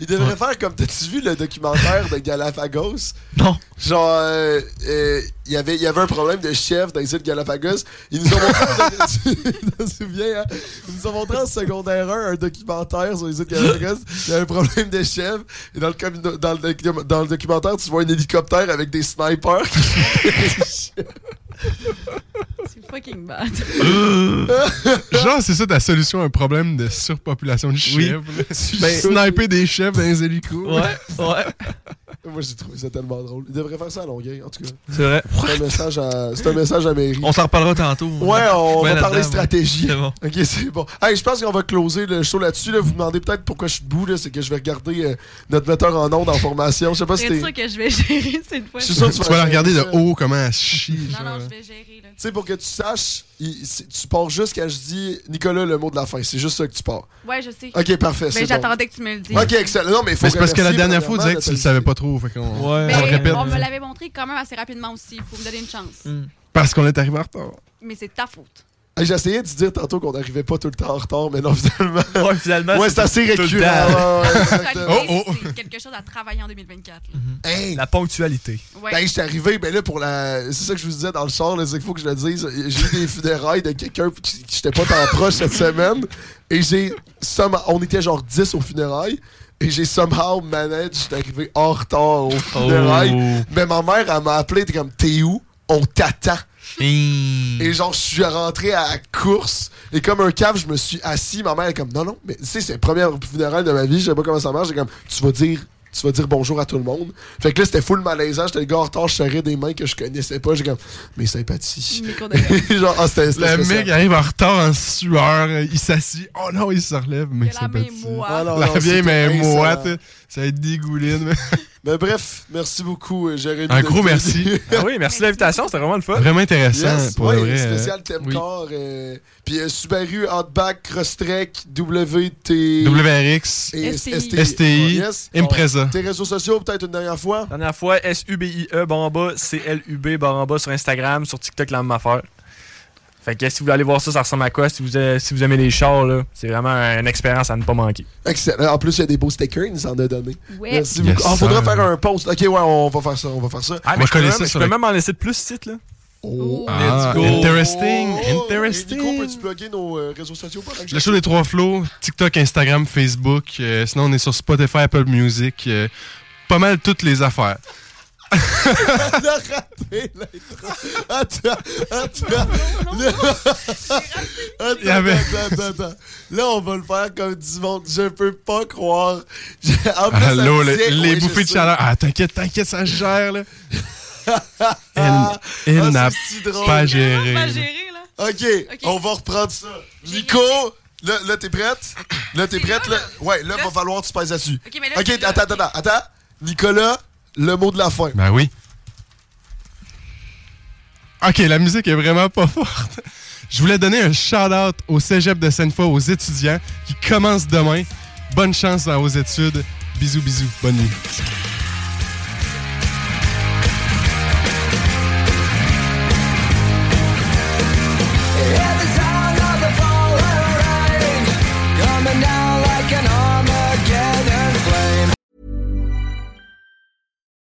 S2: Il devrait
S5: Ouais.
S2: faire comme t'as-tu vu le documentaire de Galapagos?
S5: Non.
S2: Genre, euh, euh, il y avait- il y avait un problème de chef dans les îles Galapagos. Ils nous ont montré, [LAUGHS] tu te souviens, hein? Ils nous ont montré en secondaire 1 un documentaire sur les îles Galapagos. Il y a un problème de chef. Et dans le, communo- dans le docu- dans le documentaire, tu vois un hélicoptère avec des snipers.
S10: C'est fucking bad.
S1: Genre, c'est ça ta solution à un problème de surpopulation de chèvres.
S2: Ben-
S1: Sniper des chèvres dans les hélicos.
S5: ouais.
S2: Moi, j'ai trouvé ça tellement drôle. Il devrait faire ça à Longueuil, en tout cas.
S5: C'est vrai.
S2: C'est un message à, c'est un message à mairie.
S5: On s'en reparlera tantôt.
S2: Ouais,
S5: Ouais,
S2: on va
S5: là-dedans,
S2: parler
S5: ouais.
S2: stratégie.
S5: C'est bon.
S2: Ok, c'est bon. Hey, je pense qu'on va closer le show là-dessus. là. Vous me demandez peut-être pourquoi je suis debout. là. C'est que je vais regarder euh, notre metteur en ondes en formation. Je sais pas si
S10: C'est
S2: t'es.
S10: sûr que je vais gérer [LAUGHS] cette fois.
S2: Je suis sûr que
S1: Tu vas la regarder de
S2: ça.
S1: haut, comment elle chie.
S10: Non, non, je vais gérer. Là.
S2: Tu sais, pour que tu saches, il- c'est- tu pars juste quand je dis Nicolas le mot de la fin. C'est juste ça que tu pars.
S10: Ouais, je sais.
S2: Ok, parfait, c'est
S10: Mais
S2: bon.
S10: j'attendais que tu me le dises.
S2: Ok, excellent. Non, mais faut
S1: Mais c'est parce que la
S2: remercier,
S1: dernière fois, on disait que
S2: premièrement,
S1: tu le savais pas trop. Fait qu'on
S5: Ouais.
S1: on
S10: Mais
S1: le répète.
S10: on me l'avait montré quand même assez rapidement aussi. Faut me donner une chance.
S1: Parce qu'on est arrivé en retard.
S10: Mais c'est ta faute.
S2: Hey, J'essayais de dire tantôt qu'on n'arrivait pas tout le temps en retard, mais non, [LAUGHS] finalement.
S5: Ouais, finalement.
S2: Ouais, c'est assez
S5: tout le
S2: récurrent.
S5: temps.
S10: [LAUGHS]
S2: ouais, ouais,
S10: Sexualité,
S2: exactement.
S10: C'est quelque chose à travailler en 2024. là.
S1: Oh!
S2: La
S5: ponctualité.
S10: Ouais.
S2: Ben, j'étais arrivé, ben là, pour la. C'est ça que je vous disais dans le char, là, c'est qu'il faut que je le dise. J'ai eu des funérailles de quelqu'un qui qui j'étais pas tant proche cette semaine. Et j'ai. somme- On était genre 10 aux funérailles. Et j'ai somehow managed, j'étais arrivé en retard au funérailles. Mais ma mère, elle m'a appelé, t'es comme, t'es où? On t'attend. Et genre, je suis rentré à la course. Et comme un cave, je me suis assis. Ma mère elle est comme, non, non, mais tu sais, c'est la première funérailles de ma vie. Je sais pas comment ça marche. J'ai comme, tu vas dire. Tu vas dire bonjour à tout le monde. Fait que là, c'était full malaisant. J'étais le gars en retard, je serrais des mains que je connaissais pas. J'ai comme, mes sympathies. [LAUGHS] Genre, ah, c'était c'était
S1: Le
S2: spécial.
S1: mec arrive en retard en sueur, euh, il s'assit. Oh non, il se relève, mais c'est pas
S2: Ah non, non,
S1: La vieille
S2: c'était
S1: mais moite,
S2: insolent.
S1: ça va être dégouline.
S2: Mais bref, merci beaucoup. euh, J'aurais
S1: Un
S2: dû
S1: gros
S2: le- [LAUGHS]
S1: merci.
S4: Ah oui, merci de l'invitation, c'était vraiment le fun.
S1: [LAUGHS] Vraiment intéressant,
S2: Yes,
S1: pour
S2: ouais,
S1: le vrai. euh,
S2: spécial thème corps. euh, puis euh, Subaru, Outback, Crosstrek, WT.
S1: WRX,
S2: et
S1: STI,
S2: STI.
S1: STI,
S2: Yes.
S1: Impreza.
S2: Tes réseaux sociaux, peut-être une dernière fois.
S4: Dernière fois, S-U-B-I-E, E, barre en bas, C-L-U-B, barre en bas sur Instagram, sur TikTok, la même affaire. Fait que si vous voulez aller voir ça, ça ressemble à quoi? Si vous, euh, si vous aimez les chars, là, c'est vraiment une expérience à ne pas manquer.
S2: Excellent. En plus, il y a des beaux stickers, il nous en a donné.
S10: Ouais.
S2: Merci
S4: Yes,
S2: beaucoup. On faudra
S4: sir.
S2: faire un post. Ok, ouais, on va faire ça. On va faire ça.
S4: Ah, mais je peux, même, je peux même en laisser de plus site, là.
S2: Oh,
S1: Ah,
S4: let's go.
S1: Interesting,
S2: Oh,
S1: interesting.
S2: Et Nico, peux-tu plugger nos euh, réseaux sociaux? pendant que
S1: Le
S2: je- [LAUGHS]
S1: show des trois flots, TikTok, Instagram, Facebook. euh, sinon, on est sur Spotify, Apple Music. euh, pas mal toutes les affaires.
S2: [LAUGHS] Elle a raté l'intro. Attends, attends. [LAUGHS] Attends,
S1: Il y avait-
S2: attends, attends, attends. Là, on va le faire comme du monde. Je peux pas croire. [LAUGHS] Je- En plus,
S1: Allô,
S2: ça me
S1: Ah, le-
S2: disait-
S1: les
S2: oui, je
S1: bouffées de
S2: sais.
S1: chaleur. Ah, t'inquiète, t'inquiète, ça se gère,
S2: [LAUGHS]
S1: là. Elle, elle
S2: Ah,
S1: n'a
S2: c'est si drôle.
S1: pas géré. là.
S2: OK, on va reprendre ça. Nico, là, là t'es prête? Là, t'es prête? Là? Ouais, là, va falloir que tu passes dessus.
S10: OK, mais là,
S2: OK, attends, attends, attends, attends. Nicolas, le mot de la fin.
S1: Ben oui. OK, la musique est vraiment pas [LAUGHS] forte. Je voulais donner un shout-out au cégep de Sainte-Foy, aux étudiants qui commencent demain. Bonne chance dans vos études. Bisous, bisous. Bonne nuit.
S8: Coming down like an Armageddon flame.